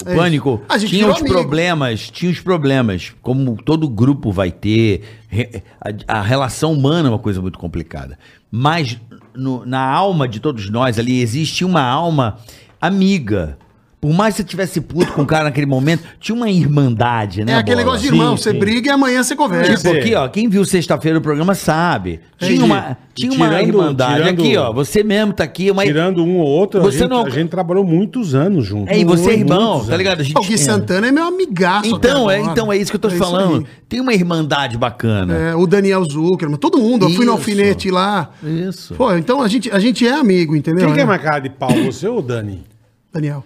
O
É isso.
pânico
A gente
tinha
virou
os
amigo.
problemas, tinha os problemas, como todo grupo vai ter. Re- A, a relação humana é uma coisa muito complicada. Mas no- na alma de todos nós ali existe uma alma amiga. Por mais que você tivesse puto com o cara naquele momento, tinha uma irmandade, né?
É aquele
Bola?
negócio de irmão,
Sim,
você
sim.
briga e amanhã você
Tipo
conversa.
Sim.
aqui, ó, quem viu sexta-feira o programa sabe. Tinha
Entendi.
uma, tinha uma
Tirando-
irmandade.
tirando-
aqui, ó, você mesmo tá aqui, uma
Tirando um ou outro,
Você
a, gente,
não-
a gente trabalhou muitos anos juntos.
É, e você é irmão,
Muitos
tá
anos.
ligado? A gente
O Gui Santana é meu amigaço. até
Então, é,
agora.
então é isso que eu tô te
É
falando.
aí.
Tem uma irmandade bacana.
É, o Daniel Zuckerman, todo mundo. Eu fui
Isso.
no alfinete lá.
Isso.
Pô, então a gente, a gente é amigo, entendeu?
Quem que é
né?
mais cara de pau, você ou o Dani?
Daniel.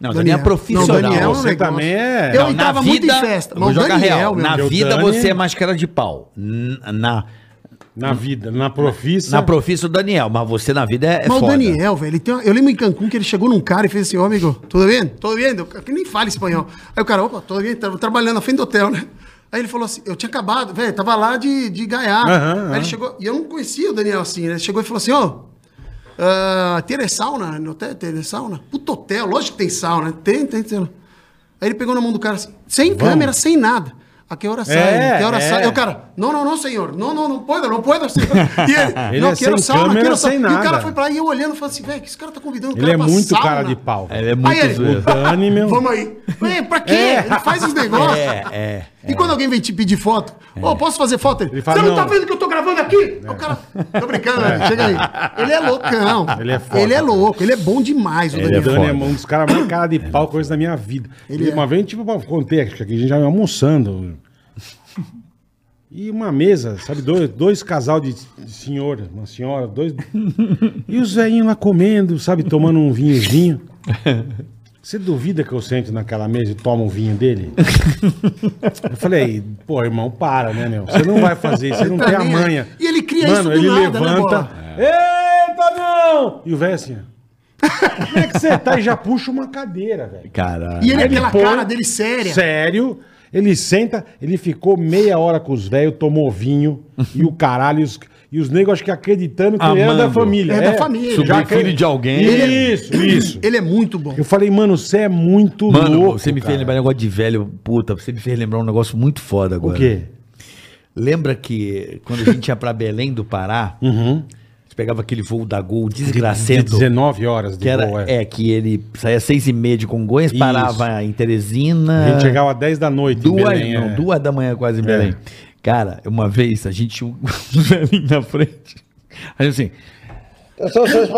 Não, Daniel é profissional.
Não, Daniel é um
Você
negócio.
também é-
Eu
Não, na
entrava muito
vida-
em festa.
eu
Mas
Vou
o
jogar
Daniel,
real.
meu
Na
amigo.
vida
O Dani-
você é mais cara de pau. N- Na,
Na vida, na profissa.
na profissão do Daniel, mas você na vida é, é
Mas o
foda.
Daniel, velho, ele tem uma- eu lembro em Cancún que ele chegou num cara e fez assim, ô amigo, tudo bem? Tudo bem? Eu que nem fala espanhol. Aí o cara, opa, tudo bem? Tava trabalhando na frente do hotel, né? Aí ele falou assim, eu tinha acabado, velho, tava lá de, de gaiar.
Aham,
Aí
aham.
ele chegou, e eu não conhecia o Daniel assim, né? Ele Chegou e falou assim, ô, ah, tem sauna no hotel? Tem sauna? Puto hotel, lógico que tem sauna. né? Tem, tem, tem. Aí ele pegou na mão do cara assim, sem câmera, sem nada. A que hora sai?
É,
a que hora
é.
sai? Aí o cara, não, não, não, senhor. Não, não, não pode, não pode, senhor. E ele,
Ele
não,
é sem
quero sauna,
câmera,
quero sauna.
sem
E o
nada.
cara foi pra aí eu olhando e falei assim, velho, que esse cara tá convidando o cara
Ele é
pra
muito
sauna.
cara de pau.
Ele é
Aí
muito
ele-
O
zoeiro.
Dani, meu.
Vamos aí. Ué, pra quê?
É.
Ele faz os negócios.
É, é,
E quando alguém vem te pedir foto, ô, posso fazer foto? Ele,
É. Ele fala,
Você não,
"Não."
tá vendo que eu tô gravando aqui? O cara, tô brincando, chega aí. Ele é loucão.
Ele é foda.
Ele é louco, ele é bom demais, o
Ele é
O
Daniel.
Dani é
foda. é
um dos caras mais cara de pau coisa da minha vida.
Ele
E
é.
Uma vez, tipo, bom, contei acho que aqui, a gente já ia almoçando. E uma mesa, sabe, dois, dois casal de, de senhora, uma senhora, dois. E o Zéinho lá comendo, sabe, tomando um vinhozinho. Você duvida que eu sento naquela mesa e tomo o vinho dele? Eu falei, pô, irmão, para, né, meu? Você não vai fazer isso, você não
Pra
tem a
mim, é.
manha.
E ele cria isso
Mano,
do
ele
nada, né,
levanta. É.
Bola?
Eita, não! E o velho assim, ó. como é que você tá? E já puxa uma cadeira, velho.
Caralho.
E ele é aquela
põe-
cara dele séria.
Sério. Ele senta, ele ficou meia hora com os velhos, tomou vinho e o caralho. E os, e os negros, acho que acreditando que ele era
Amando.
da família.
É da família.
já
Sobrinho
acre-
de alguém.
Isso, isso.
Ele é muito bom.
Eu falei, mano, você é muito
Mano,
louco.
você me fez lembrar um negócio de velho, puta, você me fez lembrar um negócio muito foda
O
agora.
quê?
Lembra que quando a gente ia pra Belém do Pará,
Uhum.
a gente pegava aquele voo da Gol
De
desgracento.
19 horas de
que era,
voo, é.
é. que ele saía às seis e meia de Congonhas,
Isso.
parava em Teresina.
A gente chegava às 10 da noite
Ah.
em
duas,
Belém,
não,
é.
duas da manhã quase em Belém. Cara, uma vez a gente tinha um velhinho na frente. Aí assim,
São seus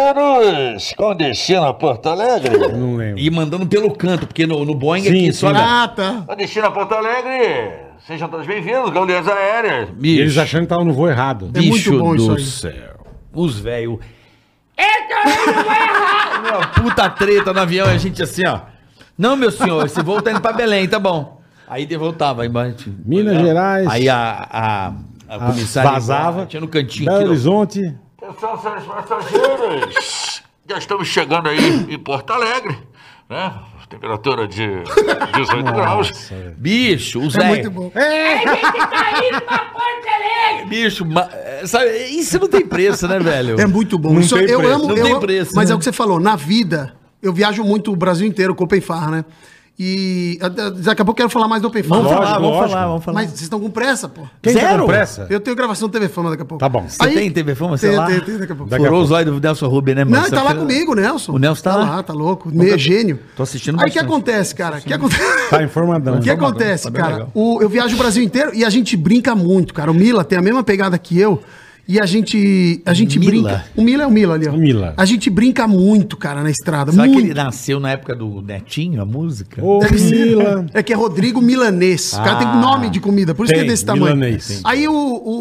passageiros com destino a Porto Alegre.
Não lembro.
e mandando pelo canto, porque no, no Boeing
Sim,
aqui
sim.
sobe.
Ah, tá.
Com destino a Porto Alegre. Sejam todos bem-vindos, Gaulias Aéreas.
E
Bicho,
eles achando que tava no voo errado.
É muito
bicho
bom
do
isso aí.
céu. Os velhos. Uma puta treta no avião e a gente assim, ó. Não, meu senhor, esse voo tá indo pra Belém, tá bom. Aí de- voltava, aí embaixo.
Minas Gerais.
Aí a, a, a comissária.
vazava.
Tinha no cantinho
Belo
aqui, ó.
Horizonte.
Atenção, senhores passageiros. Já estamos chegando aí em Porto Alegre, né? Temperatura de 18 graus.
Bicho, o Zé.
É muito bom.
Tá indo pra Porto Alegre.
Bicho, ma- é, sabe, isso não tem preço, né, velho?
É muito bom.
Não
Isso,
tem
eu
preço.
amo.
Não
eu
tem
amo-
preço,
Mas
né?
é o que você falou. Na vida, eu viajo muito o Brasil inteiro com Open Farra, né? E a- a- daqui a pouco eu quero falar mais do Open Farra.
Vamos falar, Ah, vamos
lógico.
falar,
vamos
Mas vocês estão com pressa, pô.
Quem tá
Zero?
com pressa?
Eu tenho gravação do TV Fama daqui a pouco.
Tá bom.
Você tem TV Fama, sei
Tem,
lá?
tem, tem, daqui a pouco.
Daqui a
Furou
pouco.
os olhos do Nelson Rubem, né,
Não,
mano?
ele tá lá comigo, o Nelson.
O Nelson tá
lá.
lá.
tá louco. Meio gênio.
Tô assistindo
Aí o que
bastante.
acontece, cara? O que acontece?
Tá informadão.
O que
Informadão.
acontece,
tá bem
cara?
legal.
O- eu viajo o Brasil inteiro e a gente brinca muito, cara. O Mila tem a mesma pegada que eu. E a gente, a gente
Mila?
brinca. O Mila é o Mila ali, ó.
O Mila.
A gente brinca muito, cara, na estrada.
Será que
muito.
ele nasceu na época do Netinho, a música?
Ô, Mila.
É que é Rodrigo Milanês. O cara tem nome de comida, por isso que
Ah, Tem,
é desse tamanho.
milanês.
Aí o,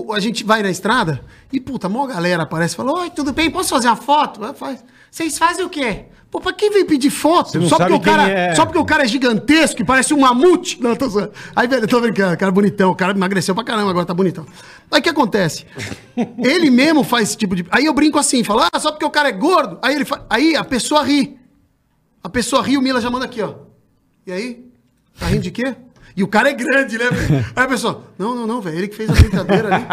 o- a gente vai na estrada e, puta, a maior galera aparece e fala: Oi, tudo bem? Posso fazer uma foto? Ah, faz. Vocês fazem o quê? Pô, pra quem vem pedir
Você
foto?
não
Só
sabe
porque, o cara,
quem é.
só porque o cara é gigantesco e parece um mamute. Não, tô zoando. Aí, velho, eu tô brincando, cara é bonitão. O cara emagreceu pra caramba, agora tá bonitão. Aí o que acontece? ele mesmo faz esse tipo de. Aí eu brinco assim, falo, ah, só porque o cara é gordo. Aí ele fa... Aí a pessoa ri. A pessoa ri, o Mila já manda aqui, ó. E aí? Tá rindo de quê? E o cara é grande, né? velho? Aí a pessoa, não, não, não, velho, ele que fez a brincadeira ali.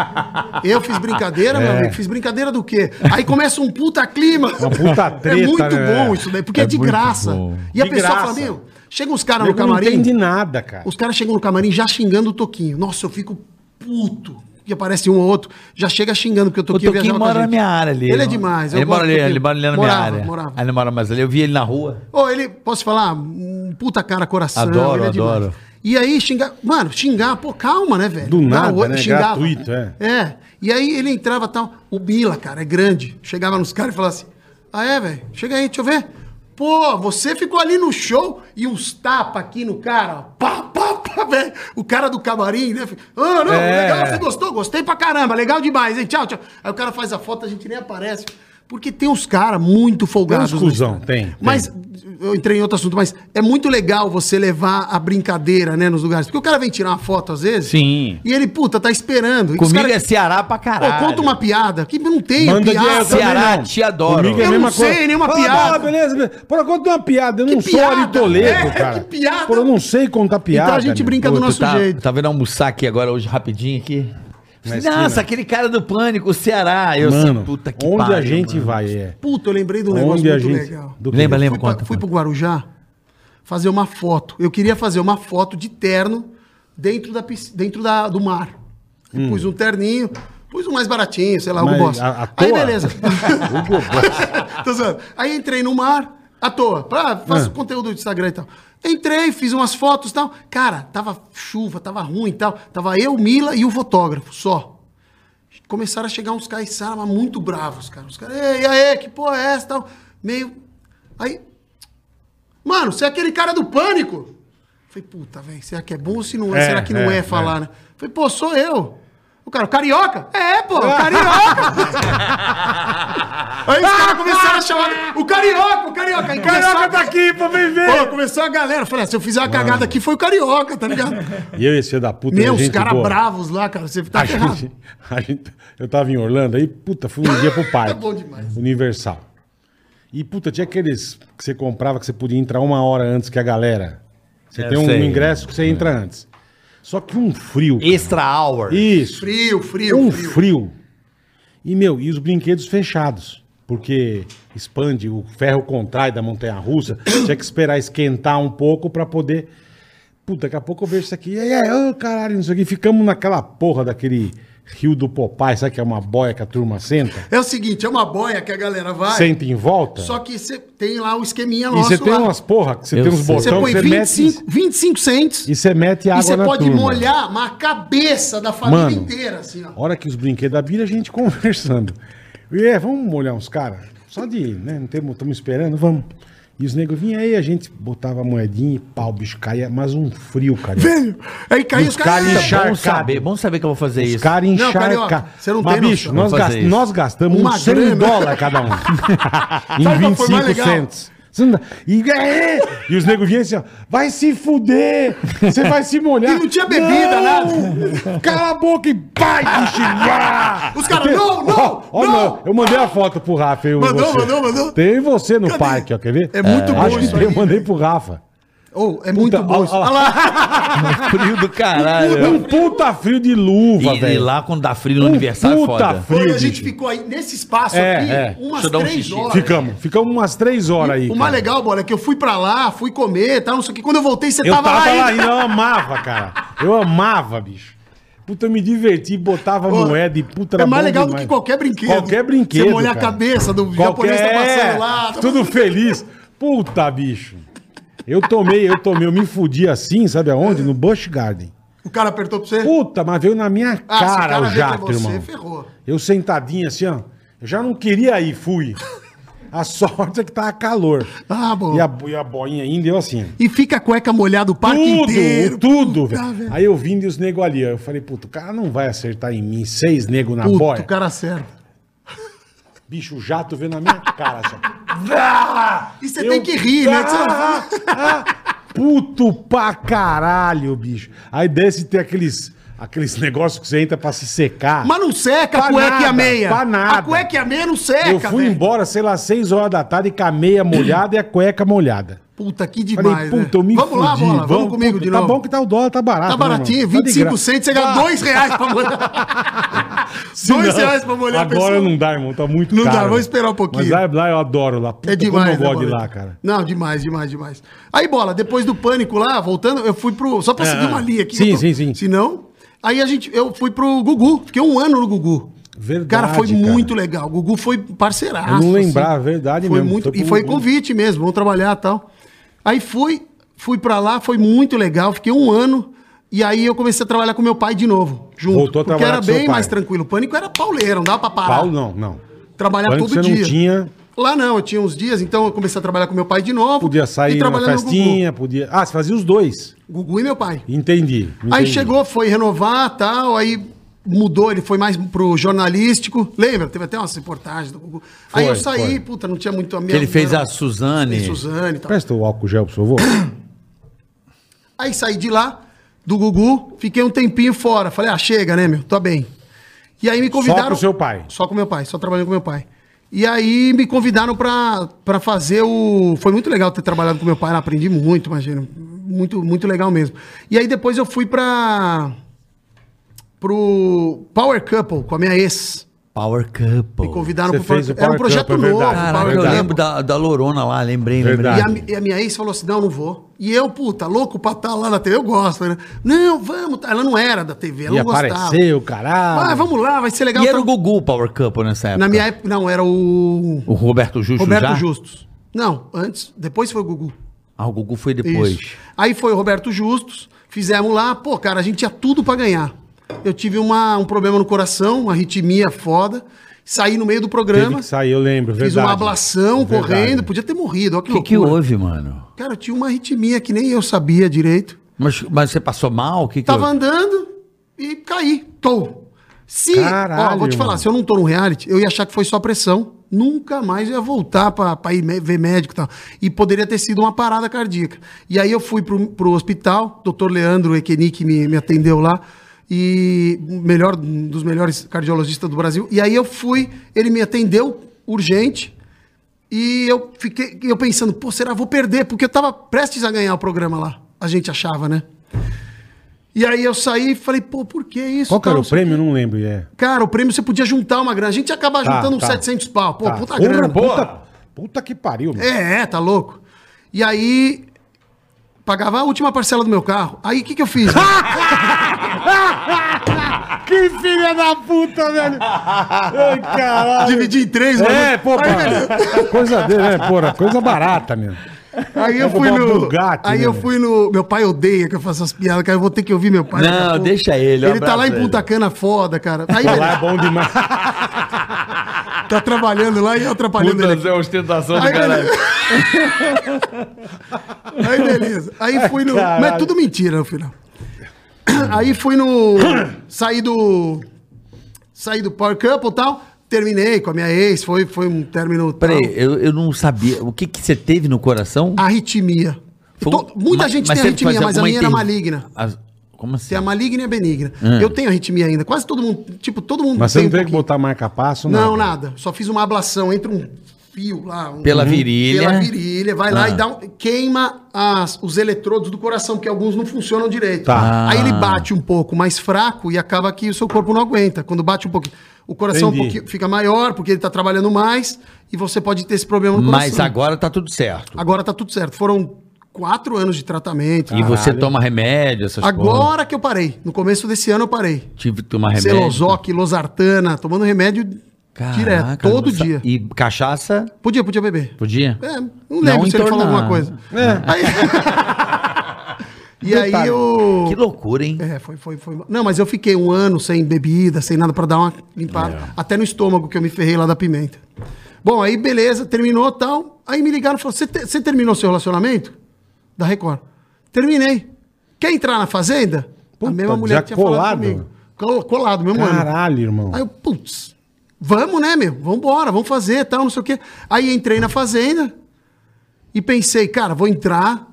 Eu fiz brincadeira,
É.
meu amigo, fiz brincadeira do quê? Aí começa um puta clima. Uma
puta
É
treta,
muito
né?
bom isso daí, porque é,
É
de
muito
graça.
bom.
E a
De
pessoa
graça.
fala, meu, chega os caras Tá no
Eu não
camarim,
entendi nada, cara.
os caras chegam no camarim já xingando o Toquinho. Nossa, eu fico puto. que aparece um ou outro, já chega xingando, porque o
O
Toquinho
Toquinho
viajava com a
mora na
gente.
minha área ali.
Ele é demais. eu
Ele
gosto
mora
do
ali,
Toquinho.
ele mora ali na minha
morava,
área.
Morava,
Ele mora mais ali. Eu vi ele na rua.
Ô, ele, posso falar? Um puta cara coração.
Adoro,
ele é demais.
adoro.
E aí, xingar. Mano, xingar, pô, calma, né, velho?
Do
Dá
nada,
o olho,
né? Gratuito, é.
É. E aí ele entrava tal. O Bila, cara, é grande. Chegava nos caras e falava assim: Ah, é, velho? Chega aí, deixa eu ver. Pô, você ficou ali no show e uns tapa aqui no cara, ó. Pá, pá, pá, velho. O cara do camarim, né? Ah, não,
É.
legal, você gostou? Gostei pra caramba, legal demais, hein? Tchau, tchau. Aí o cara faz a foto, a gente nem aparece. Porque tem uns caras muito folgados.
Tem uns
né?
cuzão, tem, tem.
Mas eu entrei em outro assunto, mas é muito legal você levar a brincadeira, né, nos lugares. Porque o cara vem tirar uma foto às vezes.
Sim.
E ele, puta, tá esperando. E os
Comigo
cara-
é Ceará pra
Pô,
caralho.
conta uma piada. Que não tem
Manda de-
piada.
eu também
Ceará,
não.
te adoro.
Comigo é a
Eu
mesma
não sei
coisa.
nenhuma
Fala,
piada.
"Bola, beleza, beleza. Porra, conta uma piada. Eu não
Que
sou
piada?
Aritoleto,
É,
cara.
que piada.
Porra, eu não sei contar piada.
a gente
meu.
brinca do
Puta,
nosso
tá,
jeito.
Tá vendo almoçar aqui agora hoje rapidinho aqui?
Na
Nossa,
esquina.
aquele cara do pânico, o Ceará. Eu
Mano,
sei, puta que
onde a
pariu,
gente
mano.
vai, é.
Puta, eu lembrei de um negócio
Onde a
muito
gente...
legal.
do quê?
Lembra,
Fui,
lembra,
pra-
conta.
fui
conta.
pro Guarujá fazer uma foto. Eu queria fazer uma foto de terno dentro, da, pisc- dentro da, do mar. Aí Pus um terninho, pus um mais baratinho, sei lá, algum
Hum. Mas
bosta.
à- à
Aí
toa?
beleza. Tô zoando. Aí entrei no mar, à toa. Pra, faço
Ah.
conteúdo do Instagram e tal. Entrei, fiz umas fotos e tal. Cara, tava chuva, tava ruim e tal. Tava eu, Mila e o fotógrafo só começaram a chegar uns caiçara, mas muito bravos, cara. Os caras, ei, aê, que porra é essa? Tal. Meio. Aí. Mano, você é aquele cara do pânico? Falei, puta, velho, será que é bom ou se não é?
É,
será que não
é,
é,
é.
falar, né? Falei, pô, sou eu. O cara, carioca? É, pô, carioca! Aí os caras começaram a chamar. O carioca, o carioca! tá Aí começou a-
tá aqui, pra vem ver.
Pô, começou a galera. Falei, ah, se eu fizer uma cagada aqui, foi o carioca, tá ligado?
E eu e esse filho da puta.
Meu,
era
os
gente
caras
boa.
bravos lá, cara. Você tá
a gente, a gente- eu tava em Orlando, aí, puta, fui um dia pro parque.
É bom demais.
Universal. E, puta, tinha aqueles que você comprava que você podia entrar uma hora antes que a galera. Você
É,
tem um
sei. É.
ingresso que você entra antes. Só que um frio. cara.
Extra hour.
Isso.
Frio, frio,
um
frio.
frio. E, meu, e os brinquedos fechados. Porque expande, o ferro contrai da montanha russa. tinha que esperar esquentar um pouco pra poder. Puta, daqui a pouco eu vejo isso aqui. E aí, ô, caralho, não sei o que. Ficamos naquela porra daquele rio do Popeye, sabe que é uma boia que a turma senta?
É o seguinte, é uma boia que a galera vai.
Senta em volta.
Só que você tem lá o esqueminha
e
nosso
você tem
lá.
umas porra, que você
Eu
tem uns
sei.
Você
botões
põe
que você mete.
25, 25 cents
E você mete
e
água
você
na
pode
turma.
molhar uma cabeça da família
Mano.
inteira, assim, ó.
Hora que os brinquedos abriram, a gente conversando. E é, vamos molhar uns caras? Só de, né? Não temos, estamos esperando, vamos. E os negros vinham aí, a gente botava a moedinha e pau, o bicho caía, mas um frio, cara.
Velho, aí caiu os
Os caras
caras.
lixaram.
Bom
encharcado.
saber, bom saber que eu vou fazer
Os
isso.
caras
Não,
encharcaram.
carioca, você não
Mas,
tem
bicho,
noção.
nós,
Vou fazer
gas-
isso.
nós gastamos
Uma
uns 100
grana.
dólares cada um.
Sabe
em
qual foi
25
mais legal?
centos. Você não dá- E, é, e os negros vinham assim, ó, vai se fuder, você vai se molhar.
E não tinha bebida,
nada. Cala a boca e pai, bicho. uá!
Os caras, não, não,
Ó, ó,
não.
não, Eu mandei a foto pro Rafa. Eu e
Mandou,
você.
mandou, mandou.
Tem você no
Cadê?
parque, ó, quer ver?
É muito bom
Acho que
isso
tem,
aí,
eu mandei pro Rafa.
Ô, é muito
Puta,
bom.
ó,
isso.
ó
Olha lá.
é
Frio do caralho.
É.
Um puta frio de luva,
E, e
velho.
lá quando dá frio no
Um
aniversário é foda.
frio,
Foi, a gente
bicho.
ficou aí nesse espaço
É,
aqui
é.
umas
Deixa eu dar um
três
xixi.
horas.
Ficamos, ficamos umas três horas aí.
O mais
cara.
legal, bola, é que eu fui pra lá, fui comer e tal, não sei o que. Quando eu voltei, você
Eu
tava,
tava,
lá ainda.
lá ainda, eu amava, cara. Eu amava, bicho. Puta, eu me diverti, botava
Pô,
moeda e puta
é mais
bom
legal do
demais.
que qualquer brinquedo.
Qualquer brinquedo.
Você molhar
cara.
a cabeça do
qualquer... É,
japonês tá passando lá. tá-
Tudo feliz. Puta, bicho. Eu tomei, eu tomei, eu me fudi assim, sabe aonde? No Busch Garden.
O cara apertou pra você?
Puta, mas veio na minha
Ah, se o
cara o
vê que é
jato, irmão.
ferrou.
Eu sentadinho assim, ó. Eu já não queria ir, fui. A sorte é que tava calor.
Ah, bom.
E a, e a boinha ainda, eu assim. ó.
E fica a cueca molhada o parque
tudo,
inteiro.
tudo,
Puta,
velho. Aí eu vim e os nego ali, ó. eu falei, puto, o cara não vai acertar em mim, seis nego na
Puta,
boia.
o cara acerta.
Bicho, o jato veio na minha cara, só.
E você tem que rir, né? Você não-
Ah, ah, puto pra caralho, bicho. Aí desce e tem aqueles, aqueles negócios que você entra pra se secar.
Mas não seca
Ah, Pra
a cueca e a
nada,
meia.
pra nada.
A cueca e a meia não seca,
eu fui
velho.
embora, sei lá, seis horas da tarde com a meia molhada e a cueca molhada.
Puta, que
Falei,
demais, né?
puta, eu me
Vamos lá,
fudi,
bola. Vamos, comigo
puta,
de
tá
novo.
bom que tá o dólar, tá barato. né,
Tá
mano?
baratinho,
Tá de
25
graça.
centos, você ganha dois reais pra molhar. dois reais pra molhar a
Agora
pessoa.
não dá, irmão. Tá muito
Não
caro.
dá, vou esperar um pouquinho.
Mas lá, lá eu adoro lá. Puta,
É demais,
Como eu gosto
né,
de
Bola?
lá, cara.
Não, demais, demais, demais. Aí, bola, depois do pânico lá, voltando, eu fui pro. Só pra seguir uma linha aqui.
É, Sim,
eu
sim, sim.
Se não. Aí a gente, eu fui pro Gugu, fiquei um ano no Gugu.
Verdade,
Cara, foi
cara.
muito legal. O Gugu foi parceiraço. assim.
Eu não lembrava, verdade
foi
mesmo,
Muito,
foi pro
e foi
Gugu.
convite mesmo, vamos trabalhar e tal. Aí fui, fui pra lá, foi muito legal, fiquei um ano. E aí eu comecei a trabalhar com meu pai de novo, junto.
Voltou a
porque
trabalhar
era
com seu
bem
pai.
mais tranquilo. O pânico era pauleiro, não dava pra parar.
Paulo, não, não.
Trabalhar
Pânico
todo
você
dia.
não tinha,
Lá não, eu tinha uns dias, então eu comecei a trabalhar com meu pai de novo.
podia sair na
trabalhar no
festinha, podia... Ah, você fazia os dois.
Gugu. Gugu e meu pai.
Entendi.
Aí
entendi.
chegou, foi renovar tal, aí mudou, ele foi mais pro jornalístico. Lembra? Teve até umas reportagens do Gugu. aí
Foi,
eu saí,
foi.
puta, não tinha muito a minha.
Que ele fez
não
a
era-
Suzane.
fez Suzane e tal.
Presta o álcool gel pro seu avô.
Aí saí de lá, do Gugu, fiquei um tempinho fora. Falei, ah, chega, né, meu? Tô bem. E aí me convidaram.
com seu pai?
Só com meu pai, só trabalhando com meu pai. E aí me convidaram pra, pra fazer o. Foi muito legal ter trabalhado com meu pai, lá, aprendi muito, imagina. Muito, muito legal mesmo. E aí depois eu fui pra. pro Power Couple com a minha ex.
Power Couple.
Me convidaram
Você
pro Power
fez o
Couple. Era
Power
um projeto
Couple, é
novo.
verdade.
Power
Caraca, eu
Couple.
lembro da, da Lorona lá, lembrei,
Verdade.
E
lembrei.
a, mi- e a minha ex falou assim: não, não vou. E eu, puta, louco pra estar lá na TV, eu gosto, né? Não, vamos. tá. Ela não era da TV, ela
E
não gostava.
apareceu, caralho.
Ah, vamos lá, vai ser legal.
né? E era o
Tá-
Gugu o Power Couple nessa época.
Na minha época, não, era o
O Roberto Justo
Roberto
já?
Justus. Não, antes, depois foi o Gugu.
Ah, o Gugu foi depois.
Isso. Aí foi o Roberto Justus, fizemos lá, pô, cara, a gente tinha tudo pra ganhar. Eu tive uma, um problema no coração, uma arritmia foda, saí no meio do
Teve
programa,
que sair, eu lembro,
fiz
verdade.
uma ablação
Verdade.
correndo, podia ter morrido, olha que
O que, que
loucura.
houve, mano?
Cara, eu tinha uma arritmia que nem eu sabia direito.
Mas, mas você passou mal? O que, que
Tava
houve?
andando e caí. Tô. Se,
Caralho,
ó, vou te falar,
mano.
se eu não tô no reality, eu ia achar que foi só pressão. Nunca mais eu ia voltar pra, pra ir me- ver médico e tal. E poderia ter sido uma parada cardíaca. E aí eu fui pro, pro hospital, doutor Leandro Equeni, que me, me atendeu lá, e melhor, um dos melhores cardiologistas do Brasil. E aí eu fui, ele me atendeu urgente. E eu fiquei eu pensando, pô, será que vou perder? Porque eu tava prestes a ganhar o programa lá. A gente achava, né? E aí eu saí e falei, pô, por que isso?
Qual que era
Tal,
o prêmio? Eu Não lembro, é.
Cara, o prêmio você podia juntar uma grana. A gente ia acabar
Tá,
juntando uns
tá.
700 pau. Pô,
Tá.
puta
Porra,
grana.
Puta, puta que pariu, mano.
É, é, tá louco. E aí, pagava a última parcela do meu carro. Aí o que, que eu fiz?
Que filha da puta, velho. Ai, caralho.
Dividi em três, né?
É,
mano.
pô, pá. coisa dele, é, porra, coisa barata mesmo.
Aí eu
Vou
fui
comprar um
no.
Bugatti,
aí
né,
eu
meu?
fui no. Meu pai odeia que eu faça essas piadas, cara. Eu vou ter que ouvir meu pai.
Não,
daqui a pouco.
deixa ele, um
Ele tá lá em
abraço,
Punta
ele.
Cana foda, cara. Aí
Pô, lá é
ele
bom demais.
tá trabalhando lá e eu atrapalhando ele.
é ostentação
Aí, beleza. Aí beleza. Aí fui no.
Caralho.
Mas é tudo mentira no final. Aí fui no. Saí do. Saí do Power Couple e tal. Terminei com a minha ex. Foi, foi um término. tal.
Peraí, eu, eu não sabia. O que, que você teve no coração?
Arritmia.
Foi um-
Ah, To- muita
mas-
gente
mas
tem
você fazia
arritmia, mas a
alguma
minha era
inter-
maligna.
As- Como assim?
Tem a maligna e a benigna.
Hum.
Eu tenho arritmia ainda. Quase todo mundo. Tipo, todo mundo
Mas você não
um
teve que
pouquinho.
botar marca-passo,
Não, nada. Só fiz uma ablação entre um fio lá. um-
Pela virilha.
Pela virilha. Vai lá
Ah.
e dá um- queima as- os eletrodos do coração, porque alguns não funcionam direito.
Tá.
Aí ele
Ah.
bate um pouco mais fraco e acaba que o seu corpo não aguenta. Quando bate um pouquinho. O coração um
Entendi.
pouquinho fica maior, porque ele tá trabalhando mais e você pode ter esse problema no coração.
Mas agora tá tudo certo.
Agora tá tudo certo. Foram quatro anos de tratamento.
E você toma remédio, essas coisas?
Agora que eu parei. No começo desse ano eu parei.
Tive que tomar remédio.
Celozoc, losartana, tomando remédio
Caraca, tá-
direto, todo
não sa-
dia.
E cachaça,
Podia, podia beber.
podia?
É, não lembro se ele falou
entornar.
alguma coisa. É. Aí- e aí
Detalhe.
eu.
Que loucura, hein?
É, foi, foi, foi. Não, mas eu fiquei um ano sem bebida, sem nada pra dar uma limpada. Até no estômago que eu me ferrei lá da pimenta. Bom, aí beleza, terminou tal. Aí me ligaram e falaram: Você te- você terminou seu relacionamento? Da Record. Terminei. Quer entrar na fazenda?
Puta,
a mesma mulher
já
que tinha
colado?
falado comigo. Col- Colado, mesmo ano.
Caralho, irmão.
Aí eu, putz, vamos, né, meu? Vamos embora, vamos fazer, tal, não sei o quê. Aí entrei na fazenda e pensei, cara, vou entrar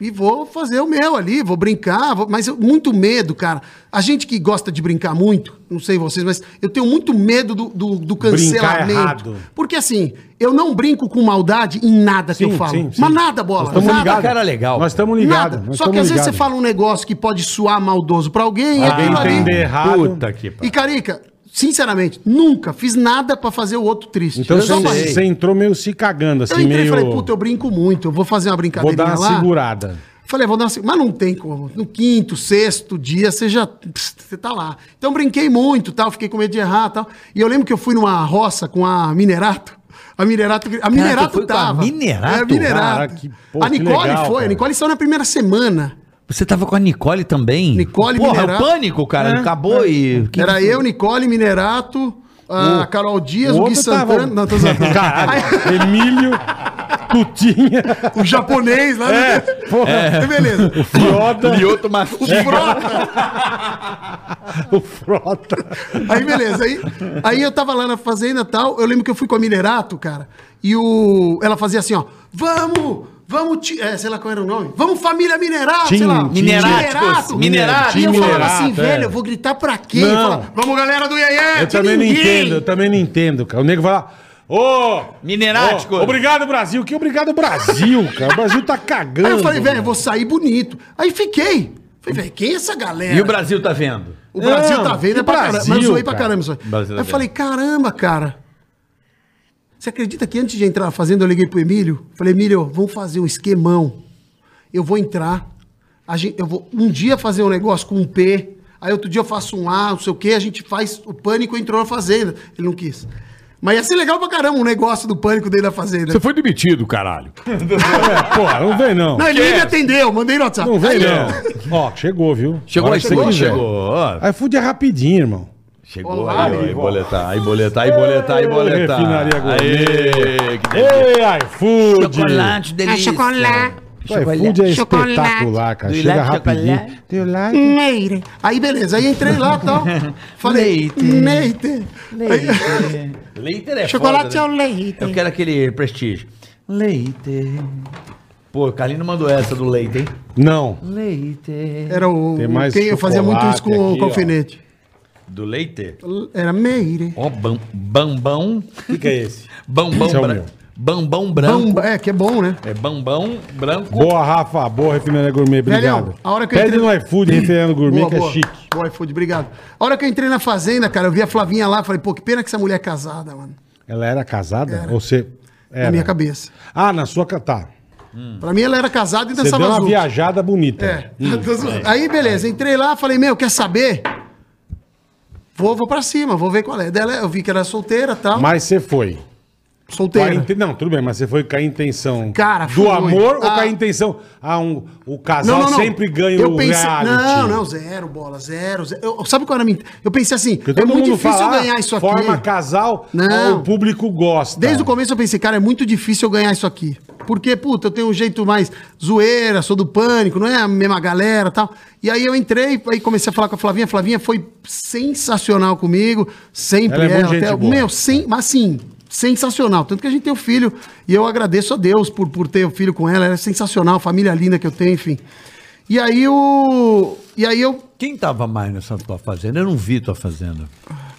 e vou fazer o meu ali, vou brincar, vou- mas eu- muito medo, cara. A gente que gosta de brincar muito, não sei vocês, mas eu tenho muito medo do, do, do cancelamento.
é errado.
Porque assim, eu não brinco com maldade em nada que eu falo. Mas nada, bola.
Nós estamos
nada,
ligados.
cara legal.
Nós estamos
Nada.
ligados. nós
Só que
tamo
às vezes você
ligado.
fala um negócio que pode soar maldoso pra alguém e
Alguém
aquilo ali-
entender errado.
Puta que
e Carica, sinceramente, nunca fiz nada pra fazer o outro triste.
Então
só
você,
pra-
sei.
você entrou meio se cagando,
Eu
assim,
entrei e
meio...
falei, puta, eu brinco muito, eu vou fazer uma
Vou
brincadeirinha
dar uma
lá.
segurada.
Falei, ah, vou dar uma... se- Mas não tem como. No quinto, sexto dia, você já... Você tá lá. Então brinquei muito, tal. Fiquei com medo de errar, tal. E eu lembro que eu fui numa roça com a Minerato. A Minerato... A Minerato
foi com a
tava.
Minerato?
É, a Minerato.
Cara, que- pô,
a
que
Nicole
legal,
foi.
cara.
A Nicole saiu na primeira semana.
Você tava com a Nicole também?
Nicole
Porra, é o
Minerato.
pânico, cara. Acabou e. que-
Era eu, Nicole, Minerato, a Carol Dias,
o
o, Gui
outro tava-
Santana. Não, tô zoando. Aí,
Emílio, Tutinha,
o japonês lá. né?
É, porra,
Beleza.
Frota,
E outro mas
O Frota.
o Frota.
Aí, beleza. Aí, aí eu tava lá na fazenda e tal. Eu lembro que eu fui com a Minerato, cara. E o... ela fazia assim, ó. Vamos, vamos... Ti... É, sei lá qual era o nome. Vamos, família Minerato, sei lá.
Tim- tipo
Mineráticos,
assim,
Mineráticos.
E eu falava assim,
Minerato, é.
velho, eu vou gritar pra quem?
Não.
Eu falava, vamos, galera do Iê
Eu também não entendo, eu também não entendo, cara. O nego vai lá. Ô!
Minerático.
ô, Obrigado, Brasil. Que obrigado, Brasil, cara. O Brasil tá cagando.
Aí eu falei, velho, eu
mano.
vou sair bonito. Aí fiquei. Falei, velho, quem é essa galera?
E o Brasil tá vendo?
O Brasil
Não,
tá vendo,
que
é pra caramba. Mas
Brasil,
eu zoei pra
cara.
caramba. Zoei.
Brasil
Aí
tá
eu
vendo.
falei, caramba, cara. Você acredita que antes de entrar na fazenda eu liguei pro Emílio? Falei, Emílio, vamos fazer um esquemão. Eu vou entrar, a gente, eu vou um dia fazer um negócio com um P, aí outro dia eu faço um A, não sei o quê, a gente faz. O pânico entrou na fazenda. Ele não quis. Mas ia ser legal pra caramba um negócio do pânico dentro da fazenda.
foi demitido, caralho.
É, Porra, não vem não.
Não,
Não,
ele nem me atendeu, mandei no WhatsApp.
vem
Aí,
não. Ó, chegou, viu?
Chegou
Agora
aí,
que
chegou,
quiser.
chegou. ó.
Aí food é rapidinho, irmão.
Chegou
Olá,
aí, ó, aí,
amigo.
boletar, aí, boletar, aí, boletar, aí, boletar.
Refinaria Gourmet.
Aê, que delícia.
Ei, iFood!
Ah, chocolate.
O iFood é
Chocolate.
espetacular, cara.
Do
Chega
like,
rapidinho.
chocolate.
Teu like.
Neira.
Aí beleza, aí entrei lá e tal. Falei,
Leite.
Neite.
Leiter é
Chocolate é ao
foda, né?
leite.
Eu quero aquele prestígio. Leiter. Pô, o Carlinho mandou essa do leite, hein?
Não.
Leiter.
Era o.
Tem mais
quem eu fazia muito isso com,
chocolate
com
aqui, ó.
alfinete.
Do leite?
Era Meire.
Ó, bam- bambão.
O que, que é esse?
Bambão
Esse é o
branco.
meu.
Bambão branco.
Bamba, é, que é bom, né?
É bambão branco.
Boa, Rafa. Boa, Refinaria Gourmet. Obrigado.
Velhão, a hora que eu
Pede
entrei-
no iFood, Refinaria Gourmet,
Boa,
que
boa.
é chique.
Boa, iFood, obrigado. A hora que eu entrei na fazenda, cara, eu vi a Flavinha lá, falei, pô, que pena que essa mulher é casada, mano.
Ela era casada? Ou você... Era.
Na minha cabeça.
Ah, na sua... ca- Tá.
Pra mim ela era casada e
Você deu
dançava
uma
junto.
viajada bonita. Hum.
É. Tô zoando. Aí, beleza, entrei lá, falei, meu, quer saber? Vou, vou pra cima, vou ver qual é. Dela, eu vi que era solteira e tal.
Mas você foi. Com a
solteira.
inten- Não, tudo bem, mas você foi com a intenção
Cara,
do
fui.
amor ou com a
Ah.
intenção... Ah, um, o casal sempre ganha
eu
o
pensei,
reality.
Não, não, zero, bola, zero. zero. Eu, sabe qual era a minha. Eu pensei assim,
Porque
é
todo
muito
mundo
difícil
fala, "Ah,
eu ganhar isso aqui.
Forma casal,
Não.
o público gosta.
Desde o começo eu pensei, cara, é muito difícil eu ganhar isso aqui. Porque, puta, eu tenho um jeito mais zoeira, sou do pânico, não é a mesma galera e tal. E aí eu entrei, aí comecei a falar com a Flavinha. A Flavinha foi sensacional comigo, sempre
Ela é
ela.
muito gente
até,
boa.
meu, sem, mas assim, sensacional. Tanto que a gente tem o filho, e eu agradeço a Deus por, por ter o filho com ela. Ela é sensacional, família linda que eu tenho, enfim. E aí o. E aí eu.
Quem tava mais nessa tua fazenda? Eu não vi tua fazenda.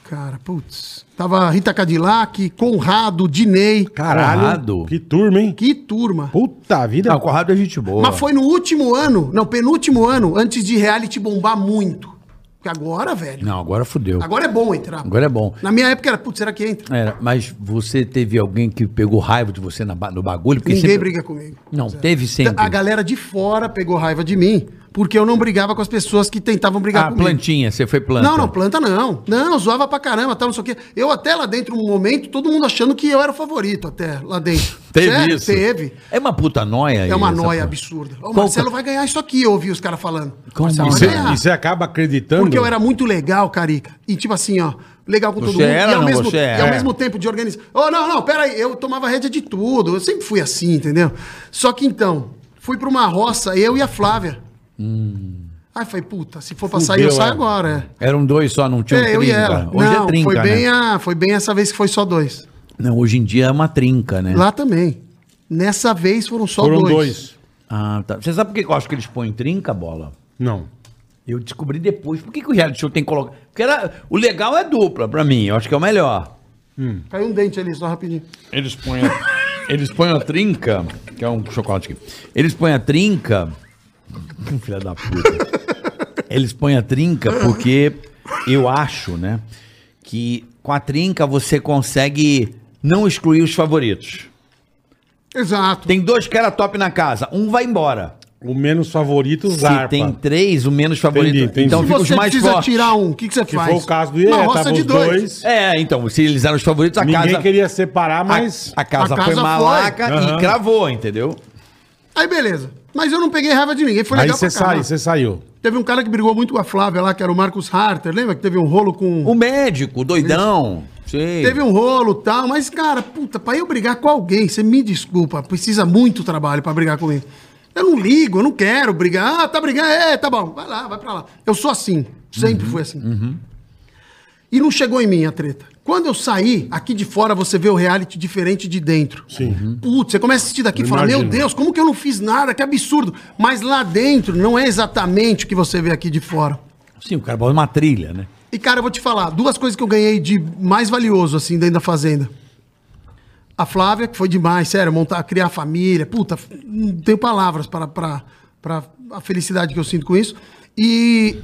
Cara, putz. Tava Rita Cadillac, Conrado, Dinei.
Caralho,
Conrado.
que turma, hein?
Que turma.
Puta vida.
Não, o Conrado é gente boa.
Mas foi no último ano, não, penúltimo ano, antes de reality bombar muito. Porque agora, velho.
Não, agora fudeu.
Agora é bom entrar.
Agora é bom.
Na minha época era, putz, será que entra?
Era, mas você teve alguém que pegou raiva de você na ba- no bagulho? Porque
Ninguém
sempre-
briga comigo.
Não, teve sempre.
A galera de fora pegou raiva de mim, porque eu não brigava com as pessoas que tentavam brigar
Ah,
comigo.
plantinha, você foi planta.
Não, não, planta não. Não, zoava pra caramba, tal, não sei o quê. Eu até lá dentro, um momento, todo mundo achando que eu era o favorito até lá dentro.
Teve
Sério,
isso?
Teve.
É uma puta noia.
É uma noia absurda. O Marcelo vai ganhar isso aqui, eu ouvi os caras falando.
Como
Marcelo
E
não?
vai
você-
ganhar.
e você acaba acreditando?
Porque eu era muito legal, Carica. E tipo assim, ó, legal com todo
Você
mundo.
era,
e ao,
não,
mesmo,
você
e
era.
ao mesmo tempo de organizar. Oh, não, não, peraí, eu tomava rédea de tudo. Eu sempre fui assim, entendeu? Só que então, fui pra uma roça, eu e a Flávia.
Hum.
Aí falei, puta, se for pra sair, eu
Fudeu,
saio
é.
agora. é.
Eram dois só, não tinha
É, eu e ela.
Hoje
não,
é trinca,
foi, bem
né?
a, foi bem essa vez que foi só dois.
Não, hoje em dia é uma trinca, né?
Lá também. Nessa vez foram só
Foram
dois.
dois.
Ah, tá. Você sabe por que eu acho que eles põem trinca, bola?
Não.
Eu descobri depois. Por que, que o reality show tem que colocar... Porque era... o legal é dupla, pra mim. Eu acho que é o melhor.
Caiu um dente ali, só rapidinho.
Eles põem a, eles põem a trinca, que é um chocolate aqui. Eles põem a trinca. Filha da puta. Eles põem a trinca porque eu acho, né, que com a trinca você consegue não excluir os favoritos.
Exato.
Tem dois que era top na casa, um vai embora.
O menos favorito,
Se
zarpa.
tem três, o menos favorito.
entendi.
Então
Se
Se
fica os
você
mais
precisa
fortes.
tirar um, o que, que você
Que
faz?
foi o caso do Iê,
Uma roça
tava
de
os
dois.
dois.
É, então, se eles eram os favoritos, a
Ninguém
casa.
queria separar, mas...
A, a casa
A casa
foi
foi.
malaca
Aham.
e cravou, entendeu?
Aí beleza. Mas eu não peguei raiva de ninguém, foi
Aí
legal
você
pra
sai,
caramba.
você saiu.
Teve um cara que brigou muito com a Flávia lá, que era o Marcos Harter, lembra? Que teve um rolo com...
O médico, o doidão. Sim.
Teve um rolo e tal, mas, cara, puta, pra eu brigar com alguém, você me desculpa, precisa muito trabalho pra brigar com ele. Eu não ligo, eu não quero brigar. Ah, tá brigando, é, tá bom, vai lá, vai pra lá. Eu sou assim,
Uhum,
sempre fui assim. E não chegou em mim a treta. Quando eu saí, aqui de fora você vê o reality diferente de dentro. Sim. Putz, você começa a assistir daqui e
Uhum. Eu
fala, meu
imagino.
Deus, como que eu não fiz nada? Que absurdo. Mas lá dentro não é exatamente o que você vê aqui de fora.
Sim, o cara bota uma trilha, né?
E, cara, eu vou te falar, duas coisas que eu ganhei de mais valioso, assim, dentro da Fazenda. A Flávia, que foi demais, sério, montar, criar a família, puta, f- não tenho palavras para, para, para a felicidade que eu sinto com isso. E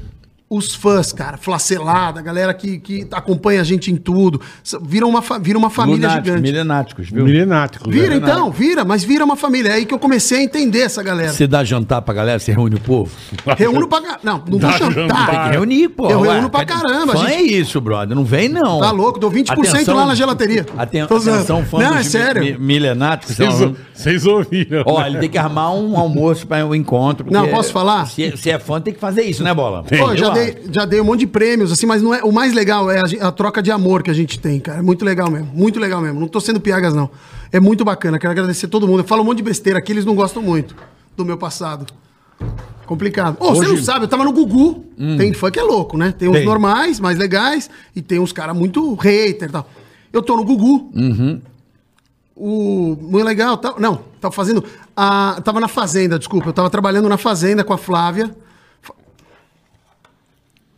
os fãs, cara, flacelada, a galera que, que acompanha a gente em tudo, s- vira uma, fa- vira uma família
Lunáticos,
gigante.
milenáticos, viu?
Milenático.
Vira,
né?
então, vira, mas vira uma família. É aí que eu comecei a entender essa galera.
Você dá jantar pra galera, você reúne o povo?
Reúno pra... ca- Não, não vou
Dá
jantar.
jantar.
Tem que reunir, pô.
Eu
Ué,
reúno pra
cadê-
caramba,
Fã
gente.
é isso, brother. Não vem, não.
Tá louco, dou 20% lá na gelateria.
Aten
Tô zoando.
atenção, fã
Não,
dos
é
mi-
sério.
mi- milenáticos.
Vocês,
são-
vocês ouviram.
Ó,
né?
ele tem que armar um almoço pra um encontro.
Não,
porque
posso falar?
Se, se é fã, tem que fazer isso, né, Bola?
Pô, já,
Eu
dei, já dei um monte de prêmios, assim, mas não é, o mais legal é a, gen- a troca de amor que a gente tem, cara. É muito legal mesmo, muito legal mesmo. Não tô sendo piagas, não. É muito bacana, quero agradecer todo mundo. Eu falo um monte de besteira aqui, eles não gostam muito do meu passado. Complicado. Ô, você não sabe, eu tava no Gugu. Tem fã que é louco, né? Tem uns
Tem.
normais, mais legais, e tem uns caras muito hater e tal. Eu tô no Gugu. O muito legal, tá, não, tava fazendo a tava na fazenda, desculpa, eu tava trabalhando na fazenda com a Flávia. Fa-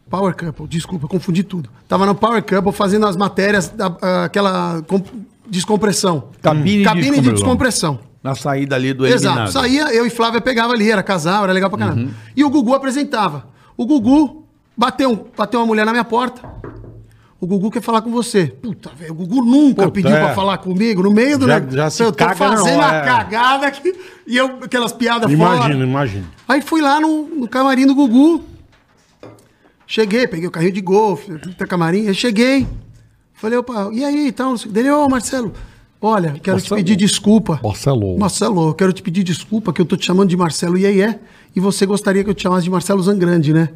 Power Couple, desculpa, eu confundi tudo. Tava no Power Couple fazendo as matérias da ah, aquela com- descompressão.
Cabine,
Cabine de descompressão.
Na saída ali do
Exato. Saía, eu e Flávia pegava ali, era casal, era legal pra caramba.
Uhum.
E o Gugu apresentava. O Gugu bateu, um- bateu uma mulher na minha porta. O Gugu quer falar com você. Puta, velho, o Gugu nunca
Puta,
pediu
é.
pra falar comigo, no meio do
Já-
nego-
já se
Eu tô
caga na
fazendo
hora,
a
é.
cagada aqui, e eu, aquelas piadas
Imagina, imagina.
Aí fui lá no, no camarim do Gugu. Cheguei, peguei o carrinho de golfe, tá camarim. Aí cheguei. Falei, opa, e aí e tal? não sei o quê. Dele, ô Marcelo, olha, quero te pedir desculpa.
Marcelo.
Marcelo, eu quero te pedir desculpa que eu tô te chamando de Marcelo Iê E você gostaria que eu te chamasse de Marcelo Zangrande, né?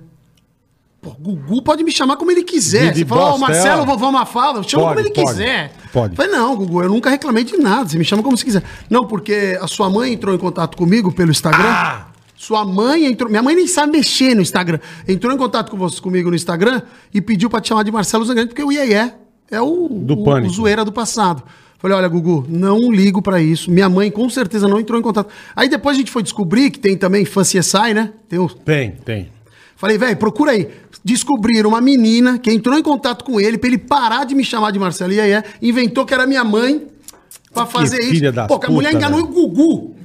Pô, Gugu pode me chamar como ele quiser.
De- de
Você fala, ó,
bosta,
Marcelo,
é.
vovó Mafalda, chama
Pode,
como ele
pode,
quiser.
pode.
Falei, não, Gugu, eu nunca reclamei de nada. Você me chama como você quiser. Não, porque a sua mãe entrou em contato comigo pelo Instagram.
Ah!
Sua mãe entrou. Minha mãe nem sabe mexer no Instagram. Entrou em contato com você, comigo no Instagram e pediu pra te chamar de Marcelo Zangrande, porque o Iê é o,
Do
o,
Pânico.
o zoeira do passado. Falei, olha, Gugu, não ligo pra isso. Minha mãe com certeza não entrou em contato. Aí depois a gente foi descobrir que tem também fã CSI, né? Tem os,
Tem, tem.
Falei, velho, procura aí. Descobriram uma menina que entrou em contato com ele pra ele parar de me chamar de Marcelo Iaia, inventou que era minha mãe pra fazer isso.
filha da
Pô, que a mulher
puta, né?
enganou
velho.
o Gugu.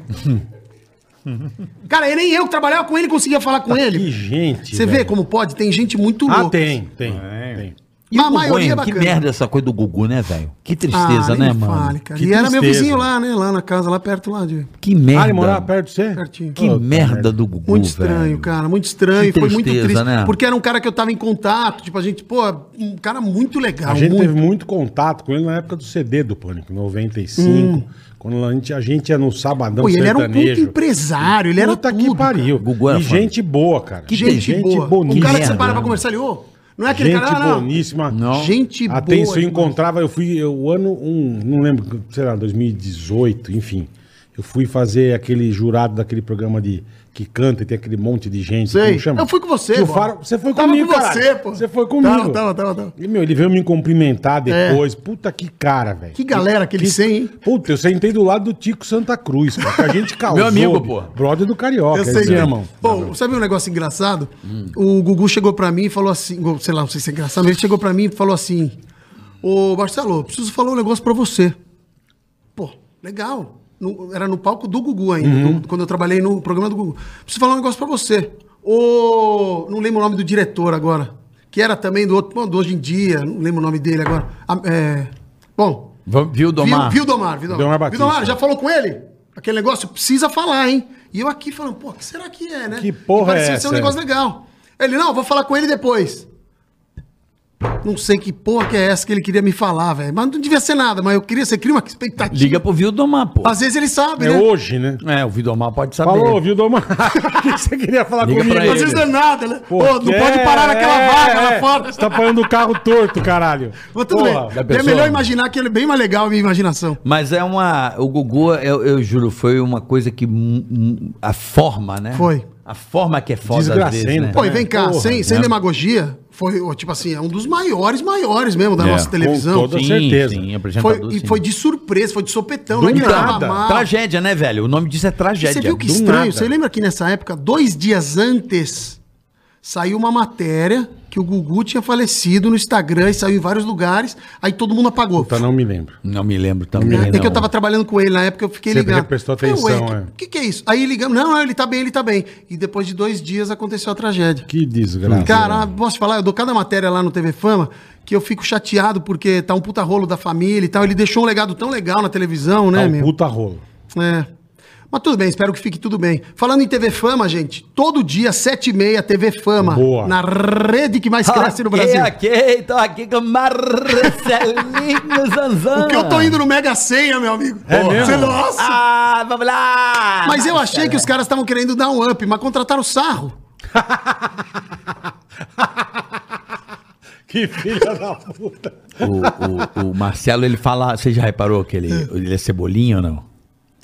Cara, e nem eu que trabalhava com ele conseguia falar com
Que
ele.
gente.
Você vê
Tá velho.
como pode? Tem gente muito louca.
Ah, tem, tem. tem.
E o
a
Gugu,
maioria
hein?
é bacana.
Que merda essa coisa do Gugu, né, velho? Que
Ah,
tristeza,
nem
né,
me
mano?
fale, cara.
Que
E era meu
tristeza.
vizinho lá, né? Lá na casa, lá perto lá de.
Que merda.
Ah, ele morava perto de você?
Pertinho.
Que
Puta
merda do Gugu,
né? Muito estranho,
velho.
cara, muito estranho.
Que
Foi muito
tristeza,
triste.
né?
Porque era um cara que eu tava em contato, tipo, a gente, pô, um cara muito legal.
A gente
muito.
teve muito contato com ele na época do CD do Pânico, 95. Quando a gente, a gente ia no Sabadão
Hum. Pô, e ele era um puto
Sertanejo.
empresário, ele era
Puta
tudo.
que pariu.
Gugu era
e
fã.
gente boa, cara.
Que
Gente,
Gente
boa.
bonita.
O cara que você
Merda,
para pra
né?
conversar ali, ô, não é aquele
Gente
cara, não.
boníssima.
Não.
Gente boa.
Atenção, eu
irmão.
encontrava, eu fui, eu, o ano, um, não lembro, sei lá, 2018, enfim. Eu fui fazer aquele jurado daquele programa de que canta e tem aquele monte de gente.
Sei.
como chama?
Eu fui com você,
Que o
pô.
Faro- Você foi
Tava
comigo,
com
cara.
você, pô.
Você foi comigo.
Tava, tava, tava, tava. É.
E, meu, ele veio me cumprimentar depois. Puta que cara, velho.
Que galera que ele tem, hein?
Puta, eu sentei do lado do Tico Santa Cruz, cara, que a gente causou.
Meu amigo,
bicho.
pô.
Brother do Carioca.
Eu
eles
sei que...
amam.
Bom, sabe um negócio engraçado? O Gugu chegou pra mim e falou assim, ou, sei lá, não sei se é engraçado, mas ele chegou pra mim e falou assim, ô Marcelo, eu preciso falar um negócio pra você. Pô, legal. No- era no palco do Gugu ainda, do- quando eu trabalhei no programa do Gugu. Preciso falar um negócio pra você. O... Não lembro o nome do diretor agora, que era também do outro, bom, do Hoje em Dia, não lembro o nome dele agora. Ah, é, Bom,
Vam- Viu, Domar?
Vildomar, Vildomar.
Vildomar Batista.
Vildomar, já falou com ele? Aquele negócio precisa falar, hein? E eu aqui falando, pô, o que será que é, né?
Que porra
E
é
parecia ser
essa?
um negócio legal. Ele, não, vou falar com ele depois. Não sei que porra que é essa que ele queria me falar, velho. Mas não devia ser nada, mas eu queria, você cria uma expectativa.
Liga pro Vildomar, pô.
Às vezes ele sabe,
É
né?
hoje, né?
É, o Vildomar pode saber.
Falou, viu, Domar? O que você queria falar
Liga
comigo?
pra ele.
Às vezes é nada, né? Pô, não
é,
pode parar naquela vaga
é.
lá fora.
Você tá parando o carro torto, caralho.
Mas tudo
Porra.
da
bem. É
pessoa.
melhor imaginar que ele é bem mais legal a minha imaginação.
Mas é uma. O Gugu, eu, eu juro, foi uma coisa que. mu- mu- A forma, né?
Foi.
A forma que é foda às
Desgracenta.
vezes, né?
Pô, e
É,
vem cá,
porra,
sem, sem demagogia, foi, ó, tipo assim, é um dos maiores, maiores mesmo da
É,
nossa
com
televisão.
toda- com certeza.
apresentador,
Foi,
sim.
e foi de surpresa, foi de sopetão,
Do
né? Que
nada.
tava mal.
Tragédia, né, velho? O nome disso é tragédia.
Você viu que
do nada.
estranho? Você lembra que nessa época, dois dias antes, saiu uma matéria que o Gugu tinha falecido no Instagram e saiu em vários lugares, aí todo mundo apagou.
Puta, não me lembro.
Não me lembro também.
É que
não.
eu tava trabalhando com ele na época, eu fiquei
Você
ligado.
prestou
Falei, ué,
atenção, é.
que, que que é isso? Aí ligamos, não, não, ele tá bem, ele tá bem. E depois de dois dias aconteceu a tragédia.
Que desgraça.
Cara, posso te falar, eu dou cada matéria lá no TV Fama que eu fico chateado porque tá um puta rolo da família e tal. Ele deixou um legado tão legal na televisão, né,
Tá um
meu?
puta rolo.
É. Mas tudo bem, espero que fique tudo bem. Falando em TV Fama, gente, todo dia, 7h30, TV Fama.
Boa.
Na rede que mais cresce no Brasil.
Ok, ok, tô Ah, é aqui com Marcelinho Zanzan.
Porque eu tô indo no Mega Senha, meu amigo.
É mesmo?
Você- Nossa!
Ah, vamos lá!
Mas eu achei que os caras estavam querendo dar um up, mas contrataram o sarro.
Que filha da puta.
O, o- o Marcelo, ele fala. Você já reparou que ele, ele é cebolinha ou não?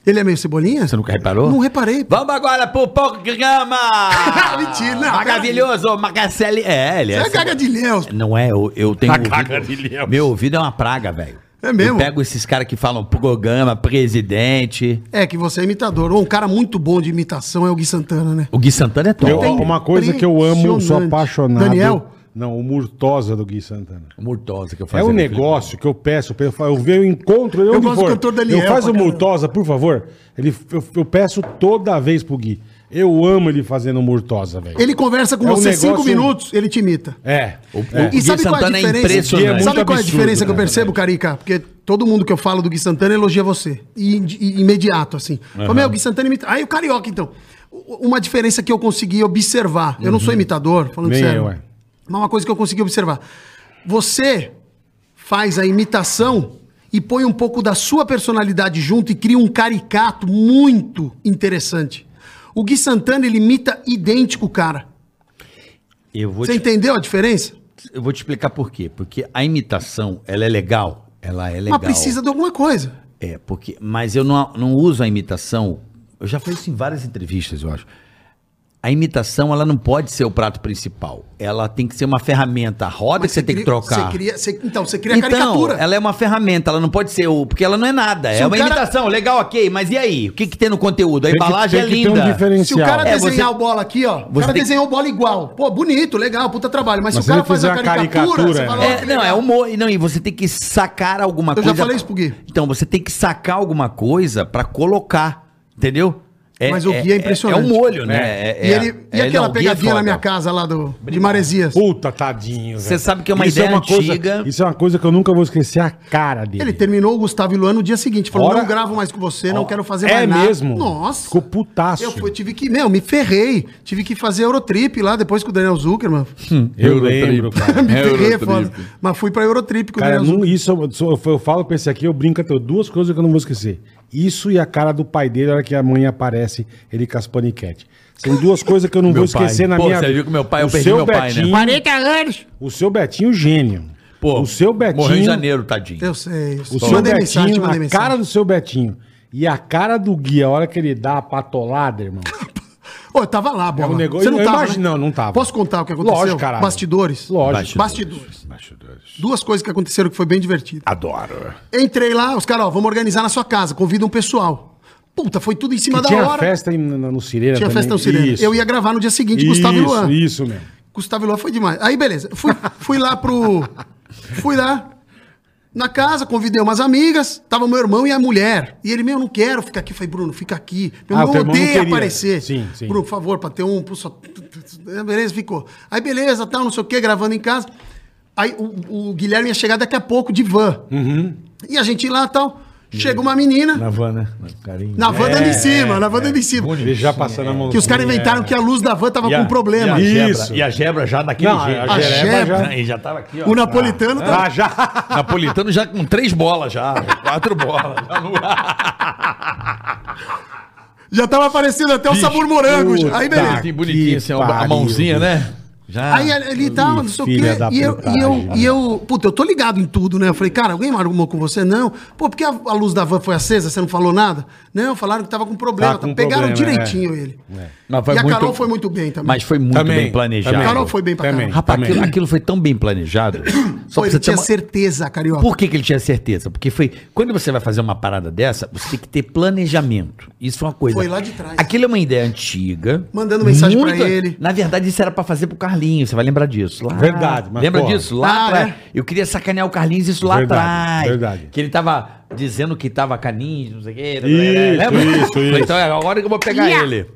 Ele é meio cebolinha?
Você nunca reparou?
Não reparei.
Vamos agora pro programa!
Mentira, não,
Maravilhoso, Marcelinho. É, ele é.
Você
cebolinha.
é cagadilhéu.
Não é, eu, eu tenho. ouvido-
cagadilhéu.
meu ouvido é uma praga, velho.
É mesmo?
Eu pego esses caras que falam programa, presidente.
É que você é imitador. Ou Um cara muito bom de imitação é o Gui Santana, né?
O Gui Santana é top.
Eu, uma coisa que eu amo, sou
Impressionante.
apaixonado.
Daniel?
Não, o Murtosa do Gui Santana.
O Murtosa que eu
É
fazia
um
no Felipe.
negócio que eu peço, eu falo, eu vejo, eu encontro, eu,
Eu
onde
gosto do
for,
cantor Daniel
Eu faço o
pra caramba.
Murtosa, por favor. Ele, eu, eu peço toda vez pro Gui. Eu amo ele fazendo o Murtosa, velho.
Ele conversa com
É um
você
negócio-
cinco minutos, ele te imita.
É.
O-
é.
o- Gui Santana é impressionante.
Gui é
sabe
muito
qual é a
absurdo,
diferença que eu
cara,
percebo, Carica? Porque todo mundo que eu falo do Gui Santana elogia você. E, de- e imediato, assim. Fala, meu, o Gui Santana imita. Aí o Carioca, então. U- Uma diferença que eu consegui observar. Eu não sou imitador, falando
Uhum. Nem
sério.
eu, é.
Mas uma coisa que eu consegui observar. Você faz a imitação e põe um pouco da sua personalidade junto e cria um caricato muito interessante. O Gui Santana, ele imita idêntico, o cara.
Eu vou,
Você
te,
entendeu a diferença?
eu vou te explicar por quê. Porque a imitação, ela é legal. Ela é legal.
Mas precisa de alguma coisa.
É, porque. Mas eu não, não uso a imitação. Eu já falei isso em várias entrevistas, eu acho. A imitação, ela não pode ser o prato principal. Ela tem que ser uma ferramenta. A roda
Mas
que você tem que
cria-
trocar.
Você cria, você- então, você cria
então,
caricatura.
ela é uma ferramenta, ela não pode ser o. Porque ela não é nada.
Se
é
o
uma
cara-
imitação, legal, ok. Mas e aí? O que, que tem no conteúdo? A
Tem que-
embalagem
tem que
é
ter um
linda.
Se o
diferencial.
cara
É, você-
desenhar o bola aqui, ó. O
Você
cara
tem-
desenhou o bola igual. Pô, bonito, legal, puta trabalho. Mas,
Mas se
se o cara
ele
faz
fizer
a
uma
caricatura,
caricatura, é.
você fala, ó,
É,
que
não, é
legal.
humor. e Não, e você tem que sacar alguma
já
coisa.
falei isso pro Gui.
Então, você tem que sacar alguma coisa pra colocar, entendeu?
Mas o Gui é impressionante.
É, um molho, né? É,
E,
é-
ele, e
é-
aquela
não, o Gui é
pegadinha na
foda.
minha casa lá do, de Maresias?
Puta, tadinho,
Você
velho.
sabe que é uma
Isso
ideia
coisa-
antiga.
isso é uma coisa que eu nunca vou esquecer a cara dele.
Ele terminou o Gustavo e Luan no dia seguinte. Falou,
Ora-
não gravo mais com você, não quero fazer mais
É
nada.
mesmo?
Nossa.
Ficou putaço.
Eu fui- tive que, meu, me ferrei. Tive que fazer Eurotrip lá depois com o Daniel Zuckerman.
Eu lembro, cara.
me ferrei, é foda. Mas fui pra Eurotrip com o
É Cara,
Daniel
não, isso eu, eu, eu falo pra esse aqui, eu brinco até duas coisas que eu não vou esquecer. Isso e a cara do pai dele, na hora que a mãe aparece, ele com as paniquete. São duas coisas que eu não
Meu
vou esquecer
pai.
na
Pô,
minha
você viu que meu pai- eu perdi
seu
meu pai, né?
Betinho,
40 anos.
O seu Betinho, gênio.
Pô,
o seu Betinho.
Morreu em janeiro, tadinho.
Eu sei. eu sei.
O seu
Mandei
Betinho,
mensagem, te mandei
a
mensagem.
cara do seu Betinho e a cara do Gui, a hora que ele dá a patolada, irmão.
Ô, eu tava lá, bola.
É um negócio-
Você não
eu
tava,
imagino-
né?
não, não tava.
Posso contar o que aconteceu?
Lógico, caralho.
Bastidores?
Lógico.
Bastidores. Duas coisas que aconteceram que foi bem divertido. Adoro. Entrei lá, os caras, ó, vamos organizar na sua casa, convida um pessoal. Puta, foi tudo em cima
Que
da
tinha
hora.
festa em- no, no Sirena
Tinha
também.
festa no Sirene.
Isso.
Eu ia gravar no dia seguinte,
isso,
Gustavo e Luan.
Isso mesmo.
Gustavo e Luan foi demais. Aí, beleza. Fui, fui lá pro. Fui lá na casa, convidei umas amigas. Tava meu irmão e a mulher. E ele, meu, não quero ficar aqui. Eu falei, Bruno, fica aqui. Meu
Ah,
irmão
teu irmão não
odeia
queria.
aparecer.
Sim, sim.
Bruno, por favor, pra ter um. pro só- Beleza, ficou. Aí, beleza, tal, não sei o quê, gravando em casa.
Uhum.
Aí o, o Guilherme ia chegar daqui a pouco de van. E a gente ia lá e tal. Chega uma menina,
Na van, né? Na carinha.
na van
É,
dando em cima, na van dando em cima.
Ele já passando
é.
a mão. assim, é.
Que os caras inventaram que a luz da van tava com um problema.
e a-
Gebra.
Isso.
E a Gebra já daquele
Não, a
jeito.
Gebra
já-
Né? E já tava aqui, ó.
O napolitano tava.
Ah, já.
Napolitano já com três bolas, já. Quatro bolas. Já no
Já tava aparecendo até o sabor morango. já. Aí, beleza.
Assim, bonitinho, assim, a- a
Tá pariu,
mãozinha,
bicho.
né? Já.
Aí ele tava, não sei o quê.
filha da
E eu, e, eu,
putagem.
e eu, puta, eu tô ligado em tudo, né? Eu falei, cara, alguém arrumou com você? Não. Pô, porque a, a luz da van foi acesa, você não falou nada? Não, falaram que tava com problema.
Tá com
Pegaram
problema,
é.
direitinho ele.
É.
Mas
e a Carol foi muito bem também.
Mas foi muito
Também,
bem planejado.
a Carol foi bem pra
Também.
caralho.
Rapaz, aquilo, aquilo foi tão bem planejado. Só pra
Pô, ele
você ter
tinha
uma...
certeza, Carioca.
Por que, que ele tinha certeza? Porque foi. Quando você vai fazer uma parada dessa, você tem que ter planejamento. Isso é uma coisa.
Foi lá de trás.
Aquilo é uma ideia antiga.
Mandando mensagem pra ele.
Na verdade, isso era pra fazer pro Carlinhos. Você vai lembrar disso. Lá,
Verdade, mas,
Lembra
porra.
disso? Lá
Ah,
atrás.
né?
Eu queria sacanear o Carlinhos isso lá
Verdade,
atrás.
verdade.
Que ele tava dizendo que tava caninho, não sei o quê.
Isso,
lembra?
isso,
Falei,
isso.
Então é agora que eu vou pegar
Yeah.
ele.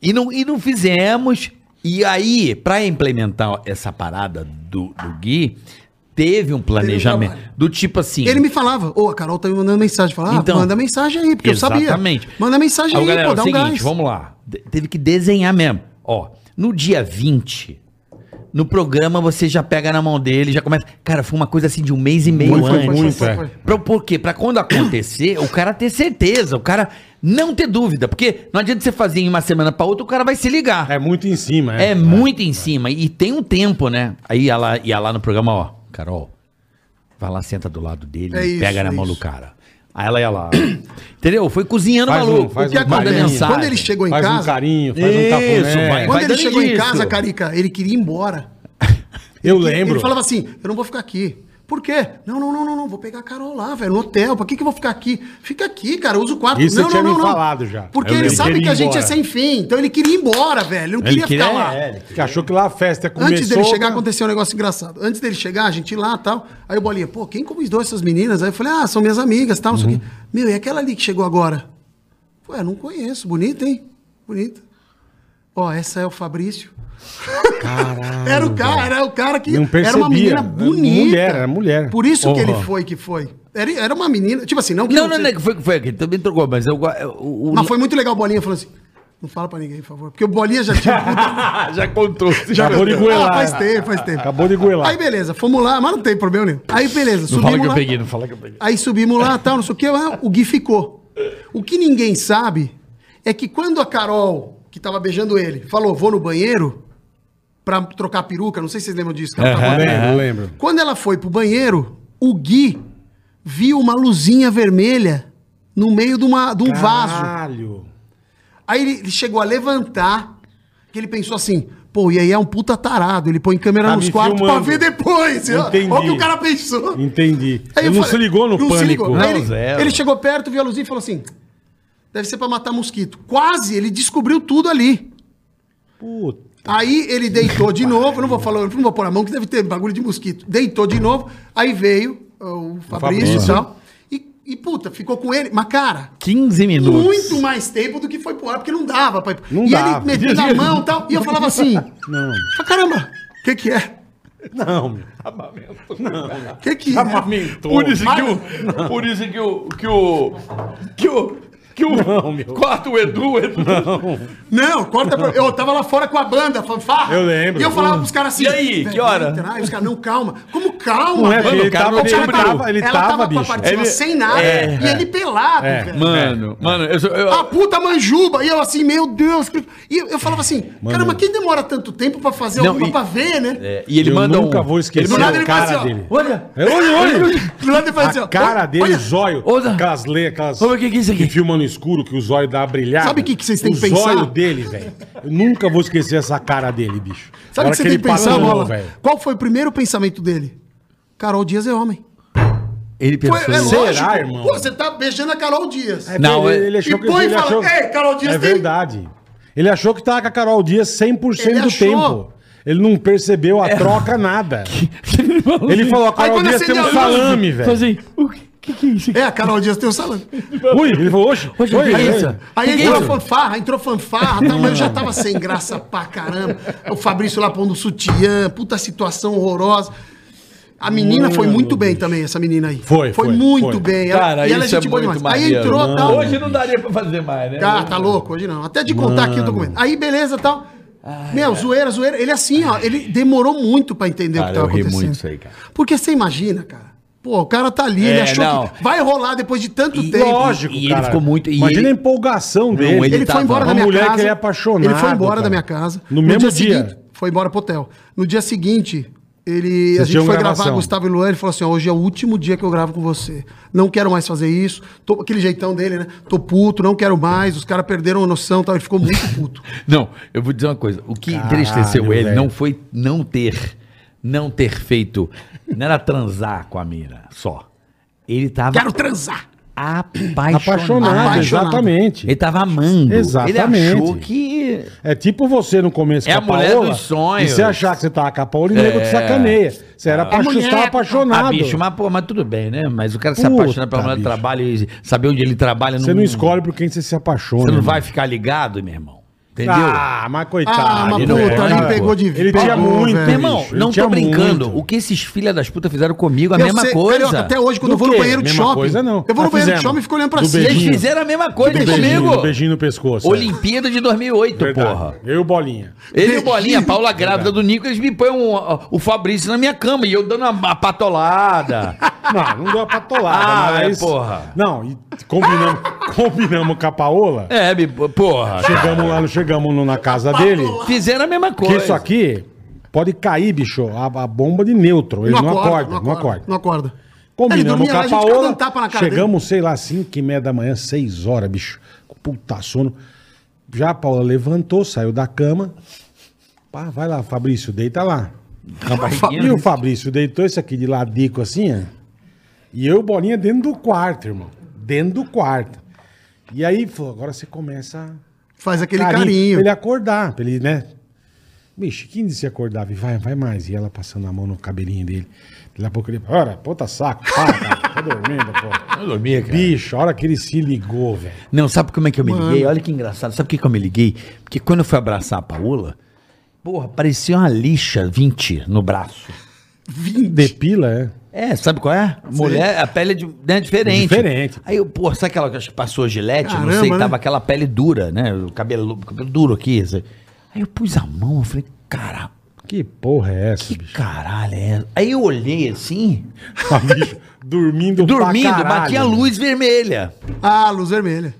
E não, e não fizemos. E aí, pra implementar essa parada do, do Gui, teve um planejamento.
trabalho.
do tipo assim.
Ele me falava, ô, a Carol tá me mandando mensagem. Falava,
Então,
ah, manda mensagem aí, porque eu
Exatamente.
sabia. Manda mensagem
Aí,
aí,
galera,
pô, dá
é
um
o seguinte,
gás.
Vamos lá. De- teve que desenhar mesmo. Ó, no dia 20, no programa você já pega na mão dele, já começa. Cara, foi uma coisa assim de um mês e meio
Foi, foi,
antes.
foi, muito, é.
Pra, por quê? Pra quando acontecer, o cara ter certeza, o cara não ter dúvida. Porque não adianta você fazer em uma semana pra outra, o cara vai se ligar.
É muito em cima,
É muito em cima. E tem um tempo, né? Aí ia lá, ia lá no programa, ó, Carol, vai lá, senta do lado dele,
É
e
isso,
pega na
é
mão
isso.
do cara. Aí ela ia lá. Entendeu? Foi cozinhando o
Faz um-
maluco.
faz
O que
um
manda
carinho.
acontece?
mensagem.
Quando ele chegou em
Faz um
casa,
carinho, faz um cafuné.
Isso, vai-
quando ele
dando
chegou em
disso.
casa, Carica, ele queria ir embora.
Eu
Ele-
lembro.
Ele falava assim: eu não vou ficar aqui. Por quê? Não, não, não, não, não. Vou pegar a Carol lá, velho, no hotel. Pra que, que eu vou ficar aqui? Fica aqui, cara. Usa o quarto.
Isso
não,
você tinha
não, não,
me
não.
falado já.
Porque
Eu
ele
lembro.
sabe
Queria
que
ir
a gente é
embora.
sem fim. Então ele queria ir embora, velho. Ele não
Ele
queria
queria-
ficar lá.
é, ele
Que achou que lá a festa começou... né?
Antes dele chegar, aconteceu um negócio engraçado. Antes dele chegar, a gente lá e tal. Aí o Bolinha, pô, quem convidou essas meninas? Aí eu falei, ah, são minhas amigas tal, não sei o
Uhum.
quê. Meu, e aquela ali que chegou agora? Pô, eu não conheço. Bonita, hein? Bonita. Ó, essa é o Fabrício.
Caralho,
Era o cara, era o cara que
Não
era
percebia.
uma menina
Era
bonita.
mulher, era mulher.
Por isso que ele
Porra.
foi que foi. Era, era uma menina, tipo assim, não que
Não, não,
seja-
não, é que foi, foi aqui, também trocou, mas eu. go- eu- o- o-
Mas foi muito legal o Bolinha falando assim, não fala pra ninguém, por favor. Porque o Bolinha já tinha... puta-
Ah, já contou.
já
Acabou de goelar.
Ah, faz tempo, faz tempo.
Acabou de goelar.
Aí beleza, fomos lá, mas não tem problema nenhum. Aí beleza,
Não fala
subimos
que eu
lá.
peguei, não fala que eu peguei.
Aí subimos lá, tal, não sei o que, o Gui ficou. O que ninguém sabe é que quando a Carol, que tava beijando ele, falou, vou no banheiro pra trocar a peruca, não sei se vocês lembram disso, que ela tava-
Eu lembro, eu lembro.
quando ela foi pro banheiro, o Gui viu uma luzinha vermelha no meio de, uma, de um vaso.
Caralho.
Aí ele, ele chegou a levantar, que ele pensou assim, pô, e aí é um puta tarado, ele põe câmera
Tá
nos
me
quartos pra
filmando.
ver depois. Olha olha o que
Entendi.
o cara pensou.
Entendi.
Aí
Ele
eu
não
falei-
se ligou no
não se
pânico.
ligou. Aí
Não,
ele,
zero.
ele chegou perto, viu a luzinha e falou assim: deve ser pra matar mosquito. Quase ele descobriu tudo ali.
Puta.
Aí ele deitou de novo, eu não vou falar, eu não vou pôr a mão que deve ter bagulho de mosquito. Deitou de novo, aí veio ó, o Fabrício e
Fabrício.
tal. E, e, puta, ficou com ele. Mas, cara,
15 minutos.
muito mais tempo do que foi pro ar, porque não dava. Pra...
Não
e
dava.
ele metendo a mão e tal. E eu falava assim:
Não.
"Ah, caramba, o que, que é?
Não, meu.
O que, que é?
Amamentou.
Por isso que o. Por isso que o. Que o. Que o. Que o.
Não, meu.
Corta o Edu, o Edu.
Não, corta pra... Eu tava lá fora com a banda, fanfarra.
Eu lembro. Hum.
E eu falava pros caras assim...
E aí, que
"Velho,
hora?"
vai entrar. Aí os caras, não, calma. Como calma,
Não é,
velho?
ele
cara
tava,
não
ele
tinha
tava, ele
Ela
tava,
tava com a
bicho.
participação
Ele-
sem nada.
É,
e ele pelado,
É.
velho.
Mano, mano, eu, sou- eu,
Ah.
A puta manjuba! E eu assim, meu Deus! que- E eu falava assim, caramba, quem demora tanto tempo pra fazer
Não,
alguma
e-
pra ver, né?
É, e ele
Eu
manda
nunca
um.
vou esquecer
Do lado
é o
ele faz
cara
assim, ó,
dele.
Olha,
Olha, olha.
Do lado ele faz assim, ó,
A cara
olha,
dele,
olha.
o zóio.
Olha.
Aquelas le- aquelas
Olha, o que que é isso aqui?
filma no escuro, que o zóio dá uma brilhada.
Sabe o que que vocês têm que
O
pensar?
zóio dele, velho. Eu nunca vou esquecer essa cara dele, bicho.
Sabe o
Hora
que você tem que
ele
pensar,
patou,
Bola?
velho.
Qual foi o primeiro pensamento dele? Carol Dias é homem.
Ele pensou.
Foi, é
isso.
lógico.
Será, irmão?
Pô, você tá beijando a Carol Dias.
É,
Não,
ele,
é-
ele achou
E
que...
põe e
ele
fala,
achou-
"Ei, Carol Dias
É
tem-"
verdade. Ele achou que tava com a Carol Dias 100%
Ele
do
achou.
tempo. Ele não percebeu
É.
a troca, nada. Ele falou, a Carol
quando
Dias tem
acendeu
um
a luz,
salame,
Falou
velho.
assim, o que, que que é isso aqui?
É, a Carol Dias tem o salame.
Ui, ele falou, oxe,
Oxe,
oi,
que
oi.
isso?
Aí
Que que é
entrou
isso?
fanfarra, entrou fanfarra, tá, mas eu já tava sem graça pra caramba. O Fabrício lá pondo sutiã, puta situação horrorosa. A menina foi
Mano,
muito bem também, essa menina aí.
Foi,
Foi
foi,
muito
foi.
bem. Ela-
Cara,
e ela
isso é muito
Aí
maneiro,
entrou,
mano.
tal.
Hoje não daria pra fazer mais, né?
Cara, tá louco hoje não. Até de contar aqui o documento. Aí, beleza, tal. Meu, zoeira, zoeira. Ele assim, ó, ele demorou muito pra entender o
Cara,
que tava
eu ri
acontecendo.
muito isso aí, cara.
Porque você imagina, cara. Pô, o cara tá ali, ele
É,
achou
não.
que vai rolar depois de tanto tempo.
Lógico,
E- e ele
cara.
ficou muito- e
Imagina
ele-
a empolgação dele.
ele tá
Ele,
tava-
foi embora da
uma
minha
mulher
casa.
que ele é apaixonado,
Ele foi embora
cara.
da minha casa.
No mesmo dia.
seguinte, foi embora pro hotel. No dia seguinte, ele, a
Vocês tinham
gente foi
gravação.
gravar Gustavo e Luan. Ele falou assim: ó, hoje é o último dia que eu gravo com você. Não quero mais fazer isso. Tô- aquele jeitão dele, né? Tô puto, não quero mais. Os caras perderam a noção e tal. Ele ficou muito puto.
Não, eu vou dizer uma coisa. O que
Caralho,
entristeceu ele
velho.
não foi não ter, não ter feito, não era transar com a mina só. Ele tava
quero transar.
apaixonado.
tá Apaixonado,
Apaixonado.
exatamente.
Ele tava amando.
Exatamente.
Ele achou que...
É tipo você no começo
É a mulher
Paola,
dos sonhos. É.
E você achar que você tava com a Paola e o nego te sacaneia. Você era apaixo-
mulher,
tava
Ah,
apaixonado.
bicho, mas, pô, mas tudo bem, né? Mas o cara se
Puta,
apaixona pela mulher do
bicho.
trabalho e saber onde ele trabalha.
Você não escolhe por quem você se apaixona.
Você não
irmão.
vai ficar ligado, meu irmão. Entendeu?
Ah, mas coitado. né?
Ah, mas
não
puta,
era,
ele
pô.
pegou de
Ele tinha
pegou,
muito,
Meu
velho.
irmão,
bicho, ele
não tô
tinha
brincando.
muito.
O que esses filha das putas fizeram comigo, a
Eu
mesma
sei,
coisa.
Carioca, até hoje, quando eu vou no banheiro de shopping. eu vou no banheiro de shopping e fico olhando pra
Tá Do
cima.
Eles
beijinho.
fizeram a mesma coisa
Do Um beijinho,
comigo.
do beijinho no pescoço.
Olimpíada de 2008,
Verdade.
porra.
Eu e o Bolinha.
Ele e o Bolinha, a Paula grávida do Nico, eles me põem um- o Fabrício na minha cama e eu dando uma, uma patolada.
Não, não deu a patolada,
Ah,
mas...
é, porra.
Não, e combinamos, combinamos com a Paola.
é, me- porra.
Chegamos lá, não chegamos no- na casa dele.
Fizeram a mesma coisa.
Porque isso aqui pode cair, bicho, a, a bomba de neutro. Ele não, acorda, não acorda.
Não acorda. Ele
Combinamos
dormia
com
lá,
a
a gente ficava
Paola.
dando tapa na cara dele.
Chegamos, sei lá, 5 e meia da manhã, 6 horas, bicho. Com puta sono. Já a Paola levantou, saiu da cama. Pá, vai lá, Fabrício, deita lá. E o Fabrício deitou isso aqui de ladico assim, ó. E eu e o Bolinha dentro do quarto, irmão. Dentro do quarto. E aí, falou, agora você começa
Faz aquele
carinho,
carinho.
Pra ele acordar, pra ele, né? Bicho, quem disse que acordava? E vai, vai mais. E ela passando a mão no cabelinho dele. Daqui a pouco ele, ora, puta saco, pá, cara, tá dormindo, pô.
Eu dormia, cara.
Bicho, a hora que ele se ligou, velho.
Não, sabe como é que eu me liguei? Olha que engraçado. Sabe por que, que eu me liguei? Porque quando eu fui abraçar a Paola, porra, parecia uma lixa 20 no braço.
Depila, é.
É, sabe qual é? Mulher, a pele é, de- né, diferente.
Diferente.
Aí, eu, pô, sabe aquela que passou gilete? não
Caramba,
sei,
né?
tava aquela pele dura, né? O cabelo, cabelo duro aqui. assim. Aí eu pus a mão, eu falei, cara,
Que porra é essa,
que
bicho?
caralho é essa? Aí eu olhei assim,
Ah, bicho, dormindo pra
dormindo,
caralho, né?
batia a
velho.
luz vermelha.
é-
Ah, luz vermelha.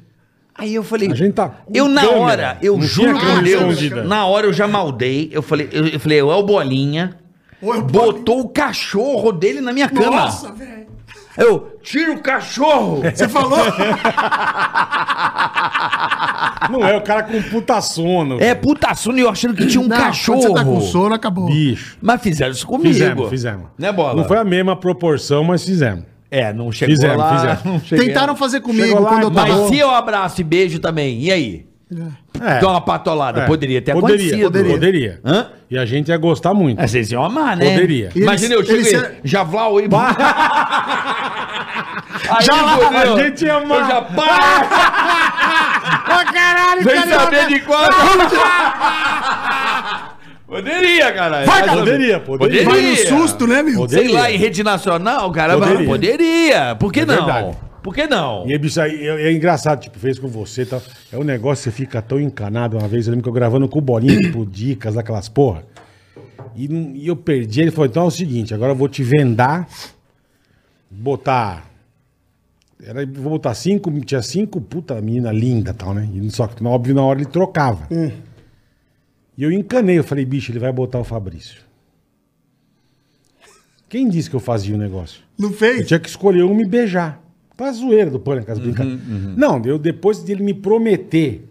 Aí eu falei,
A gente tá com
eu na
câmera,
hora, eu
não
juro por
tinha câmera
Deus,
escondida.
na hora eu já maldei, eu falei, eu, eu falei, é o Bolinha,
Ô, é o
botou o cachorro dele na minha cama.
Nossa, velho.
Eu, tira o cachorro!
Você falou?
Não é, o cara com puta sono.
É puta sono e eu achando que tinha um
Não,
cachorro.
Quando você tá com sono, acabou.
Bicho.
Mas fizeram isso comigo.
Fizemos, fizemos.
Né, Bola?
Não foi a mesma proporção, mas fizemos.
É, não chegou
Fizemos,
lá.
fizemos.
não cheguei
Tentaram
lá.
fazer comigo
Chegou lá,
quando eu tava.
Mas se eu abraço e beijo também, e aí?
É.
Dá uma patolada.
É.
Poderia ter
poderia,
acontecido. né?
Poderia. poderia.
Hã?
E a gente ia gostar muito.
Às vezes iam amar, né?
Poderia.
E
Imagina eu
eles-
chego
eles-
e... Já vlau e... Aí,
Já lá,
fodeu.
a gente ia amar. Ah,
Eu já... Pá,
Ô, caralho,
vem
carioca.
saber de qual... poderia, caralho.
Vai,
Mas-
poderia, poderia.
Vai no susto, né, meu?
Poderia.
Sei lá, em rede nacional, cara, mas
Poderia. É
poderia. Por que não?
verdade.
Por que não?
E aí, bicho, aí, é, é engraçado, tipo, fez com você e tal. É um negócio, você fica tão encanado. Uma vez eu lembro que eu gravando com o Bolinha, tipo, dicas daquelas porra. E, não- e eu perdi. Ele falou: então é o seguinte, agora eu vou te vendar, botar. Era, vou botar cinco, tinha cinco puta menina linda e tal, né? E só que, óbvio, na hora ele trocava. E eu encanei, eu falei, bicho, ele vai botar o Fabrício. Quem disse que eu fazia o negócio?
Não
Eu
fez?
tinha que escolher um e me beijar. Tá zoeira do pânico,
Uhum,
as brincadeiras. Não, eu, depois dele me prometer,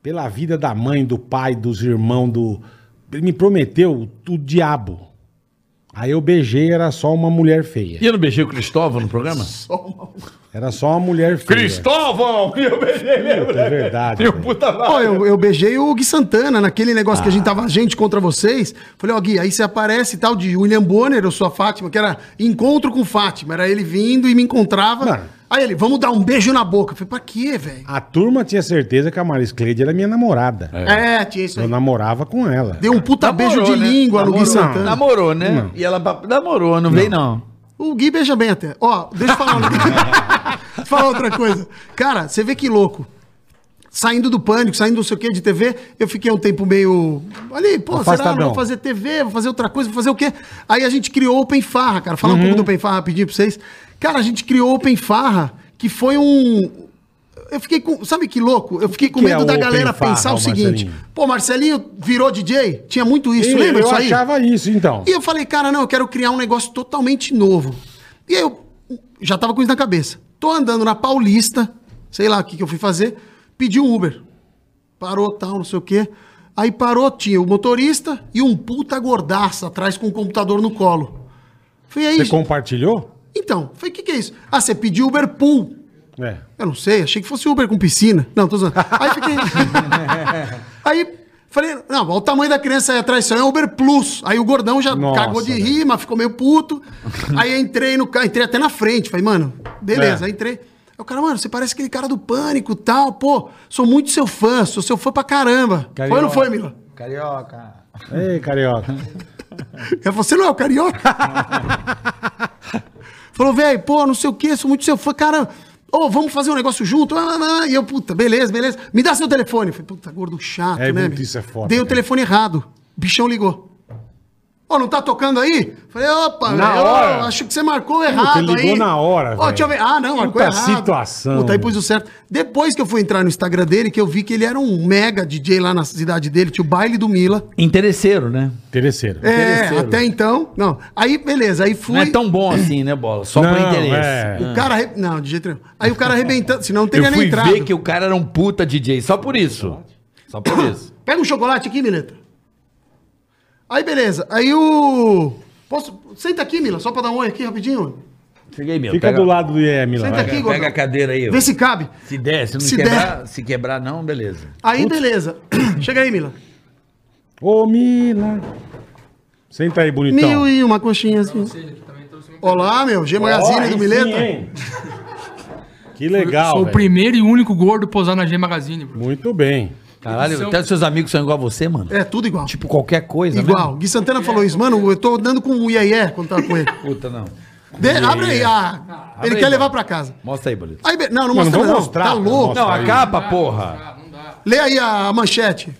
pela vida da mãe, do pai, dos irmãos, do. Ele me prometeu o, o diabo. Aí eu beijei, era só uma mulher feia.
E eu não beijei o Cristóvão no programa?
Era só uma mulher feia.
Cristóvão! E eu beijei ele.
Puta, É verdade.
né?
velho.
Puta
Pô, eu, eu beijei o Gui Santana naquele negócio que a gente tava, gente contra vocês. Falei, ó, Gui, aí você aparece e tal de William Bonner, eu sou a Fátima, que era encontro com Fátima. Era ele vindo e me encontrava.
Mano,
Aí ele, vamos dar um beijo na boca. Eu falei, pra quê, velho?
A turma tinha certeza que a Maris Cleide era minha namorada.
É, tinha isso aí.
Eu namorava com ela.
Deu um puta beijo de
né?
língua no Gui
Namorou,
Santana.
Namorou, né? E ela pa- namorou, não, veio não.
O Gui beija bem até. Ó, deixa eu falar, um- deixa eu falar outra coisa. Cara, você vê que louco. Saindo do pânico, saindo não sei o que de TV, eu fiquei um tempo meio. Ali, pô, será?
Afastadão.
Vou fazer TV, vou fazer outra coisa, vou fazer o quê? Aí a gente criou o Open Farra, cara.
Uhum.
Falar um pouco do Open Farra rapidinho pra vocês. Cara, a gente criou o Open Farra, que foi um. Eu fiquei com. Sabe que louco? Eu fiquei com
que
medo
é o
da
Open
galera
Farra,
pensar o seguinte.
Marcelinho?
Pô, Marcelinho virou DJ? Tinha muito isso,
E
lembra
eu
disso aí?
achava isso, então.
E é eu falei, cara, não, eu quero criar um negócio totalmente novo. E aí eu já tava com isso na cabeça. Tô andando na Paulista, sei lá o que, que eu fui fazer, pedi um Uber. Parou, tal, não sei o quê. Aí parou, tinha o motorista e um puta gordaço atrás com o computador no colo. Falei, aí,
Você compartilhou?
então, falei, o que, que é isso? Ah, você pediu Uber Pool.
É.
Eu não sei, achei que fosse Uber com piscina. Não, tô zoando. Aí fiquei. aí falei, não, olha o tamanho da criança aí atrás, isso aí é Uber Plus. Aí o gordão já
Nossa,
cagou de
velho.
rir, mas ficou meio puto. aí eu entrei no carro, entrei até na frente. Falei, mano,
É.
beleza, aí entrei. Aí o cara, mano, você parece aquele cara do pânico e tal, pô, sou muito seu fã, sou seu fã pra caramba. Foi ou não foi, Mila?
Carioca.
Ei, carioca.
Eu falei, você não é o carioca? Falou, velho, pô, não sei o que, sou muito seu fã, cara. Ô, vamos fazer um negócio junto? Ah, ah, ah. E eu, puta, beleza, beleza. Me dá seu telefone. Eu Falei, puta, gordo chato,
É,
né?
muito
meu?
isso é foda,
Dei o
cara.
telefone errado. O bichão ligou. Ô, não tá tocando aí? Falei, opa,
Na
velho, ô,
hora.
acho que você marcou errado
ele ligou
aí.
na hora,
Ô, deixa eu ver.
velho.
Ah, não, marcou
Puta
errado.
situação,
Puta, aí
velho.
pus o certo. Depois que eu fui entrar no Instagram dele, que eu vi que ele era um mega DJ lá na cidade dele, tinha o baile do Mila.
Interesseiro, né?
Interesseiro.
É, até então. Não. Aí, beleza, aí fui.
Não é tão bom assim, né, bola? Só por
Não,
interesse.
é.
O cara. arre- Não, de jeito nenhum. Aí o cara arrebentando, senão não teria
Eu
nem
fui
entrado.
ver que o cara era um puta DJ, só por isso. Só por isso.
Pega um chocolate aqui, Mileta. Aí, beleza. Aí o. Posso. Senta aqui, Mila, só pra dar um oi aqui rapidinho.
Cheguei, meu.
Fica
pega,
do lado do IEM lá.
Senta
vai.
aqui,
Pega,
Gordão.
a cadeira aí. ó.
Vê se cabe.
Se der, se não
se
quebrar, se quebrar não, beleza.
Aí, beleza. Chega aí, Mila.
Ô, Mila. Senta aí,
Então.
bonitão.
Mil e uma coxinha assim. Olá, meu. G Magazine
Ó,
do
aí
Mileta.
sim, hein? que legal,
Sou o
velho.
primeiro e único gordo pousar na G Magazine, bro.
Muito bem.
Caralho,
São-
até os seus amigos são igual a você, mano.
é, tudo igual.
Tipo, qualquer coisa,
igual. Gui Santana falou isso. Mano, eu tô andando com o Iaia quando tava com ele.
mesmo? Puta, não.
De- Abre aí. Ah,
Abre
ele
aí,
quer
mano.
levar pra casa.
Mostra aí, boleto.
Aí, be- não, não
Mano,
mostra
vou
não.
mostrar,
tá
cara,
louco.
mostra.
Não, a capa, porra.
Lê aí a a manchete.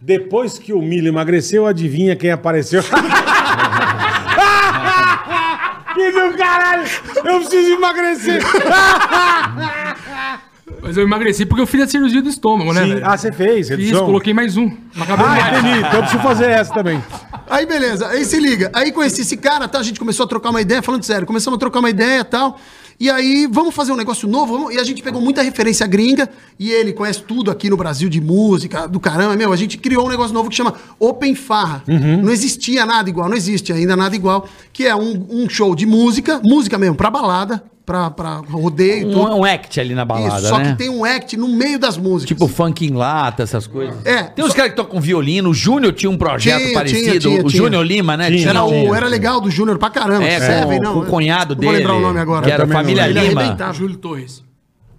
Depois que o Mila emagreceu, adivinha quem apareceu? que do caralho! Eu preciso emagrecer!
Mas eu emagreci porque eu fiz a cirurgia do estômago, né,
Sim.
velho?
Ah, você fez,
Fiz,
edição?
coloquei mais um. Mas acabei
é?
Ah,
mais.
entendi. Então eu preciso fazer essa também.
Aí beleza, aí se liga. Aí conheci esse cara, tá? A gente começou a trocar uma ideia, falando sério, começamos a trocar uma ideia e tal. E aí, vamos fazer um negócio novo? vamos- E a gente pegou muita referência gringa, e ele conhece tudo aqui no Brasil de música, do caramba, meu. A gente criou um negócio novo que chama Open Farra.
Uhum.
Não existia nada igual, não existe ainda nada igual, que é um, um show de música, música mesmo, pra balada, pra, pra rodeio e
Um,
tudo.
um act ali na balada,
Isso, só
né?
que tem um act no meio das músicas.
Tipo funk em lata, essas coisas.
É,
Tem uns
só-
caras que tocam violino. O Júnior tinha um projeto
Tinha,
parecido.
tinha, tinha,
o
tinha.
Júnior Lima, né?
Tinha,
Era,
um-
o, era legal do Júnior pra caramba.
É,
Seven,
com, com o cunhado
não
dele.
Vou lembrar o nome agora.
Que era a
também não
família
lembro. Ele
Lima.
arrebentava.
Júlio Torres.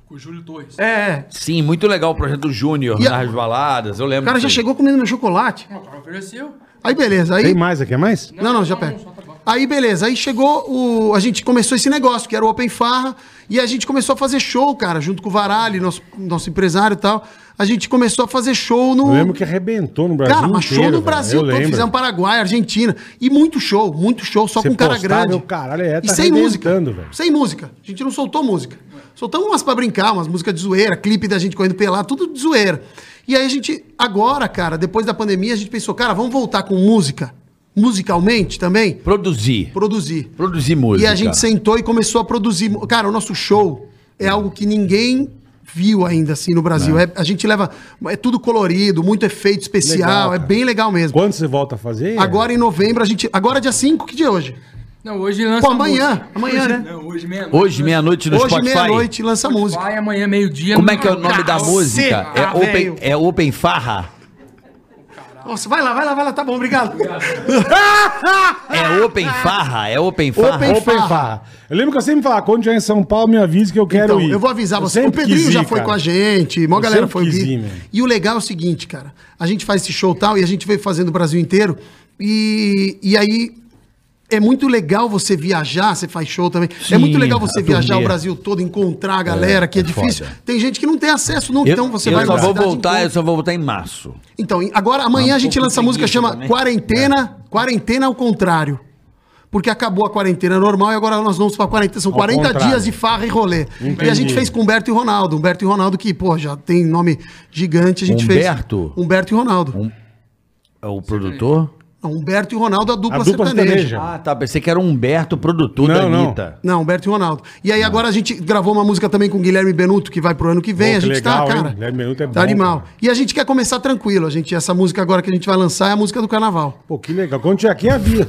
Com o Júlio Torres.
Tá. É, é.
Sim, muito legal o projeto do Júnior né,
E a-
nas baladas. Eu
O
lembro.
cara já
disso.
chegou comendo meu chocolate.
O cara ofereceu.
Aí beleza, aí.
Tem mais aqui, é mais?
Não, não, já pega. Aí beleza, aí chegou o. A gente começou esse negócio, que era o Open Farra, e a gente começou a fazer show, cara, junto com o Varalho, nosso, nosso empresário e tal. A gente começou a fazer show no.
Eu lembro que arrebentou no Brasil
Cara, mas show
um inteiro,
no
velho.
Brasil
Eu
todo.
lembro.
Fizemos Paraguai, Argentina. E muito show, muito show, só
Você
com cara
postava,
grande.
eu, caralho, é,
e
tá
sem música.
arrebentando, velho.
Sem música. A gente não soltou música. Soltamos umas pra brincar, umas músicas de zoeira, clipe da gente correndo pelado, tudo de zoeira. E aí a gente, agora, cara, depois da pandemia, a gente pensou, cara, vamos voltar com música, musicalmente também,
Produzir.
produzir.
Produzir
é,
música.
E a gente sentou e começou a produzir. Cara, o nosso show é algo que ninguém viu ainda assim no
Né?
Brasil. É- a gente leva. É tudo colorido, muito efeito especial.
Legal,
é
cara.
bem legal mesmo.
Quando é? você volta a fazer?
Agora em novembro a gente. Agora é dia 5, que dia é hoje?
Não, hoje lança.
Pô, amanhã,
música.
amanhã,
hoje,
né?
Não, hoje meia-noite.
Hoje, meia-noite no
hoje,
Spotify.
meia-noite, lança música.
Vai amanhã, meio-dia.
Como
no-
Ah,
é que é o nome da
Caceta,
música? É
velho.
open, é open Farra?
Nossa, vai lá, vai lá, vai lá, tá bom, obrigado.
É
Ah,
open farra? É open farra?
Open
Open
farra.
Farra. Eu lembro que eu sempre falava, quando tiver em São Paulo, me avise que eu quero
Então,
ir.
eu vou avisar
Eu
você. O
sempre
Pedrinho
quis
já
ir,
foi
cara.
com a gente, mó
Eu
galera
sempre
foi
quis
vir.
ir, meu.
e o legal é o seguinte, cara. A gente faz esse show e tal e a gente veio fazendo o Brasil inteiro. E, e aí é muito legal você viajar, você faz show também. é
Sim,
muito legal você
a
viajar
turnê.
o Brasil todo, encontrar a galera, que é,
é
difícil.
foda.
Tem gente que não tem acesso, não.
Eu,
então você
eu
vai
só
numa
vou
cidade e
voltar, eu
encontra.
só vou voltar em março.
Então, e agora amanhã
Ah,
a
um
gente lança a música chama Quarentena,
É.
Quarentena ao contrário. Porque acabou a quarentena normal e agora nós vamos pra quarentena. São 40
contrário.
dias de farra e rolê. E a
Entendi.
gente fez com Humberto e Ronaldo. Humberto e Ronaldo, que, pô, já tem nome gigante, a gente
Humberto?
fez. Humberto e Ronaldo.
É o produtor?
Não, Humberto e Ronaldo, a dupla,
A dupla
sertaneja.
sertaneja.
Ah, tá. Pensei que era o Humberto, produtor
Não,
da
não.
Anitta.
Não, Humberto e Ronaldo. E aí agora a gente gravou uma música também com o Guilherme Benuto, que vai pro ano que vem.
Pô,
a
que
gente
legal,
tá,
hein?
cara.
Guilherme Benuto é
tá
bom,
animal.
cara.
E a gente quer começar tranquilo, a gente. Essa música agora que a gente vai lançar é a música do carnaval.
Pô, que legal. Quando tiver aqui, avisa.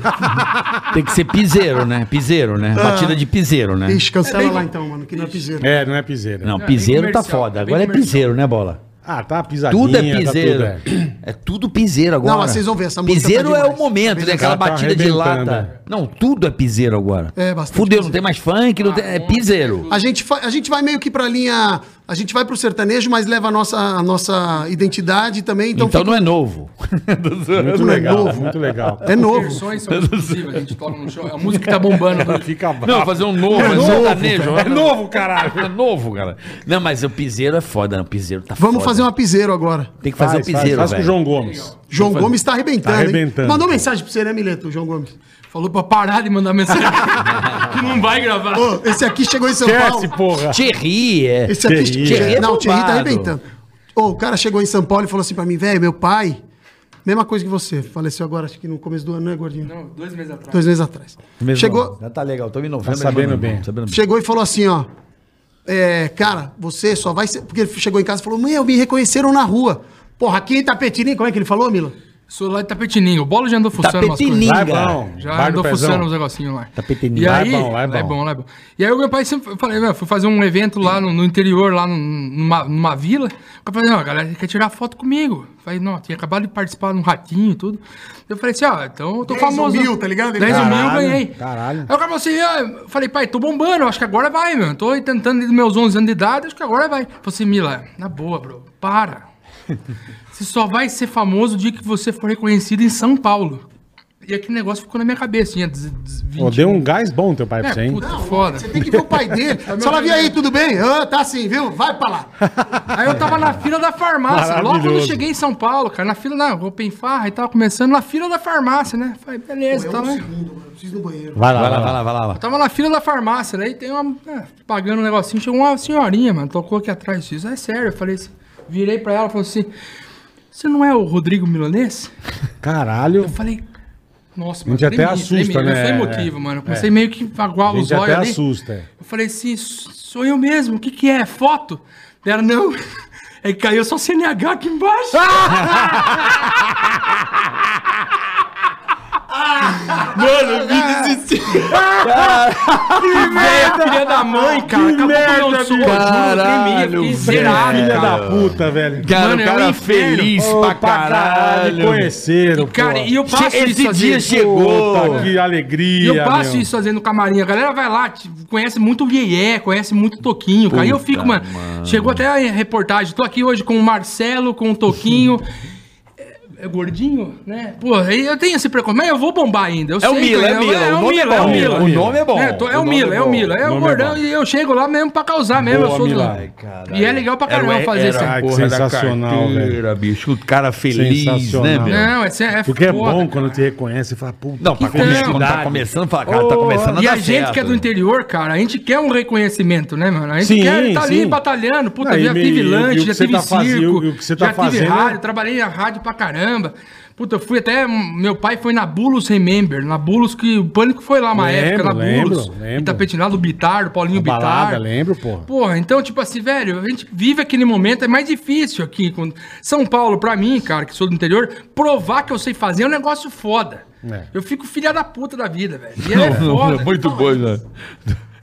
Tem que ser piseiro, né? Piseiro, né? Batida de piseiro, né?
Ah. Ixi, cancela
É bem-
lá então, mano, que não é piseiro.
é, não é piseira.
Não,
é
piseiro
bem
tá
comercial,
foda.
é bem
Agora é
comercial.
piseiro, né, Bola?
Ah, tá pisadinha.
Tudo é
tá
piseiro.
tudo, é.
é. tudo piseiro agora.
Não, mas vocês vão ver, essa música tá
Piseiro é o
demais.
momento, né? Aquela
Tá
batida de
arrebentando.
lata. Não, tudo é piseiro agora.
É, bastante
Fudeu, não
piseiro.
tem mais funk, não tem... é
Ah,
piseiro.
A gente, fa- a gente vai meio que pra linha. A gente vai pro sertanejo, mas leva a nossa, a nossa identidade também. Então,
Então não é novo.
Muito legal, muito legal.
é novo.
Versões são possíveis, a gente toca no show. A música que tá bombando.
Fica bravo.
Não, fazer um novo, é
novo,
sertanejo.
cara. É novo, caralho.
É novo, cara. Não, mas o piseiro é foda, né? O piseiro tá
Vamos
foda.
fazer um apiseiro agora.
Tem que fazer o piseiro,
faz com o
velho.
João Gomes.
João Gomes tá arrebentando.
Tá
hein?
arrebentando.
Mandou mensagem pra você, né, Mileto, o João Gomes?
Falou pra parar de mandar mensagem. que não vai gravar.
Ô, esse aqui chegou em São
Esquece,
Paulo.
porra.
Thierry é...
Esse aqui.
Thierry.
Thierry é
não, o Thierry tá
bombado.
arrebentando. Ô, o cara chegou em São Paulo e falou assim pra mim, velho, meu pai. Mesma coisa que você. Faleceu agora, acho que no começo do ano, né, gordinho?
Não, dois meses atrás.
Dois meses atrás.
Mesmo
Chegou,
não. Já tá legal, tô em novembro.
Tá sabendo
mas-
bem.
Sabendo bem.
chegou e falou assim, ó. é, cara, você só vai ser. Porque ele chegou em casa e falou, mãe, eu me reconheceram na rua. Porra, aqui em Tapetininho, como é que ele falou, Mila?
Sou lá de Tapetininho. O Bolo já andou fuçando umas coisas.
Tapetininho.
Lá é
Pinga.
bom.
Já
Bar do
andou
Pezão.
fuçando uns negocinhos lá.
Tapetininho.
E
Lá é
aí,
bom, lá é
lá é
bom.
bom, lá é bom. E aí o meu pai sempre eu falei, meu, fui fazer um evento lá no, no interior, lá num- numa, numa vila. Eu falei, não, a galera quer tirar foto comigo. Eu falei, não, tinha acabado de participar de um ratinho e tudo. Eu falei assim, ó, então eu tô
10
famoso.
mil, tá ligado?
10 mil eu
Caralho,
ganhei.
caralho.
Aí o cara falou assim, ah, eu falei, pai, tô bombando, acho que agora vai, meu. Tô tentando desde meus 11 anos de idade, acho que agora vai. Eu falei assim, Mila, na boa, bro, para. Você só vai ser famoso o dia que você for reconhecido em São Paulo. E aquele negócio ficou na minha cabeça, tinha dez- dez- 20
Pô, deu um gás bom teu pai pra você,
É,
hein?
puta, foda.
Você tem que ver o pai dele. Você fala, e aí, tudo bem? Ah, tá assim, viu? Vai pra lá.
Aí eu tava na fila da farmácia, logo quando eu
Maravilhoso.
cheguei em São Paulo, cara, na fila da Open Farra e tal, começando na fila da farmácia, né? Falei, beleza,
Dá
tava.
um segundo, mano, eu preciso ir no banheiro.
Vai lá,
Vai lá, vai lá, vai lá.
Eu tava na fila da farmácia, né? E tem uma. é, pagando um negocinho, chegou uma senhorinha, mano, tocou aqui atrás disso. É sério, eu falei assim. Virei pra ela e falei assim: Você não é o Rodrigo Milanês?
Caralho.
Eu falei. Nossa,
gente até assusta, né?
Eu sou emotivo,
É,
mano. Eu comecei meio que a
A
aguar os
gente
olhos
até
um ali.
assusta. é.
Eu falei assim, sou eu mesmo, o que que é? Foto? Ela, não, é que caiu só CNH aqui embaixo.
Ah,
Ah,
Mano, eu vi desistir. Que merda,
então.
filha da mãe, cara. Acabou um com o meu sonho,
Caralho,
juro, eu tremi, eu fiquei zerado,
Filha
É, cara.
da puta, velho.
Cara,
Mano,
o
é
cara
um inferno.
feliz
Ô,
pra
Me
caralho.
conheceram,
Cara,
pô.
e eu passo
Che- esse
isso às
dia
vezes.
chegou.
Puta, que alegria,
E eu passo
meu.
isso fazendo camarim. A galera vai lá, tipo, conhece muito o Yeye, conhece muito o Toquinho. Cara. Aí eu fico, mano, Chegou até a reportagem. Tô aqui hoje com o Marcelo, com o Toquinho. É, é gordinho, né? Pô, aí eu tenho esse preconceito. Mas eu vou bombar ainda. Eu
É o
sei,
Mila,
cara,
é o Mila.
É
O
o
nome é
Mila, é o
bom.
Mila.
O nome é bom.
É, tô- é
O
o
nome
Mila,
é
é o
bom.
Mila. É
O
o
nome é
gordão
bom.
e eu chego lá mesmo pra causar mesmo.
Boa,
eu sou
Mila.
do- E é legal pra caramba fazer isso.
Ah,
Era
que
porra da
sensacional,
carteira, bicho. O cara feliz, né,
Sensacional.
meu?
Não, é, sé- é
Porque é
foda,
bom
cara.
quando te reconhece e fala, puta,
Não, pra
que
começar, quando tá
felicidade.
começando, fala, cara, tá começando
Então, E
dar
a gente
certo.
que é do interior, cara, a gente quer um reconhecimento, né, mano? A gente
Sim,
quer estar tá ali
sim.
batalhando. Puta,
Não, e
já
me-
tive
e o- e o
lanche,
que
já
você
tive
tá fazendo-
circo,
e o que você
já
tá fazendo,
tive rádio,
é-
trabalhei na rádio pra caramba. Puta, eu fui até. Meu pai foi na Bulos Remember, na Bulos que o Pânico foi lá uma
Lembro,
época, na
lembro,
Bulos.
lembro.
Itapetinado, do Bitar, do Paulinho
A
Bitar.
balada, lembro, porra.
Porra, então, tipo assim, velho, a gente vive aquele momento, é mais difícil aqui. com- São Paulo, pra mim, cara, que sou do interior, provar que eu sei fazer é um negócio foda.
É.
Eu fico filha da puta da vida, velho. E é foda.
Muito Tá
Então,
bom, né?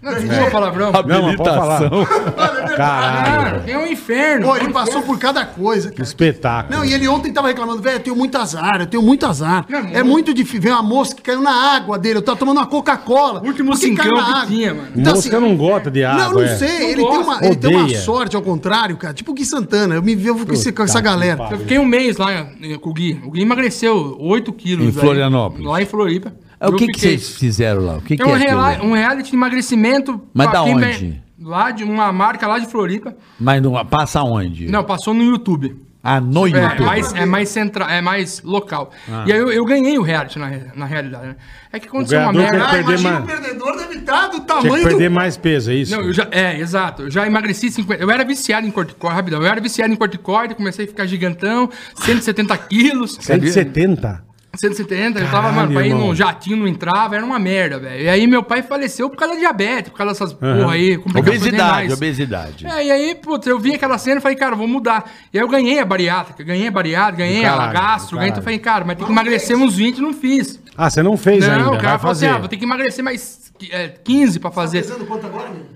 Não, desculpa o palavrão.
Não, mas pode
Habilitação.
falar. Caralho.
Cara, é um inferno.
Pô, ele passou por cada coisa,
Que
cara.
espetáculo.
é
Não, e ele ontem tava reclamando, velho, eu tenho muito azar, eu tenho muito azar.
Não,
é muito difícil. Veio uma mosca que caiu na água dele, eu tava tomando uma Coca-Cola.
Último
Por que caiu
cincão
na
que
água?
tinha, mano.
Então,
Mosca
assim,
não gota de água.
não, eu não
é.
sei.
Não
ele, tem uma,
gosta.
ele tem uma
Odeia.
sorte, ao contrário, cara. Tipo o Gui Santana. Eu me vivo com, esse- com essa
Puta
galera.
que pariu.
Eu fiquei um mês lá eh, com o Gui. O Gui emagreceu 8 quilos.
Em
aí,
Florianópolis.
lá em Floripa.
É, o
Eu
que, que
fiquei.
vocês fizeram lá? O que, que
É um,
é aquilo?
reali- um reality de emagrecimento.
Mas
pra
da
quem
onde?
vem- Lá de uma marca lá de Floripa.
Mas não, passa onde?
Não, passou no YouTube.
Ah, no
É
YouTube.
mais, é mais central, é mais local.
Ah.
E aí eu, eu ganhei o reality na, re- na realidade. né? É que aconteceu uma
ganhador
merda.
quer perder
imagina
mais.
o perdedor deve estar do
Tinha que
tamanho
perder
do...
mais peso, é isso?
Não, eu já, é, exato. Eu já emagreci 50. Eu era viciado em corticoide, rapidão. Eu era viciado em corticoide, comecei a ficar gigantão, 170 quilos.
170?
170, eu tava,
é Caralho,
mano, pra ir
irmão.
num jatinho, não entrava, era uma merda, velho. E aí meu pai faleceu por causa da diabetes, por causa dessas porra aí, complicações
Obesidade,
renais.
obesidade.
É, e aí, putz, eu vi aquela cena e falei, cara, vou mudar. E aí eu ganhei a bariátrica, ganhei a bariátrica, ganhei a
caralho, do
gastro, ganhei. Então eu falei, cara, mas tem que emagrecer uns 20, não fiz.
Ah, você não fez ainda.
Não, o cara
vai
falou assim,
fazer.
ah, vou ter que emagrecer mais é, 15 pra fazer.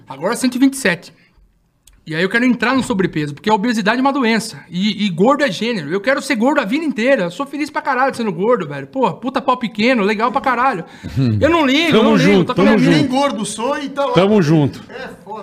Agora 127. E aí eu quero entrar no sobrepeso, porque a obesidade é uma doença. E, e gordo é gênero. Eu quero ser gordo a vida inteira. Eu sou feliz pra caralho sendo gordo, velho. Pô, puta pau pequeno, legal pra caralho. Eu não ligo, eu
Tamo
não ligo.
junto,
tô com a minha
tamo
vida.
Nem gordo sou e tá lá.
Tamo junto.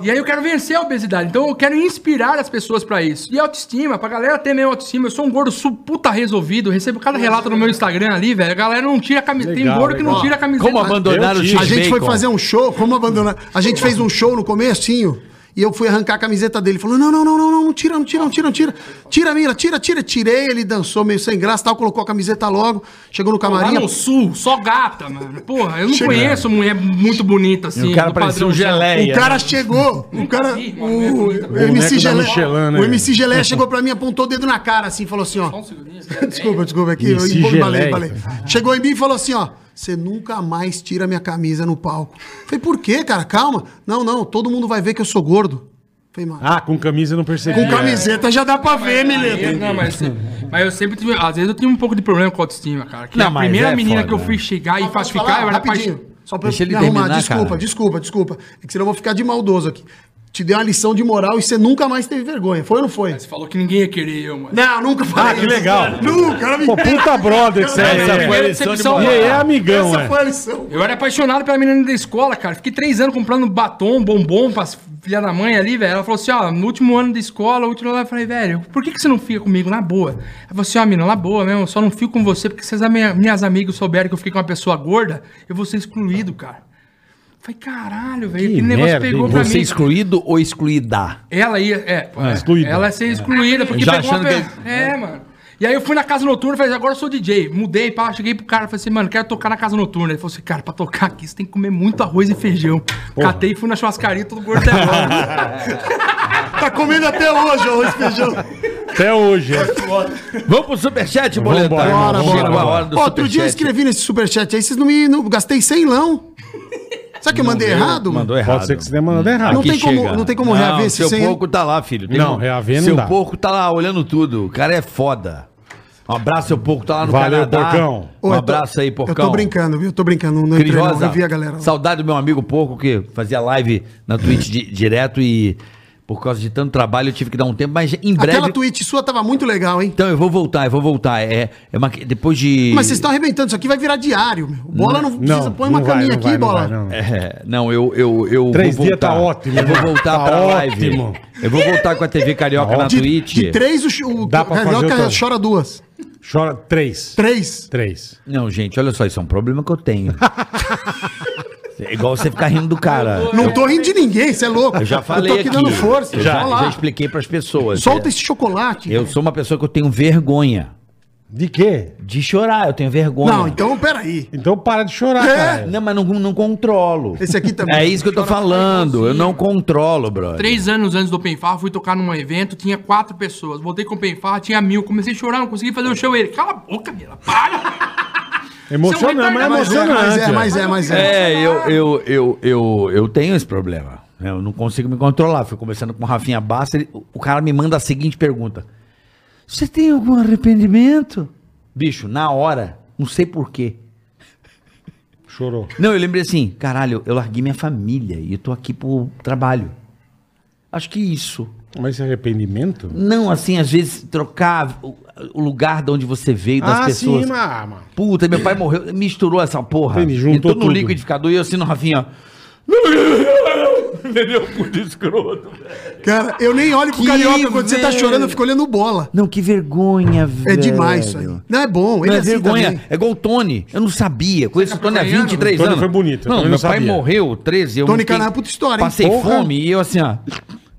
E aí eu quero vencer a obesidade. Então eu quero inspirar as pessoas pra isso. E autoestima, pra galera ter mesmo autoestima. Eu sou um gordo su- puta resolvido. Eu recebo cada relato no meu Instagram ali, velho. A galera não tira a camiseta. Tem
Legal,
gordo que não
legal.
tira a camiseta.
Como abandonaram
Eu
o
tive.
A gente foi
X-Bacon?
fazer um show, como abandonar? A gente fez um show no comecinho e eu fui arrancar a camiseta dele. Falou: não, não, não, não, não, não tira, não tira, não tira, não tira. Tira a mira, tira, tira. Tirei, ele dançou meio sem graça, tal, colocou a camiseta logo, chegou no
Lá
camarim.
no sul, só gata, mano. Porra, eu não conheço mulher muito bonita assim.
O cara
do
parecia
padrão
um
certo.
geleia.
O
né?
cara chegou, o cara.
vi uma mulher
O,
bonita.
o MC
da
Gelé.
Michelin, né?
O MC Gelé chegou pra mim, apontou o dedo na cara, assim, falou assim,
um
ó. Desculpa, desculpa, aqui. Eu
MC
embalei,
Gelé.
embalei. Chegou em mim e falou assim, ó. Você nunca mais tira minha camisa no palco. Falei, por quê, cara? Calma. Não, não, todo mundo vai ver que eu sou gordo. Falei, mano.
Ah, com camisa eu não percebi.
Com camiseta já dá pra ver,
Aí,
Mileto.
não, é né? mas, mas eu sempre tive. Às vezes eu tinha um pouco de problema com a autoestima, cara. Que
Não,
a
mas
primeira
é
menina
foda,
que eu
né?
fui chegar e
Posso
pacificar, eu
falar
era
rapidinho?
paixão.
Só pra
Deixa
eu
ele
me arrumar.
terminar,
desculpa,
cara.
desculpa, desculpa. É que senão eu vou ficar de maldoso aqui. Te dei uma lição de moral e você nunca mais teve vergonha. Foi ou não foi?
Você falou que ninguém ia querer eu, mano.
Não, nunca falei.
Ah, que legal.
Nunca, ela me
Pô, puta brother que você é.
Essa foi a
Primeira
lição de
decepção.
E
moral.
aí é amigão,
Essa
é.
foi a lição.
Eu era apaixonado pela menina da escola, cara. Fiquei três anos comprando batom, bombom pra filha da mãe ali, velho. Ela falou assim, ó, no último ano da escola, último ano, eu falei, velho, por que, que você não fica comigo? Na boa. Ela falou assim, ó, mina, na boa mesmo, eu só não fico com você porque se as minha- minhas amigas souberem que eu fiquei com uma pessoa gorda, eu vou ser excluído, cara. Eu Falei, caralho, velho,
Que
aquele negócio
merda,
pegou
hein?
pra
Você
mim.
excluído ou excluída?
Ela ia, é,
excluída.
ela ia ser excluída, porque
Já
pegou uma...
achando
pe- É, mano. E aí eu fui na casa noturna e falei, agora eu sou DJ. Mudei, pá, cheguei pro cara, falei assim, mano, quero tocar na casa noturna. Ele falou assim, cara, pra tocar aqui, você tem que comer muito arroz e feijão. Catei e fui na churrascaria, todo gordo até agora.
Tá comendo até hoje arroz e feijão.
Até hoje, é.
Vamos pro superchat, boletar.
Vambora,
Bora,
Vamos
bora,
Chegou a
bora.
hora do
Outro dia
superchat.
eu escrevi nesse superchat aí, vocês não me... Não, gastei 100 não. Será que eu mandei errado?
Mandou errado.
Pode ser que você tenha mandado errado.
Não
Aqui
tem como-
chega.
não tem como reaver esse
Seu
sem-
porco tá lá, filho. Tem
Não,
um-
reaver não
Seu
dá.
porco tá lá olhando tudo. O cara é foda. Um abraço, seu porco tá lá no
Valeu,
Canadá.
porcão.
Ô,
Um
eu tô-
abraço aí, porcão.
Eu tô brincando, viu? Eu tô brincando, não entrei não.
Criosa,
Eu vi a galera. lá.
saudade do meu amigo Porco, que fazia live na Twitch di- direto e por causa de tanto trabalho eu tive que dar um tempo, mas em breve...
Aquela tweet sua tava muito legal, hein?
Então eu vou voltar, eu vou voltar. É, é uma... Depois de...
Mas vocês estão arrebentando, isso aqui vai virar diário, meu. Bola não, precisa,
Não,
põe uma
não vai,
caminha
não
aqui,
vai, não
bola.
vai, não.
É, não, eu, eu, eu
Três dias tá ótimo,
Eu vou
né?
voltar
Tá
pra
ótimo.
live. Eu vou voltar com a TV Carioca
Tá
na
ótimo.
Twitch.
De três, o, ch- o
Dá pra fazer
Carioca
outra-
chora duas.
Chora três.
Três.
Três.
Não, gente, olha só, isso é um problema que eu tenho. é igual você ficar rindo do cara.
Não tô rindo de ninguém, você é louco.
Eu já falei
Eu tô aqui, dando força.
Eu já,
vai lá.
já expliquei pras pessoas. É,
Solta esse chocolate.
Eu sou uma pessoa que eu tenho vergonha
De quê?
de chorar, eu tenho vergonha.
Não, então peraí.
Então para de chorar,
É.
cara.
Não, mas não, não controlo.
Esse aqui também.
É isso que eu tô falando, eu não controlo, brother.
Três anos antes do Open Farra, fui tocar num evento, tinha quatro pessoas. Voltei com o Open Farra, tinha mil. Comecei a chorar, não consegui fazer o show. Ele, cala a boca, Mila, para!
Emocionante, mas é
Mas
Mas é,
emocionante.
mas é,
velho.
mas é, mas é.
É, eu, eu, eu, eu, eu tenho esse problema. né? Eu não consigo me controlar. Fui conversando com o Rafinha Basta, ele- o cara me manda a seguinte pergunta: Você tem algum arrependimento? Bicho, na hora, não sei porquê.
Chorou.
Não, eu lembrei assim, caralho, eu larguei minha família e eu tô aqui pro trabalho. Acho que isso.
Mas esse arrependimento?
Não, assim, às vezes trocar o, o lugar de onde você veio, das pessoas.
Ah, sim, mas, mano.
Puta, meu pai morreu, misturou essa porra. Então,
Entendi, juntou
Entrou no
tudo.
liquidificador e eu assim no Rafinha, ó. Entendeu? Puta escroto. velho.
Cara, eu nem olho pro
Que
carioca quando você tá
velho.
chorando, eu fico olhando bola.
Não, que vergonha, velho.
É demais isso aí. Não, é bom. Ele
Não,
é
é
assim
vergonha.
também.
É igual o Tony. Eu não sabia. Conheço o Tony há
Tony
23
foi
anos.
bonito,
Não,
é? Tony
meu
não
pai
sabia.
morreu 13. Eu
Tony
não tenho-
Canal é puta história, hein?
Passei
Porra.
fome e eu assim, ó.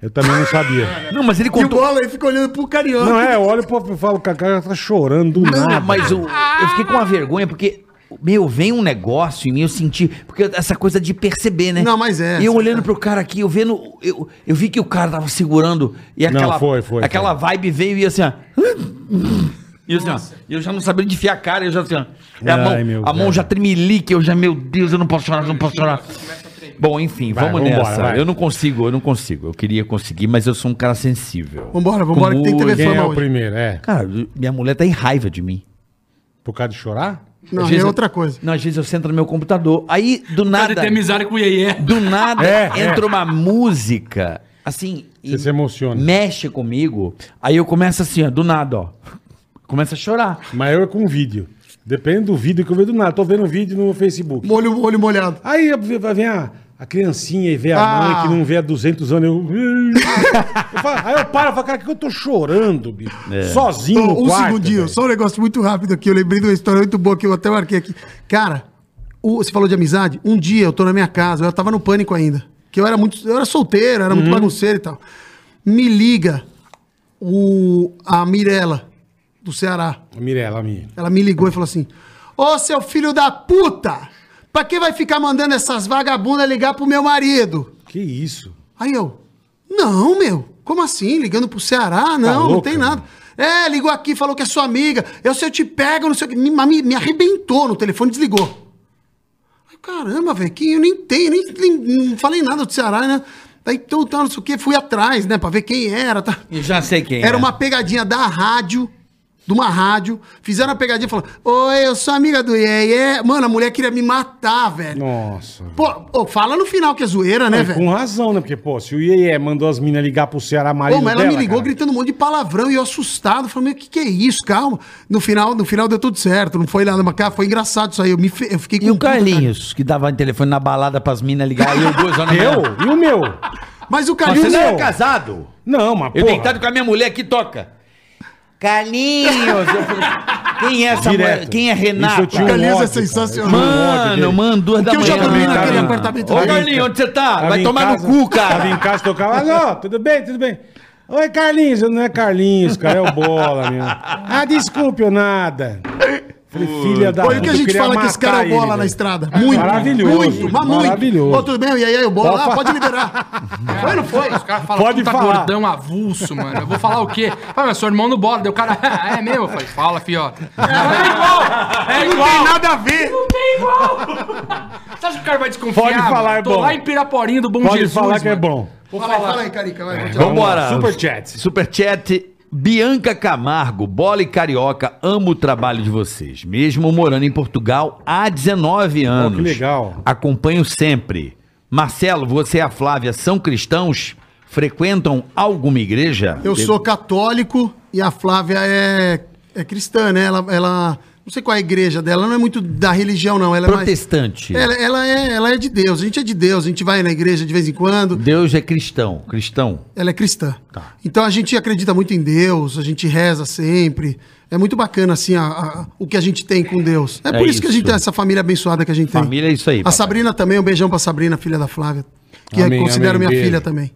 Eu também não sabia.
Não, mas ele
E o
contou.
bola ele fica olhando pro carioca.
não, é, eu olho pro- eu falo, Cacá tá chorando do nada.
Não, mas eu, eu fiquei com uma vergonha porque. Meu, vem um negócio em mim, eu senti. Porque essa coisa de perceber, né?
Não, mas é.
E eu olhando pro cara aqui, eu vendo. Eu, eu vi que o cara tava segurando. E
Não,
aquela,
foi, foi,
aquela vibe veio e assim, ó. E eu, assim, ó, e eu já não sabia onde enfiar a cara, eu já assim, ó. E a
Ai,
mão,
meu
a mão
Deus.
já tremelique, eu já, meu Deus, eu não posso chorar, eu não posso chorar. Bom, enfim,
Vai,
vamos
vambora,
nessa.
vai.
eu não consigo, eu não consigo. Eu queria conseguir, mas eu sou um cara sensível.
Vambora, vambora, que tem TV
Quem é
fama
o
hoje.
primeiro? É.
Cara, minha mulher tá em raiva de mim.
Por causa de chorar?
Não,
Às
é
vezes eu-
outra coisa.
Não, às vezes eu sento no meu computador. Aí, do
Nada.
nada,
Ter amizade com o Iê.
do nada,
É,
entra uma música, assim,
Você se emociona.
mexe comigo. Aí eu começo assim, ó, do nada, ó. Começa a chorar.
Mas eu é com vídeo. Depende do vídeo que eu vejo do nada. Tô vendo um vídeo no Facebook.
Olho, olho molhado.
Aí vem a, a criancinha e vê a
Ah.
mãe que não vê há 200 anos. Eu... Eu falo- aí eu paro e falo, cara, que eu tô chorando, bicho.
É.
Sozinho no
um
quarto,
segundinho,
velho.
só um negócio muito rápido aqui. Eu lembrei de uma história muito boa que eu até marquei aqui. Cara, o- você falou de amizade? Um dia eu tô na minha casa, eu tava no pânico ainda. Que eu era muito. Eu era solteiro, era
Uhum.
muito bagunceiro e tal. Me liga o, a Mirella, do Ceará.
Mirela, minha.
Ela me ligou e falou assim: Ô seu filho da puta! Pra que vai ficar mandando essas vagabundas ligar pro meu marido?
Que isso?
Aí eu, não, meu, como assim? Ligando pro Ceará? Não, não
louca,
tem nada. É, ligou aqui, falou que é sua amiga. Eu, se eu te pego, não sei o que. Me, mas me, me arrebentou no telefone, desligou. Aí, Caramba, velho, que eu nem tenho, nem, nem- não falei nada do Ceará, né? Aí, então, tá, não sei o que, fui atrás, né, pra ver quem era, tá.
Eu já sei quem
Era
é.
uma pegadinha da rádio, de uma rádio. Fizeram a pegadinha falando: Oi, eu sou amiga do Iê, Iê. Mano, a mulher queria me matar, velho.
Nossa.
Pô, pô, fala no final que é zoeira, né,
E
velho?
com razão, né? Porque, pô, se o IEE mandou as minas ligar pro Ceará Maria.
Pô, mas ela me ligou gritando um monte de palavrão e eu assustado. Falei, meu, o que, que é isso? Calma. No final, no final deu tudo certo. Não foi nada, mas cara, foi engraçado isso aí. Eu, me fe- eu fiquei
E o
puta, cara.
Carlinhos, que dava um telefone na balada pras minas ligar e eu duas horas na manhã.
Eu? E o meu?
Mas o
Mas
Carlinhos.
você não era
meu,
casado?
Não, mas,
Eu
porra,
deitado com a minha mulher que toca. Carlinhos! Eu falei, quem é essa
Direto.
mulher? Quem é
Isso eu
Renata?
tinha um
Carlinhos é
ódio, cara.
sensacional.
Eu tinha um ódio dele.
Mano, mano, duas da
Porque
manhã. né,
eu já dormi
Tava
naquele
em-
apartamento.
Ô,
Ô,
tava em
Carlinhos,
ca-
onde você tá?
tava
Vai
em
tomar no
casa-
cu, cara.
Tava em casa, tocava. Alô, tudo bem, tudo bem. Oi, Carlinhos. Eu Não é Carlinhos, cara, é o Bola, meu. Ah, desculpe, eu nada. Falei, filha da
Olha o que
puta,
a
eu
gente
queria
fala que esse cara é
matar
o bola
ele,
na
velho.
estrada. Muito.
Maravilhoso,
Muito, mas muito.
maravilhoso.
Ô, tudo bem? E aí, o bola?
Pode
Ah, pode liberar. Foi, não foi?
Os caras falam
Pode
puta
falar.
gordão avulso, mano. Eu vou falar o quê? Fala, mas seu irmão no bola. Deu o cara. "Ah, É mesmo? Eu falei, fala, fiota. É igual! É igual! Não tem nada a ver! Não tem igual! Você acha que o cara vai desconfiar?
Pode
mano?
falar, é
Tô
bom.
lá em Piraporinho do Bom
Pode
Jesus.
falar que é
mano.
bom.
Fala aí, fala aí, Carica. Vai, vou te falar.
Vambora.
Superchat.
Superchat. Bianca Camargo, bola e carioca, amo o trabalho de vocês. Mesmo morando em Portugal há 19 anos.
que legal.
Acompanho sempre. Marcelo, você e a Flávia são cristãos? Frequentam alguma igreja?
Eu sou católico e a Flávia é, é cristã, né? Ela, ela- Não sei qual é a igreja dela, ela não é muito da religião, não. Ela é mais-
protestante.
Ela, ela é, ela é de Deus, a gente é de Deus, a gente vai na igreja de vez em quando.
Deus é cristão, cristão.
Ela é cristã.
Tá.
Então a gente acredita muito em Deus, a gente reza sempre. É muito bacana, assim, a- a- o que a gente tem com Deus. É,
É
por isso, que a
isso.
gente tem essa família abençoada que a gente tem.
Família é isso aí,
A
papai.
Sabrina também, um beijão pra Sabrina, filha da Flávia, que
Amém,
eu considero
amém,
minha
beijo.
filha também.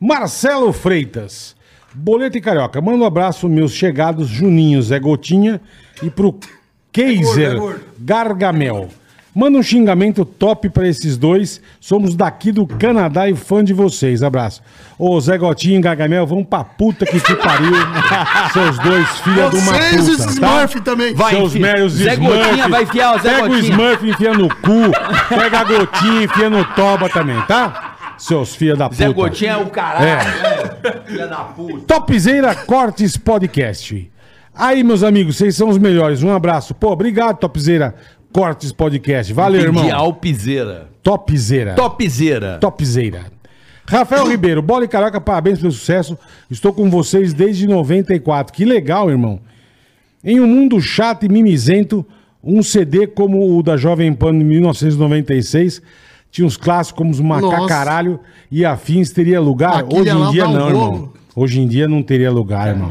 Marcelo Freitas. Boleto e Carioca. Manda um abraço aos meus chegados Juninho, Zé Gotinha e pro
É
Kaiser Gargamel. Manda um xingamento top pra esses dois. Somos daqui do Canadá e fã de vocês. Abraço. Ô, Zé Gotinha e Gargamel, vão pra puta que te pariu. Seus dois filhos de uma
Vocês, os
puta, tá?
Smurf também.
Vai,
Seus
enfia.
mérios
Zé Gotinha vai enfiar o Zé
Pega
Gotinha.
o Smurf e enfia no cu. Pega a Gotinha e enfia no toba também, tá? Seus filhos da puta.
Zé Gotinha é o caralho. né? Filha da puta.
Topzeira É. Cortes Podcast. Aí, meus amigos, vocês são os melhores. Um abraço. Pô, obrigado, Topzeira. Cortes Podcast. Valeu, irmão.
De Alpizeira.
Topzera.
Topzeira.
Topzera. Rafael Ribeiro, bola e caraca, parabéns pelo sucesso. Estou com vocês desde 94. Que legal, irmão. Em um mundo chato e mimizento, um CD como o da Jovem Pan de 1996 tinha uns clássicos como os Macá
Nossa.
Caralho e afins teria lugar.
Aquele
hoje em
lá
dia
dá um
não, irmão.
rolo.
Hoje em dia não teria lugar, irmão.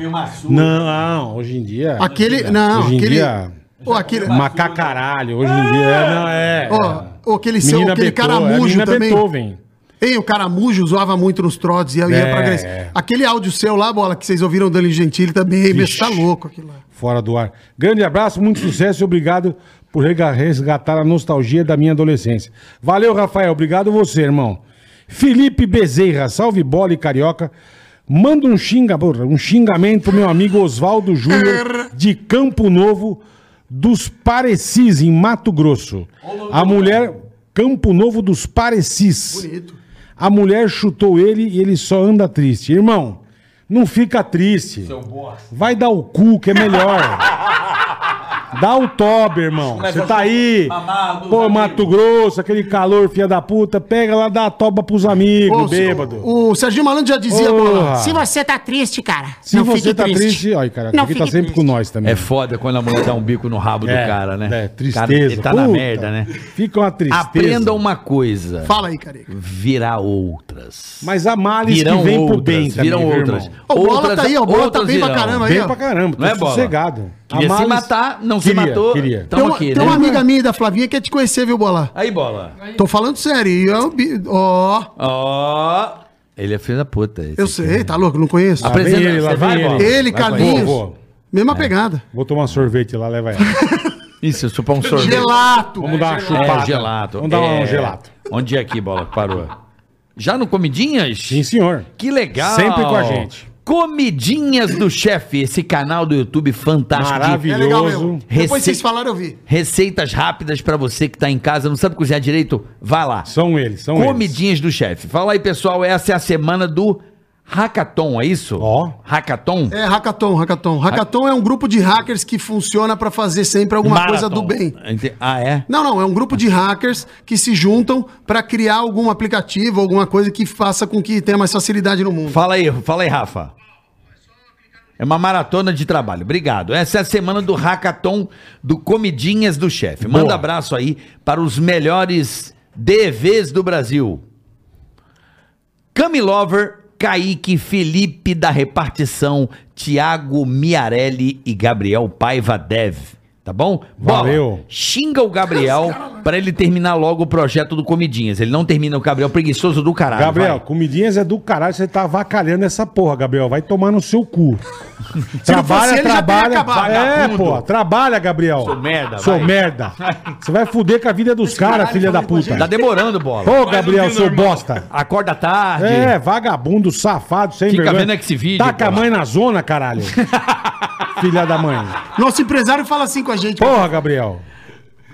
Não, hoje em dia.
Aquele. Não,
hoje em
aquele.
dia.
Ô, aquele.
Macá Caralho, hoje em dia. É, não, é.
Ah! Ó, ô, aquele seu,
Menina
aquele
Beethoven, é,
caramujo
menina
também.
Beethoven.
Ei, o caramujo usava muito nos trotes e eu ia
É.
pra Grécia. Aquele áudio seu lá, bola, que vocês ouviram do Eli Gentili também, mas tá louco aquilo lá.
Fora do ar. Grande abraço, muito sucesso e obrigado por rega- resgatar a nostalgia da minha adolescência. Valeu, Rafael. Obrigado você, irmão. Felipe Bezerra, salve bola e carioca. Manda um xinga, porra, um xingamento pro meu amigo Oswaldo Júnior de Campo Novo dos Parecis, em Mato Grosso. A mulher Campo Novo dos Parecis.
Bonito.
A mulher chutou ele e ele só anda triste. Irmão, não fica triste. Vai dar o cu, que é melhor. Dá o tobe, irmão. Você tá aí. Pô, Mato Grosso, aquele calor, filha da puta. Pega lá, dá a toba pros amigos,
Ô,
bêbado.
O, o Serginho Malandro já dizia,
Porra.
bola.
Se você tá triste, cara.
Se
não
você
fique
tá triste, olha, cara,
Não
aqui tá
fique
sempre
triste.
com nós também.
É foda quando a mulher dá um bico no rabo
É,
do cara, né?
É, tristeza.
Cara, ele tá na
Puta,
merda, né?
Fica uma tristeza.
Aprenda uma coisa.
Fala aí, careca.
Virá outras.
Mas há males
virão
que vem
outras,
por bem também,
virão
viu,
outras.
irmão?
Ô, bola tá aí, ó, bola tá
outras
bem pra
virão.
caramba aí,
Bem
ó.
pra caramba, tô
Não é bola?
sossegado. Há
Queria se
males-
matar, não
Queria,
se matou.
Queria.
Tem,
Tamo
uma-
aqui,
tem uma
né?
amiga minha da Flavinha que quer te conhecer, viu, bola?
Aí, bola.
Tô falando sério. e eu- bi- Ó,
Ó. Ele é filho da puta. esse
eu
aqui.
sei, tá louco? Não conheço.
Lá vem
Apresenta,
ele, lá
você vai,
vem
bola?
ele.
Ele,
Vai, vai.
Carlinhos.
Vou, vou.
Mesma pegada.
Vou tomar um sorvete lá, leva ela.
Isso, eu sou pra um sorvete.
Gelato.
Vamos dar uma chupada.
É, gelato.
Vamos dar
é.
um gelato.
Onde é aqui, bola? que Parou. Já no Comidinhas?
Sim, senhor.
Que legal!
Sempre com a gente.
Comidinhas do Chefe, esse canal do YouTube fantástico. de
É legal mesmo.
Maravilhoso.
Depois
Rece-
vocês falaram, eu vi.
Receitas rápidas pra você que tá em casa, não sabe cozinhar direito? Vá lá.
São eles, são eles.
Comidinhas do Chefe. Fala aí, pessoal, essa é a semana do Hackathon, é isso?
Ó.
Hackathon?
É, hackathon, hackathon. Hackathon é um grupo de hackers que funciona pra fazer sempre alguma coisa do bem.
Ente- Ah, é?
Não, não, é um grupo de hackers que se juntam pra criar algum aplicativo, alguma coisa que faça com que tenha mais facilidade no mundo.
Fala aí, fala aí, Rafa. É uma maratona de trabalho. Obrigado. Essa é a semana do hackathon do Comidinhas do Chefe. Manda
Boa.
abraço aí para os melhores DVs do Brasil. Camilover, Kaique, Felipe da Repartição, Tiago Miarelli e Gabriel Paiva Dev. Tá bom? Bola,
Valeu.
xinga o Gabriel para ele terminar logo o projeto do Comidinhas. Ele não termina o Gabriel é preguiçoso do caralho.
Gabriel,
vai.
comidinhas é do caralho, você tá avacalhando essa porra, Gabriel. Vai tomar no seu cu.
fosse
trabalha,
ele, já
trabalha.
teria acabado.
É,
Vagabundo.
pô, trabalha, Gabriel.
Sou merda,
Sou
vai.
merda. Você vai fuder com a vida dos caras, filha da puta.
Tá demorando, bola.
Ô, Gabriel, seu bosta.
Acorda tarde.
É, vagabundo, safado, sem
Fica
vergonha.
vendo esse vídeo,
Taca a
porra.
mãe na zona, caralho. filha da mãe.
Nosso empresário fala assim com a gente.
Porra, Gabriel.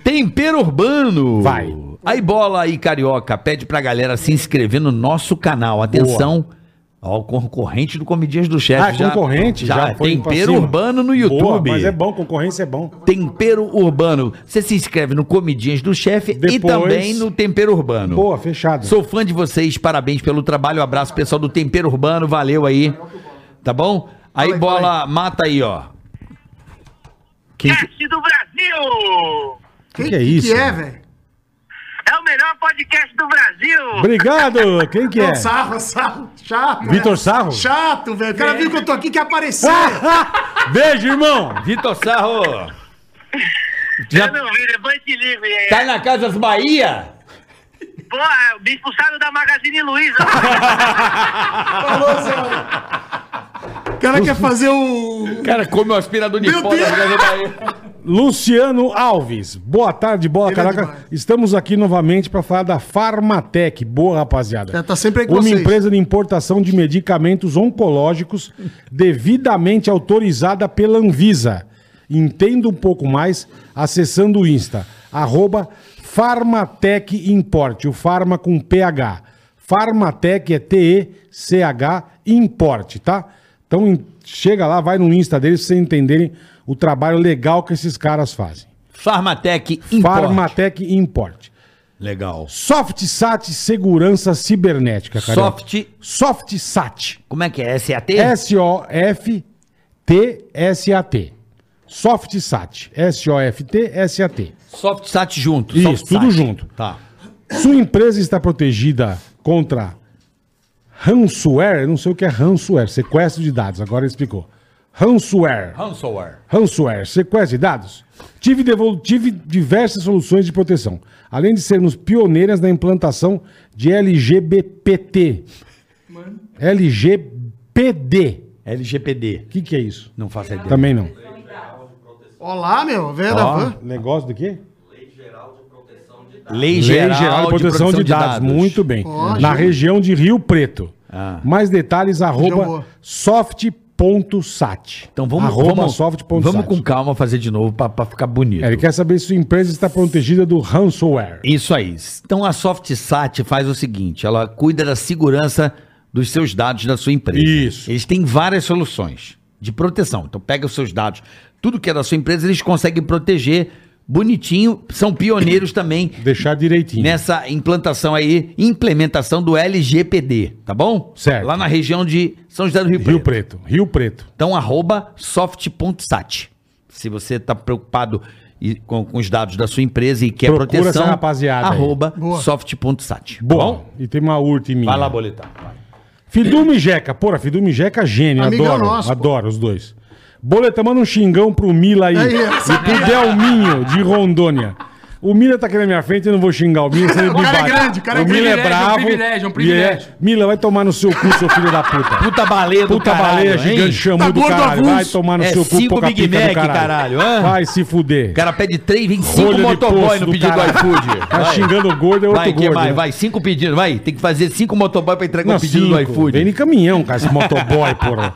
Tempero Urbano.
Vai.
Aí bola aí, carioca. Pede pra galera se inscrever no nosso canal. Atenção. Ó, o concorrente do Comidinhas do Chefe.
Ah, concorrente?
É, Já, é
foi pra
Tempero
cima.
Urbano no
Boa,
YouTube.
mas é bom, concorrência é bom.
Tempero Urbano. Você se inscreve no Comidinhas do Chefe e
Depois-
também no Tempero Urbano.
Boa, fechado.
Sou fã de vocês, parabéns pelo trabalho. Um Abraço, pessoal do Tempero Urbano, valeu aí. Tá bom? Aí, bola, mata aí, ó. Quem que-
Cast do Brasil!
Que,
que é isso,
Que é,
mano?
velho?
É o melhor podcast do Brasil!
Obrigado! Quem que é?
Não, sarro, sarro. Chato. né?
Vitor Sarro? Ah!
Chato, velho. O cara viu que eu tô aqui que apareceu.
Beijo, irmão!
Vitor Sarro!
Eu
Já
Tá não vi, depois te ligo. é.
tá na Casas Bahia?
Porra, me expulsaram da Magazine Luiza.
O cara quer fazer o.
Cara, come o aspirador de
Meu
pó da
Deus!
Casas Bahia.
Luciano Alves. Boa tarde, bola
Ele é
caraca.
demais.
Estamos aqui novamente para falar da Farmatec. Boa, rapaziada.
É, tá sempre aí com
Uma
vocês.
empresa de importação de medicamentos oncológicos devidamente autorizada pela Anvisa. Entenda um pouco mais acessando o Insta. Arroba Farmatec Import. O Farma com PH. Farmatec é T-E-C-H Import, tá? Então em- chega lá, vai no Insta deles pra vocês entenderem o trabalho legal que esses caras fazem.
Farmatec Import.
Farmatec Import.
Legal.
SoftSat Segurança Cibernética, cara.
Soft-
SoftSat.
Como é que é? SAT?
S-O-F-T-S-A-T. SoftSat. S-O-F-T-S-A-T.
Soft Sat junto.
Isso,
Soft
tudo
Sat.
junto.
Tá.
Sua empresa está protegida contra ransomware, eu não sei o que é ransomware, sequestro de dados, agora ele explicou. Ransomware.
Ransomware.
Ransomware, sequestro de dados? Tive, devol- tive diversas soluções de proteção, além de sermos pioneiras na implantação de LGBT. LGPD.
LGPD.
O que, que é isso?
Não faça ideia.
Também não.
Olá, meu, velho da
Ó.
van.
Negócio do quê?
Lei
Lei Geral de Proteção de, dados. Muito bem.
Ó,
Na
gente.
região de Rio Preto.
Ah.
Mais detalhes,
boa.
arroba soft.sat.
Então vamos,
arroba
vamos,
soft.sat.
vamos com calma fazer de novo pra, pra ficar bonito.
É, Ele quer saber se sua empresa está protegida do ransomware.
Isso aí. Então a SoftSat faz o seguinte: ela cuida da segurança dos seus dados da sua empresa.
Isso.
Eles têm várias soluções de proteção. Então pega os seus dados, tudo que é da sua empresa, eles conseguem proteger bonitinho. São pioneiros também
Deixar direitinho.
nessa implantação aí, implementação do LGPD, tá bom?
Certo.
Lá na região de São José do Rio,
Rio
Preto.
Preto. Rio Preto.
Então, arroba soft.sat. Se você está preocupado e- com, com os dados da sua empresa e quer
Procura
proteção,
essa rapaziada aí.
arroba
Boa.
soft.sat. Tá
Bom, e tem uma urt em mim.
Vai lá, boletar.
Fidume e Jeca. Porra, Fidume e Jeca é gênio.
Amigão
adoro.
nosso, pô.
adoro os dois. Boleta, manda um xingão pro Mila aí.
Aí, essa
e pro Delminho, de Rondônia. O Mila tá aqui na minha frente, eu não vou xingar o Mila. senão ele
O cara
me
é
bate.
grande, o cara é
O Mila é
privilégio, é um
bravo.
privilégio, é um
e
privilégio.
é- Mila, vai tomar no seu cu, seu filho da puta.
Puta baleia do
Puta
caralho,
baleia,
hein?
gigante,
Tá
chamou do
gordo
caralho.
avulso.
Vai tomar no
É
seu cu,
cinco
poca
Big
pica
Mac, caralho, hã?
Vai se fuder.
O cara pede três, vem cinco
Folha de
motoboy
poço
no
do
pedido do
caralho.
iFood.
Tá xingando o gordo, é outro
vai, que
gordo,
Vai,
né?
vai, cinco pedidos, vai. Tem que fazer cinco motoboy pra entregar
Não,
o pedido do
cinco.
tá iFood.
Vem em caminhão, cara, esse motoboy, porra.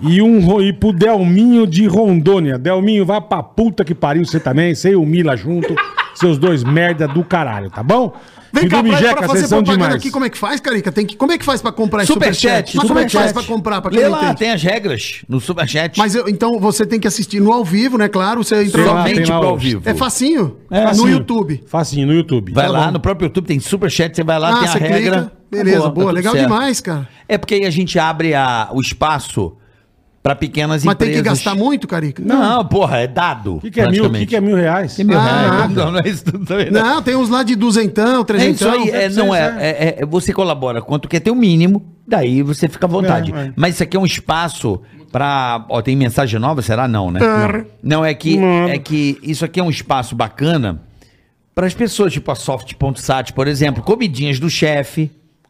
E, um, ro- e pro Delminho de Rondônia. Delminho, vai pra puta que pariu você também. Você e o Mila junto. Seus dois merda do caralho, tá bom?
Vem
E
cá
do
pra,
Mijeca,
pra
vocês
fazer
são
propaganda
demais.
aqui, como é que faz, Carica? Tem que, como é que faz pra comprar esse
Superchat,
Mas como é que faz
superchat.
pra comprar, pra quem
Lê
não
lá,
entende?
tem as regras no superchat.
Mas eu- então você tem que assistir no ao vivo, né? Claro, você entra
Sei
no ao
lá,
vivo.
somente
tem lá
pro ao
o-
vivo.
É facinho.
É,
no
facinho.
YouTube.
Facinho, no YouTube. Então,
Vai
Tá
lá,
bom.
no próprio YouTube tem superchat, você vai lá,
Ah,
Tá, tem a
você clica.
regra.
Beleza,
Acabou,
boa,
tudo
legal
certo.
demais, cara.
É porque aí a gente abre a- o espaço pra pequenas
Mas tem
empresas.
que gastar muito, Carica?
Não, porra, é dado.
O que, que é mil? O que, que é mil reais?
mil
Ah,
reais?
nada.
Não, não é isso tudo também, não.
Não, tem uns lá de duzentão,
É isso
Então,
trezentão.
aí, é, não é, é, é- é- Você colabora quanto quer ter o mínimo, daí você fica à vontade.
É, é.
Mas isso aqui é um espaço pra. Ó, tem mensagem nova? Será? Não, né? Não, Não, é que, é que isso aqui é um espaço bacana para as pessoas, tipo a Soft.sat, por exemplo, comidinhas do chefe.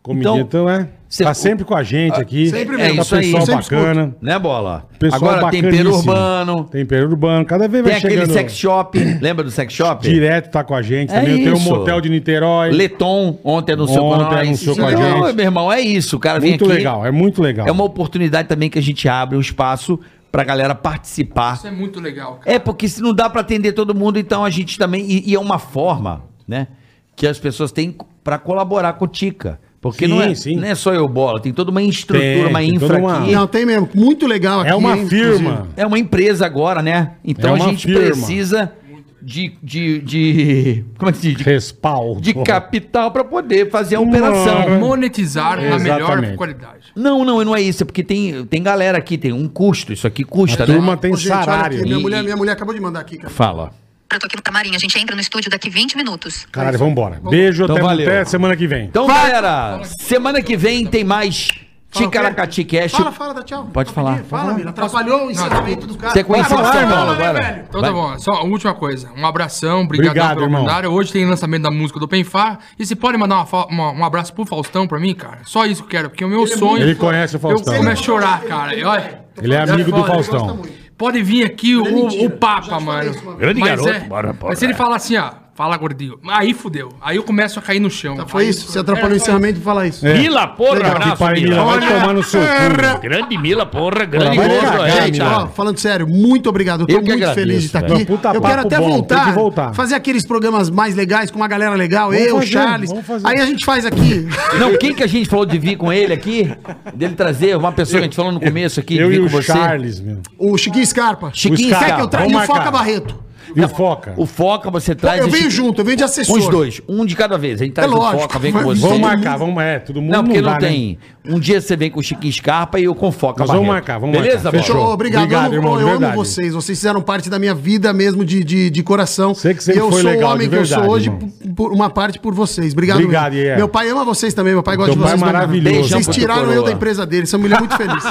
Comidinha, então, é.
cê-
tá sempre com a gente aqui.
Ah, sempre
tá
mesmo. É isso aí,
pessoal
sempre
bacana.
Né, bola?
Pessoal
Agora tem tempero
bacaníssimo.
urbano, tem,
Tem Império Urbano. Cada vez vai
aquele
chegando.
sex shop. Lembra do sex shop?
Direto tá com a gente
É
também. Tem um
isso.
motel de Niterói.
Leton, ontem anunciou
Ontem
com nós.
anunciou com a
Então,
gente.
meu irmão, é isso. O cara vem
muito
aqui.
legal, é muito legal.
É uma oportunidade também que a gente abre o espaço pra galera participar.
Isso é muito legal, cara.
É, porque se não dá pra atender todo mundo, então a gente também. E, e é uma forma, né? Que as pessoas têm pra colaborar com o Tica. Porque não, é,
Sim, sim.
não é só eu bola, tem toda uma estrutura,
Tem,
uma
tem
infra
toda uma-
aqui.
Não, tem mesmo. Muito legal aqui.
É uma
hein,
firma.
inclusive.
É uma empresa agora, né? Então
É
a
uma
gente
firma.
precisa de, de, de. Como é que se diz? De,
Respaldo.
de capital pra poder fazer a operação.
Monetizar na melhor
Exatamente.
qualidade.
Não, não, não é isso. É porque tem, tem galera aqui, tem um custo. Isso aqui custa,
A turma
né?
tem
Ô, gente, olha
Um salário.
aqui, minha,
E-
mulher, minha mulher acabou de mandar aqui, cara.
Fala.
Eu tô aqui no camarim, a gente entra no estúdio daqui 20 minutos.
Caralho, vambora. Beijo,
Então
até,
valeu.
até semana que vem.
Então, galera, semana que vem tem mais Ticaracati Cash.
Fala, fala, dá tchau.
Pode falar. Uhum.
Rapidinho, Fala, Mila. Atrapalhou o encerramento do cara.
Você conhece
Vai,
essa
vai,
irmão
vai, vai,
agora?
velho.
Então
Vai.
tá bom, só a última coisa. Um abração, obrigado
Obrigado,
pela
irmão.
oportunidade. Hoje tem lançamento da música do Penfar. E se pode mandar uma fa- uma- um abraço pro Faustão pra mim, cara? Só isso que eu quero, porque o meu
é
sonho.
Ele conhece o Faustão.
Eu começo a chorar, cara. E olha,
Ele é amigo do
foda, ele
Faustão.
pode vir aqui o,
é
o Papa, mano.
Grande
mas
garoto,
é,
bora, bora.
Mas se ele falar assim, ó, fala gordinho. Aí fudeu. Aí eu começo a cair no chão.
Tá, Foi
Aí-
isso. Você atrapalhou o
É,
encerramento de falar isso.
Mila,
um
porra,
Puta que
abraço,
pariu, Mila,
Mila.
vai tomar no seu
é,
cu.
Grande Mila, porra, grande
Vai
gordo,
cagar,
é,
Gente,
cara.
ó, falando sério, muito obrigado. Eu tô
Eu que
muito
agradeço,
feliz de estar
velho.
aqui.
Puta
eu
papo
quero até
bom,
voltar,
tem que voltar.
Fazer aqueles programas mais legais com uma galera legal,
Vamos
eu,
fazer,
Charles.
vamos fazer.
Aí a gente faz aqui.
Não, quem que a gente falou de vir com ele aqui? Dele trazer uma pessoa que a gente falou no começo aqui, de
Eu
vir
e
com
o
você.
Charles, meu.
O Chiquinho Scarpa.
Chiquinho
Os
Quer
caras.
que eu traga
Vamos
e o Foca
marcar.
Barreto.
E o Foca?
O Foca você
Não,
traz.
eu venho
esse-
junto, eu venho de assessor. É
Com os dois, um de cada vez. A gente traz o
lógico,
Foca, vem com
mas
você.
Vamos
todo
marcar, vamos. É, todo mundo
Não, porque não
dá, né?
tem. Um dia você vem com o Chiquinho Scarpa e eu com o Foca.
Nós vamos
Barreto.
marcar, vamos
Beleza,
marcar.
Bola?
Fechou.
Ô, obrigado,
Obrigado,
eu amo,
irmão, de
eu amo
verdade.
vocês. Vocês fizeram parte da minha vida mesmo de, de, de coração.
Você que
e
sempre
eu
foi
sou
legal,
o
de
homem que eu
verdade,
sou hoje
irmão.
por, por uma parte por vocês. Obrigado.
Obrigado,
mesmo.
Ié.
Meu pai ama vocês também, meu pai gosta
Teu
de
pai
vocês.
é
pra caramba.
maravilhoso.
Vocês
Beijão pro
tiraram
teu
eu
coroa.
da empresa dele, são mulher muito feliz.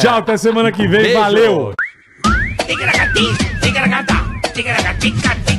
Tchau, até semana que vem.
Beijo.
Valeu.
Tica-tica-tica, tica-tica-tica, tica